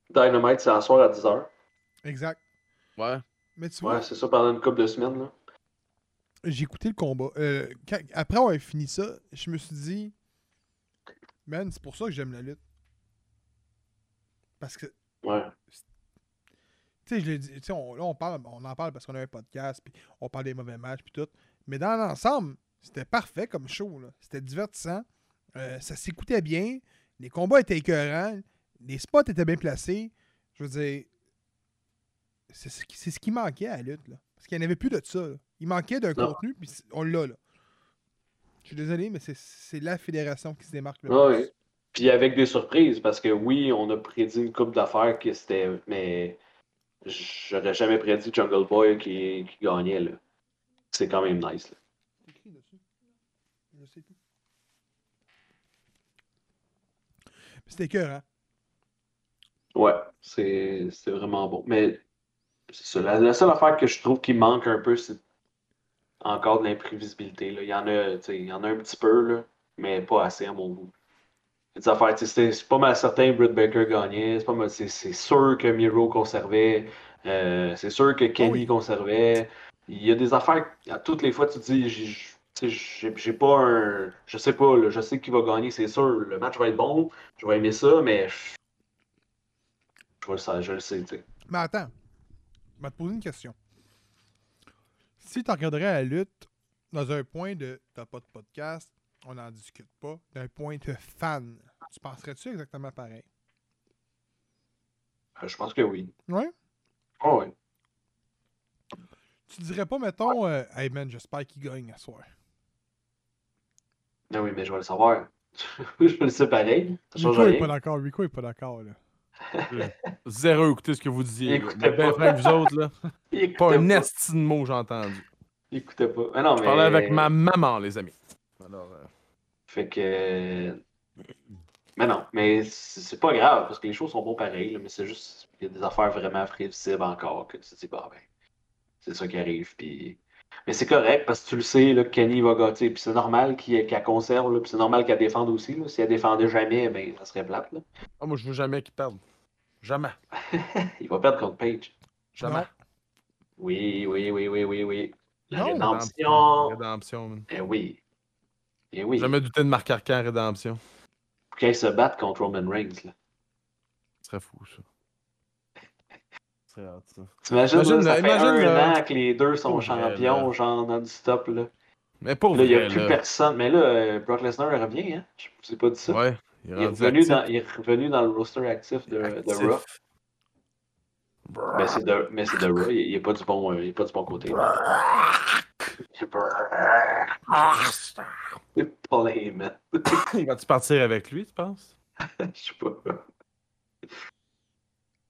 Dynamite, c'est à soir à 10h. Exact. Ouais. Mais tu vois, Ouais, c'est ça pendant une couple de semaines. Là. j'ai écouté le combat. Euh, quand- après avoir fini ça, je me suis dit, man, c'est pour ça que j'aime la lutte. Parce que, Ouais. tu sais, je l'ai dit, tu sais, on, là, on, parle, on en parle parce qu'on a un podcast, puis on parle des mauvais matchs, puis tout. Mais dans l'ensemble, c'était parfait comme show, là. C'était divertissant. Euh, ça s'écoutait bien. Les combats étaient écœurants. Les spots étaient bien placés. Je veux dire, c'est ce qui, c'est ce qui manquait à la lutte, là. Parce qu'il n'y en avait plus de ça, là. Il manquait d'un Non. contenu, puis c'est- on l'a, là. Je suis désolé, mais c'est- c'est la fédération qui se démarque le Ouais, plus. ouais. Puis avec des surprises, parce que oui, on a prédit une coupe d'affaires que c'était. Mais j'aurais jamais prédit Jungle Boy qui, qui gagnait. là. C'est quand même nice. là. C'est écrit dessus. Je sais plus. Mais C'était écœurant. Ouais, c'est c'est vraiment bon. Mais c'est ça. La, la seule affaire que je trouve qui manque un peu, c'est encore de l'imprévisibilité. là. Il y en a, tu sais, il y en a un petit peu, là, mais pas assez à mon goût. Les affaires, tu sais, c'est c'est pas mal certain que Britt Baker gagnait. C'est pas mal, c'est c'est sûr que Miro conservait. euh, c'est sûr que Kenny oui. conservait. Il y a des affaires, à toutes les fois, tu te dis, j'ai- j'- tu sais, j'ai j'ai pas un. Je sais pas, là, je sais qui va gagner, c'est sûr. Le match va être bon, je vais aimer ça, mais je- je, le sais, je le sais, tu sais. Mais attends, je vais te poser une question. Si tu regarderais la lutte dans un point de t'as pas de podcast, on n'en discute pas, d'un point de fan, tu penserais-tu exactement pareil? Euh, Je pense que oui. Ouais? Oh, ouais. Tu dirais pas, mettons, euh, hey man, j'espère qu'il gagne à soir. Non, Ben oui, mais je vais le savoir. je le sais pareil. Ça change Rico est pas rien. d'accord, Rico est pas d'accord là. Zéro écoutez ce que vous disiez. là. Écoutez Mais ben, pas. franc, vous autres, là. Il écoutait Pas pas. un esti de mot, j'ai entendu. Il écoutait pas. Ah non, Je mais... parlais avec ma maman, les amis. Alors, euh, Fait que. Mais non, mais c'est c'est pas grave, parce que les choses sont bon pareilles, là, mais c'est juste qu'il y a des affaires vraiment prévisibles encore que tu te dis, bah ben, c'est ça qui arrive, puis. Mais c'est correct, parce que tu le sais, là, que Kenny va gâter, puis c'est normal qu'il- qu'elle conserve, là, puis c'est normal qu'elle défende aussi, là. Si elle défendait jamais, ben, ça serait plate, là. ah, moi, je veux jamais qu'ils perdent. Jamais. Il va perdre contre Page. Jamais. Oui, oui, oui, oui, oui, oui. La Non, rédemption. Rédemption, man. Eh oui. Eh oui. Jamais douté de Marc Arcan, Rédemption. Pour qu'elle se batte contre Roman Reigns, là. Ce serait fou, ça. Ce serait hâte, ça. T'imagines, là, Imagine, ça fait imagine, un là. an que les deux sont Pour vrai, champions, là. genre non-stop, là. Mais pour Là, il n'y a vrai, plus là. personne. Mais là, euh, Brock Lesnar revient, hein? Je vous ai pas dit ça. Ouais, il il, est rendu revenu actif. dans, il est revenu dans le roster actif de, de Raw. Actif. Brrr. Mais c'est de, mais c'est de Raw, il n'est pas, du bon, euh, il est pas du bon côté. C'est Paul Heyman. Vas-tu partir avec lui, tu penses? Je sais pas.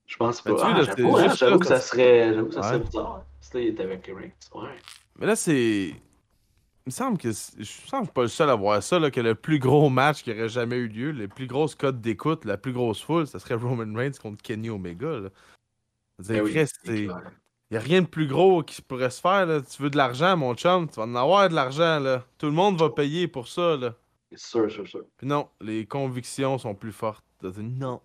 Je pense pas. Ben, tu Ah, vois, là, c'est J'avoue hein, juste j'avoue ça, que ça ça- serait, j'avoue que ça Ouais. serait bizarre. hein, Si là, il était avec Reigns. Ouais. Mais là, c'est. Il me semble que c'est- je sens que je suis pas le seul à voir ça, là, que le plus gros match qui aurait jamais eu lieu, les plus grosses codes d'écoute, la plus grosse foule, ça serait Roman Reigns contre Kenny Omega. Là. C'est Ben oui, vrai, c'est c'est- clair. y a rien de plus gros qui pourrait se faire. Là. Tu veux de l'argent, mon chum, tu vas en avoir de l'argent. là. Tout le monde va payer pour ça. Là. C'est sûr, sûr, sûr. Puis non, les convictions sont plus fortes. T'as dit Non.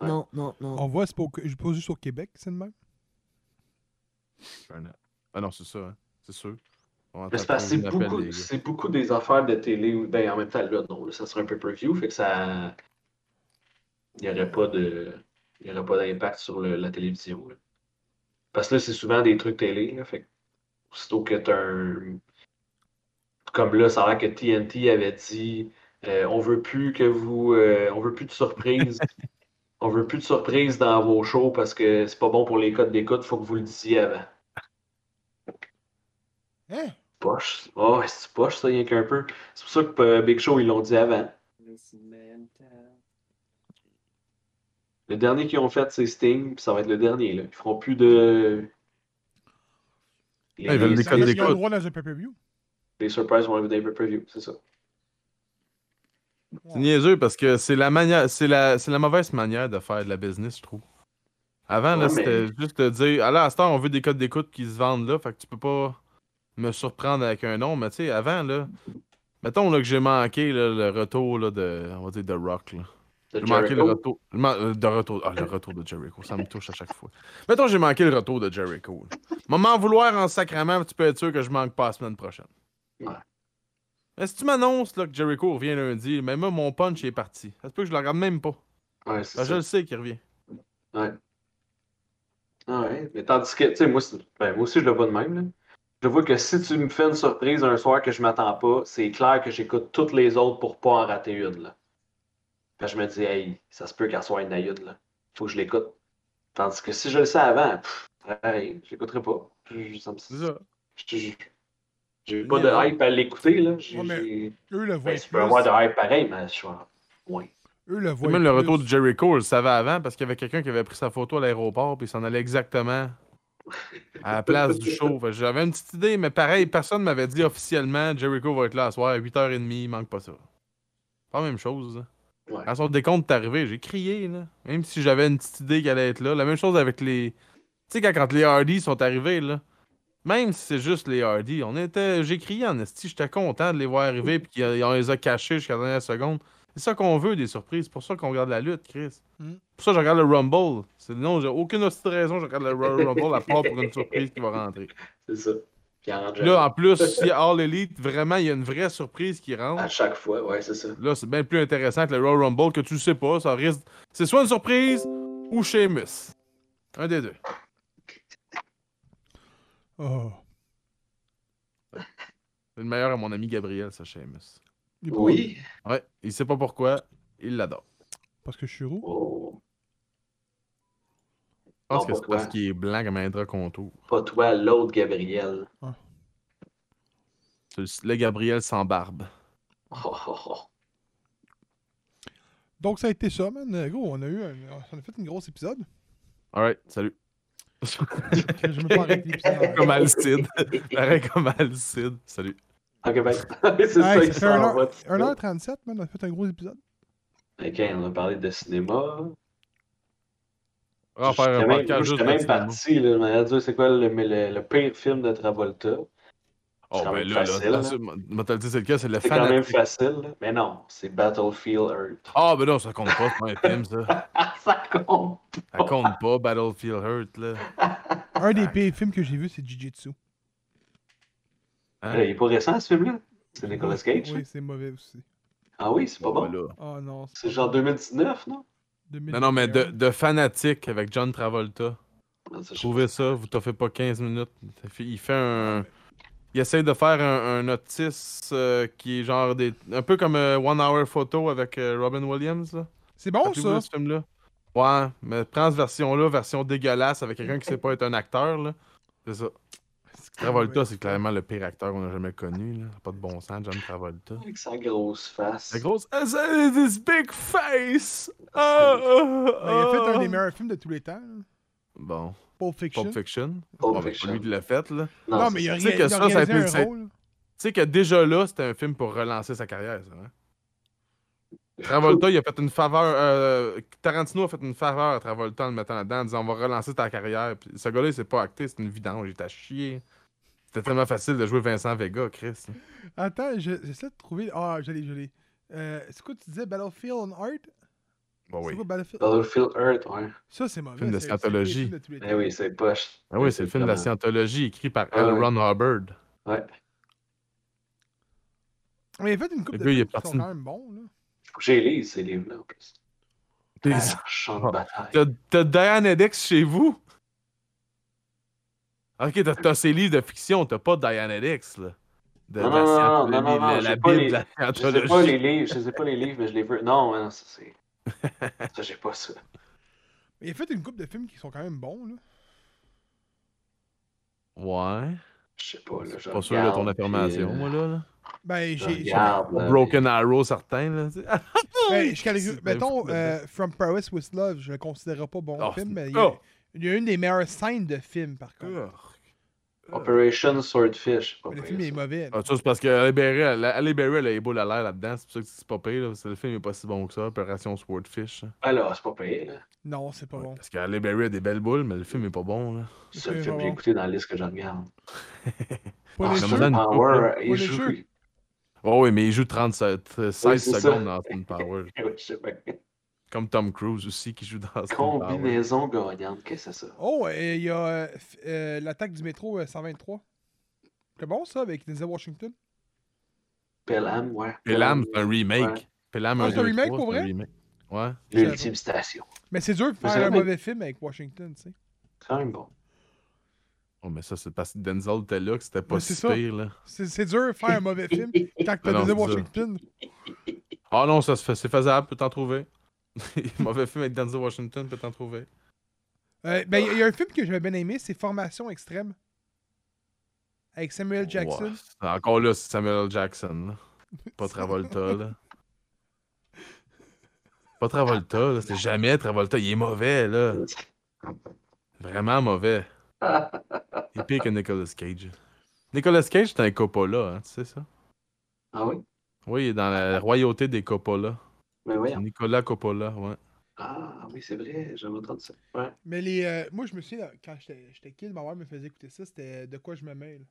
Ouais. Non, non, non. On voit, c'est pas au- je pose juste au Québec, c'est le même. Ah non, c'est ça, hein. c'est sûr. On va Mais c'est taper parce que un c'est appel, les beaucoup, gars. c'est beaucoup des affaires de télé. ou- Ben, en même temps, là, non, là, ça serait un pay-per-view, fait que ça. Il n'y aurait pas de. Il y aurait pas d'impact sur le- la télévision. là. Parce que là, c'est souvent des trucs télé, là, fait que aussitôt que t'as un. Comme là, ça a l'air que TNT avait dit euh, on veut plus que vous. euh, on veut plus de surprises. on veut plus de surprises dans vos shows parce que c'est pas bon pour les codes d'écoute, faut que vous le disiez avant. Hein? Poche. Oh, c'est poche, ça, rien qu'un peu. C'est pour ça que euh, Big Show, ils l'ont dit avant. Le dernier qu'ils ont fait, c'est Sting, puis ça va être le dernier. Là. Ils feront plus de. Ah, ils veulent Ils des ont- codes Ils ont d'écoute. le droit dans un pay-per-view. Les surprises vont être des preview, c'est ça. C'est niaiseux parce que c'est la manière, c'est la, c'est la mauvaise manière de faire de la business, je trouve. Avant, là, Ouais, c'était juste de dire, ah là, à ce temps, on veut des codes d'écoute qui se vendent là, fait que tu peux pas me surprendre avec un nom, mais tu sais, avant, là, mettons là, que j'ai manqué là, le retour là, de, on va dire, de Rock, là. De J'ai manqué le Jericho. retour. le man- euh, De retour. Ah, le retour de Jericho. Ça me touche à chaque fois. Mettons, j'ai manqué le retour de Jericho. là. Moment vouloir en sacrament, tu peux être sûr que je manque pas la semaine prochaine. Ouais. Mais si tu m'annonces là, que Jericho revient lundi, mais moi, mon punch est parti. Ça se peut que je le regarde même pas. Ouais, c'est Ben, je ça. le sais qu'il revient. Ah Ouais, mais tandis que, tu sais, moi, c'est- ben, moi aussi, je le vois de même. Là. Je vois que si tu me fais une surprise un soir que je m'attends pas, c'est clair que j'écoute toutes les autres pour pas en rater une. Là. Fait que je me dis, hey, ça se peut qu'elle soit une à une, là. Faut que je l'écoute. Tandis que si je le sais avant, pff, hey, je l'écouterai pas. Je- ça me- C'est ça. je- je- J'ai pas de hype à l'écouter, là. J'ai- Ouais, mais- j'ai- Eux le ben, voient tu peux avoir plus. de hype pareil, mais je suis en- ouais. Eux le voient même le plus. retour de Jericho, je le savait avant parce qu'il y avait quelqu'un qui avait pris sa photo à l'aéroport puis il s'en allait exactement à la place du show. Fait que J'avais une petite idée, mais pareil, personne m'avait dit officiellement Jericho va être là à soir à 8h30, il manque pas ça. Pas la même chose. là. Ouais. Quand son décompte est arrivé, j'ai crié. Là. Même si j'avais une petite idée qu'elle allait être là. La même chose avec les. Tu sais, quand, quand les Hardy sont arrivés, là. Même si c'est juste les Hardy, on était. J'ai crié en esti, j'étais content de les voir arriver puis qu'ils- on les a cachés jusqu'à la dernière seconde. C'est ça qu'on veut, des surprises. C'est pour ça qu'on regarde la lutte, Chris. Mm. Pour ça, je regarde le Rumble. C'est- Non, j'ai aucune hostie de raison, je regarde le Royal Rumble à part pour une surprise qui va rentrer. C'est ça. Puis en Puis Là, en plus, si All Elite, vraiment, il y a une vraie surprise qui à rentre. chaque fois, ouais, c'est ça. Là, c'est bien plus intéressant que le Royal Rumble que tu sais pas. Ça risque. C'est soit une surprise ou Sheamus. Un des deux. Oh. C'est le meilleur à mon ami Gabriel, ça, Sheamus. Il est pas- Oui. Ouais, il sait pas pourquoi, il l'adore. Parce que je suis roux. Oh. Je pense Non, que c'est pourquoi? parce qu'il est blanc comme un drap contour. Pas toi, l'autre Gabriel. C'est le- le Gabriel sans barbe. Oh, oh, oh. Donc ça a été ça, man. Euh, Gros, on a eu un- on a fait une grosse épisode. Alright, salut. Je vais pas arrêter l'épisode. comme Alcide. Pareil comme Alcide. Salut. Ok, ben, c'est ça, Hey, il ça fait un s'en heure- va. 1h37, man, on a fait un gros épisode. Ok, on a parlé de cinéma. On va faire un J'étais même- podcast juste j'étais de même cinéma. parti, là, je m'en ai dit, c'est quoi le, le- le pire film de Travolta? Oh, C'est quand ben même là, facile, là, là. là. m'a t'as dit, c'est lequel C'est le C'est quand même fanatique. facile, là. mais non, c'est Battlefield Earth. Ah, ben non, ça compte pas, c'est pas un film, ça. Ah, ça compte! Ça compte pas, Battlefield Hurt, là. Un des pires films que j'ai vu, c'est Jujutsu. Hein? Là, il est pas récent ce film-là? C'est Nicolas Cage? hein? Oui, c'est mauvais aussi. Ah oui, c'est pas Bon, bon? ben là. Ah non, C'est genre 2019, non? Non, non, mais de, 2021. de fanatique avec John Travolta. Non, ça, je- Trouvez ça, vous t'offrez pas 15 minutes. Ça fait- Il fait un. Il essaie de faire un, un notice euh, qui est genre des. Un peu comme euh, One Hour Photo avec euh, Robin Williams, là. C'est bon Rappelez-vous de Oh, ça. ce film-là. Ouais, mais prends cette version-là, version dégueulasse avec quelqu'un qui sait pas être un acteur, là. C'est ça. Ah, Travolta, c'est clairement le pire acteur qu'on a jamais connu, là. Ça a Pas de bon sens, John Travolta. Avec sa grosse face. La grosse. Ah, ça, This big face! Ah, ah, Ouais, Il a fait un ah. des meilleurs films de tous les temps. là. Bon, Pulp Fiction. Pulp Fiction. Pulp Bon, ben, Fiction. Lui, il l'a fait, là. Non, Non, c'est- mais il a Tu sais rien que il a ça, ça a réalisé été- un ça a- rôle. sais que déjà là, c'était un film pour relancer sa carrière, ça, hein? Travolta, il a fait une faveur. euh, Tarantino a fait une faveur à Travolta en le mettant là-dedans, en disant on va relancer ta carrière. Puis ce gars-là, il s'est pas acté, c'est une vidange, il est à chier. C'était tellement facile de jouer Vincent Vega, Chris. Attends, je- j'essaie de trouver. Ah, je l'ai, je l'ai. Euh, c'est quoi tu disais Battlefield on Earth Bah C'est oui. quoi Battlefield Battlefield Earth, ouais. Ça, c'est mauvais. Film de c'est- c'est le scientologie. film de tous les temps. Eh oui, c'est poche. Ah oui, c'est le film de la scientologie écrit par L. Ah ouais. Ron Hubbard. Ouais. Mais il a fait une coupe Le de gars, il films est qui sont parti- quand même bons. Là. Faut que J'ai lu ces livres-là, en plus. T'es- Ah, champ Oh. de bataille. T'as t'as Diane Edex chez vous? Ok, t'as- t'as ces livres de fiction, t'as pas Diane Edex, là. De Non, la non, non, scientologie, non, non, non, la, la j'ai pas Bible les- de la Je sais pas les scientologie. livres, je sais pas les livres, mais je les veux. Non, ouais, non, ça c'est. Ça, j'ai pas ça. Mais il a fait une coupe de films qui sont quand même bons. Là. Ouais. Je sais pas, là. Je je suis pas sûr de regarde, ton affirmation, puis, euh, moi, là. là. Ben, je j'ai. j'ai- regarde, là, Broken Arrow, certain, là. tu sais. Ah, Ben, je calcule. C'est- Mettons, c'est- euh, From Paris with Love, je le considérais pas bon Oh, film, c'est- mais il y, a, oh. il y a une des meilleures scènes de film, par contre. Operation Swordfish. c'est Pas Mais le pire, film est ça. mauvais. là. Ah, ça, c'est parce que Halle Berry, elle- Halle Berry, elle a les boules à l'air là-dedans. C'est pour ça que c'est pas pire. là, parce que Le film est pas si bon que ça, Opération Swordfish. hein. Alors, c'est pas payé, Ah, là. Non, c'est pas Ouais, bon. Parce que Halle Berry a des belles boules, mais le film est pas bon, là. C'est le seul film Ok, que j'ai bon. écouté dans la liste que je regarde. Pas Ah, les ça me cheveux. donne- une coupe, Power, euh, il Punisher. joue. Oui, Oh oui, mais il joue 37, euh, 16 c'est ça. secondes dans Austin Powers. je sais pas. Comme Tom Cruise aussi qui joue dans Austin Powers. Combinaison gagnante, qu'est-ce que c'est ça? Oh, et il y a euh, f- euh, l'attaque du métro euh, 123. C'est bon, ça, avec Denzel Washington. Pelham, ouais. Pelham, c'est un remake. Ouais. Pelham, Ah, un c'est un deux, remake, trois, pour c'est un vrai? remake. Ouais. L'ultime station. Mais c'est dur de Mais faire c'est un vrai, mais- mauvais film avec Washington, tu sais. C'est quand même bon. Oh, mais ça, c'est parce que Denzel était là que c'était pas Mais si c'est ça. pire, là. C'est c'est dur de faire un mauvais film quand Ah t'as non, Denzel c'est dur. Washington. Ah non, ça se fait, c'est faisable, peut t'en trouver. Mauvais film avec Denzel Washington, peut t'en trouver. Euh, ben, il y, a- il y a un film que j'avais bien aimé, c'est Formation Extrême. Avec Samuel Jackson. Ouais. Encore là, c'est Samuel L. Jackson, là. Pas Travolta, là. Pas Travolta, là. C'est jamais Travolta. Il est mauvais, là. Vraiment mauvais. Il est pire que Nicolas Cage. Nicolas Cage, c'est un Coppola, hein, tu sais ça? Ah oui? Oui, il est dans la royauté des Coppola. Mais Ben voyons. Nicolas Coppola, ouais. Ah oui, c'est vrai, j'avais entendu ça. Ouais. Mais les, euh, moi, je me souviens, quand j'étais j'étais kid, ma mère me faisait écouter ça, c'était euh, De quoi je me mêle.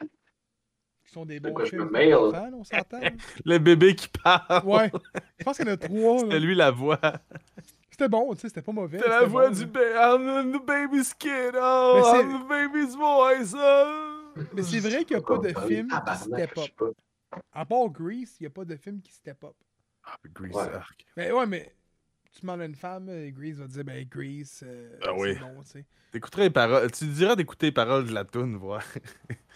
Qui sont des De bons quoi je films. me pour mêle. enfants, là, on s'entend. là. Le bébé qui parle! Ouais. Je pense qu'il y en a trois. là. C'est lui la voix. C'était bon, tu sais, c'était pas mauvais. C'est la c'était voix bon, du là. ba- I'm the baby's kid, Mais oh, c'est- I'm the baby's voice, oh. Mais c'est vrai qu'il n'y a pas de Ah, film qui tabarnak, step je up. sais pas. À part Grease, il n'y a pas de film qui step up. Ah, puis Grease, Ouais. arc. Mais ouais, mais tu demandes à une femme, euh, Grease va te dire, ben Grease, euh, Ah oui. c'est bon, tu sais. T'écouteras les paroles, tu diras d'écouter les paroles de la toune, voir.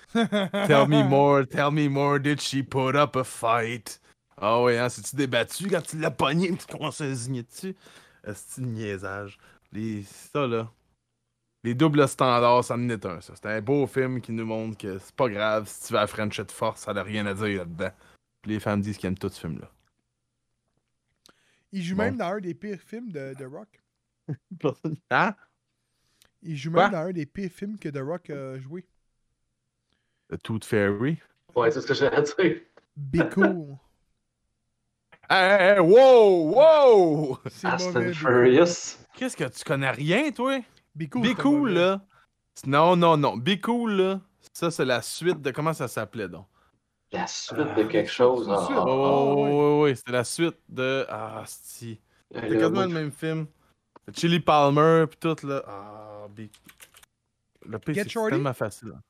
tell me more, tell me more, did she put up a fight? Ah ouais, hein, c'est-tu débattu quand tu l'as pogné, tu commences à zigner dessus? C'est le niaisage. Les... Ça, là. Les doubles standards, ça en est un, ça. C'est un beau film qui nous montre que c'est pas grave, si tu vas à Frenchie de force, ça n'a rien à dire là-dedans. Puis les femmes disent qu'ils aiment tout ce film-là. Il joue Bon. même dans un des pires films de, de Rock. Hein? Il joue Quoi? même dans un des pires films que The Rock a joué. The Tooth Fairy. Ouais, c'est ce que j'allais dire. Be cool. Hey, hey, wow, wow! C'est Ah, Fast mauvais. and Be Furious. Qu'est-ce que tu connais rien, toi? Be cool, Be c'est cool, mauvais. là. Non, non, non. Be cool, là. Ça, c'est la suite de. Comment ça s'appelait, donc? La suite de quelque chose. c'est ah, sûr. ah, Oh, Ah, ouais. oui, oui. C'était la suite de. Ah, si. ah. C'était Le- quasiment le même film. Chili Palmer, puis tout, là. Ah, be... Le Get pire, c'est que c'est Shorty? tellement facile. hein.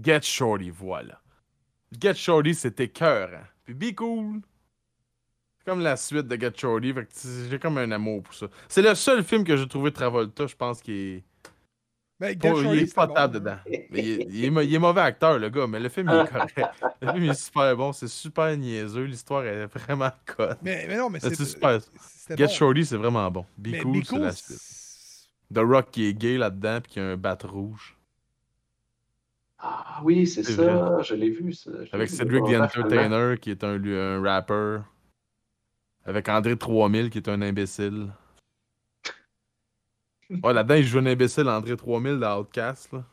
Get Shorty, voilà. Get Shorty, c'était cœur. Puis Be cool. C'est comme la suite de Get Shorty. Fait que tu- j'ai comme un amour pour ça. C'est le seul film que j'ai trouvé de Travolta, je pense, qui est. Ben, Get Pas- il Shorty, est c'était pas bon, table là. dedans. Mais il, est, il est mo- il est mauvais acteur, le gars, mais le film il Ah. est correct. Le film il est super bon, c'est super niaiseux, l'histoire est vraiment conne. Mais, mais non, mais C'est c'est. super. C'était Get bon. Shorty, c'est vraiment bon. Be Mais cool, Be c'est la cool, suite. c'est- The Rock qui est gay là-dedans, puis qui a un bat rouge. Ah oui, c'est C'est ça, je l'ai vu. Ça. Je Avec l'ai vu, Cedric the le reportage allemand. Entertainer, qui est un, lu- un rapper. Avec André 3000, qui est un imbécile. Ouais, là-dedans, il joue un imbécile, André 3000, dans Outcast. Là.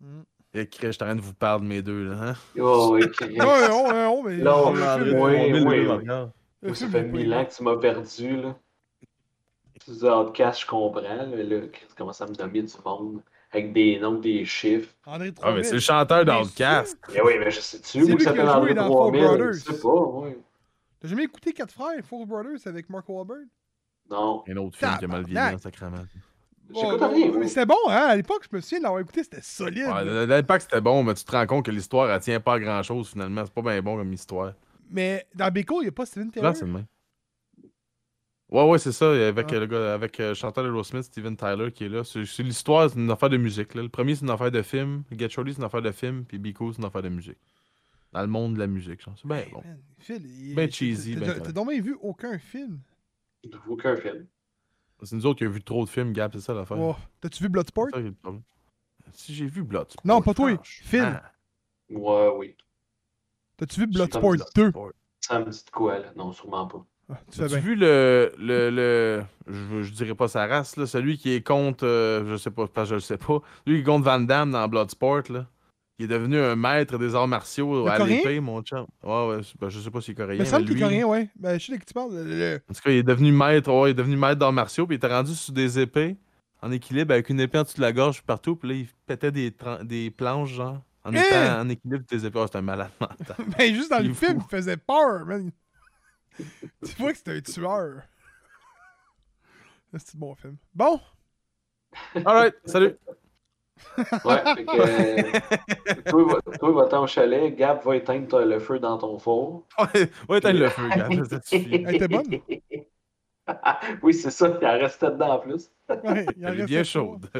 Mm. Et Eh, Chris, je suis en train de vous parler de mes deux, là. Hein? Oh, oui, Chris. Ah Ouais, on, ouais, on, mais. Là, on le parle, film, ouais. le oui, film, oui. regarde. le Moi, ça film fait est pas mille ans que tu m'as perdu, là. Tu disais Outcast, je comprends, là, là, Chris commence à me donner du monde avec des noms, des chiffres. André Ah, mais c'est 3000. le chanteur dans le casque. Mais oui, mais je sais-tu, C'est moi, lui ça qui fait a joué l'enlever dans 3000, Four je Brothers. sais pas, oui. T'as jamais écouté Quatre Frères, Four Brothers avec Mark Wahlberg? Non, Un autre film qui a mal vieilli, Tabarnak. hein, sacrément. j'écoute Bon, rien, mais oui. C'était bon, hein? À l'époque, je me souviens de l'avoir écouté, c'était solide. Ouais, l- L'impact c'était bon, mais tu te rends compte que l'histoire elle tient pas à grand chose finalement. C'est pas bien bon comme histoire. Mais dans Beko, il n'y a pas Steven Tyler. Là, c'est le même. Ouais, ouais, c'est ça. Avec Ah. euh, le gars, avec euh, chanteur de Aerosmith, Steven Tyler qui est là. C'est c'est l'histoire, c'est une affaire de musique. là. Le premier, c'est une affaire de film. Get Shorty, c'est une affaire de film. Puis Biko, c'est une affaire de musique. Dans le monde de la musique, genre. C'est bien Hey, bon. man, Phil, il- Ben cheesy, t'as- ben t'as- correct. T'as donc bien vu aucun film. aucun film. C'est nous autres qui avons vu trop de films, Gab, c'est ça l'affaire. Oh, T'as-tu vu C'est Bloodsport? ça qui est le problème. Si j'ai vu Bloodsport. Non, pas toi, franchement. Ah. Phil. Ouais, oui. T'as-tu vu J'ai pas vu Bloodsport 2? Ça me dit de quoi, là? Non, sûrement pas. Ah, tu T'as fais bien. vu le. le, le je, je dirais pas sa race, là, celui qui est contre. euh, je sais pas, parce que je le sais pas. Lui qui est contre Van Damme dans Bloodsport, là. Il est devenu un maître des arts martiaux Le à Coréen? l'épée, mon chum. Ouais, ouais, c'est- ben, je sais pas s'il est coréen. Mais ça me semble lui, qu'il rien, ouais. Ben, je sais de qui tu parles. le- le- En tout cas, il est devenu maître, ouais, il est devenu maître d'arts martiaux, puis il était rendu sur des épées, en équilibre, avec une épée en dessous de la gorge puis partout, puis là, il pétait des, tran- des planches, genre, en Hein? étant en équilibre des épées. Oh, c'est un malade mental. Ben, juste dans Il le est film, fou. il faisait peur, man. tu vois que c'était un tueur. C'est un bon film. Bon, Alright, salut! Ouais, fait que. euh, toi, va- toi, va-t'en au chalet, Gab va éteindre ton- le feu dans ton four. Ouais, ouais, éteins le feu, gars, ça suffit. elle était bonne. Oui, c'est ça, il en restait dedans en plus. Ouais, il en Elle est restait bien pas. chaude.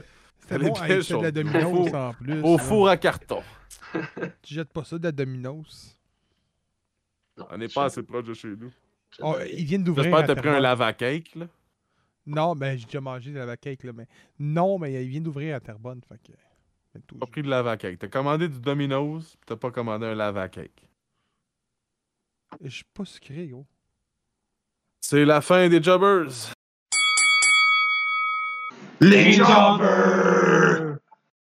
C'était Elle est bon, bien hey, c'était de la chaude. Au Domino's four- en plus. hein. Au là. four à carton. Tu jettes pas ça de la Domino's. Non, On n'est je- pas assez proche de chez nous. je- Oh, ils viennent d'ouvrir. J'espère que à t'as pris un Terrebonne. lava-cake, là. Non, ben j'ai déjà mangé de la cake là, mais non, mais il vient d'ouvrir à Terrebonne, fait que. fait tout T'as pas juste. pris de lava-cake. T'as commandé du Domino's, pis t'as pas commandé un lava-cake. Je suis pas sucré, gros. C'est la fin des Jobbers! Les Jobbers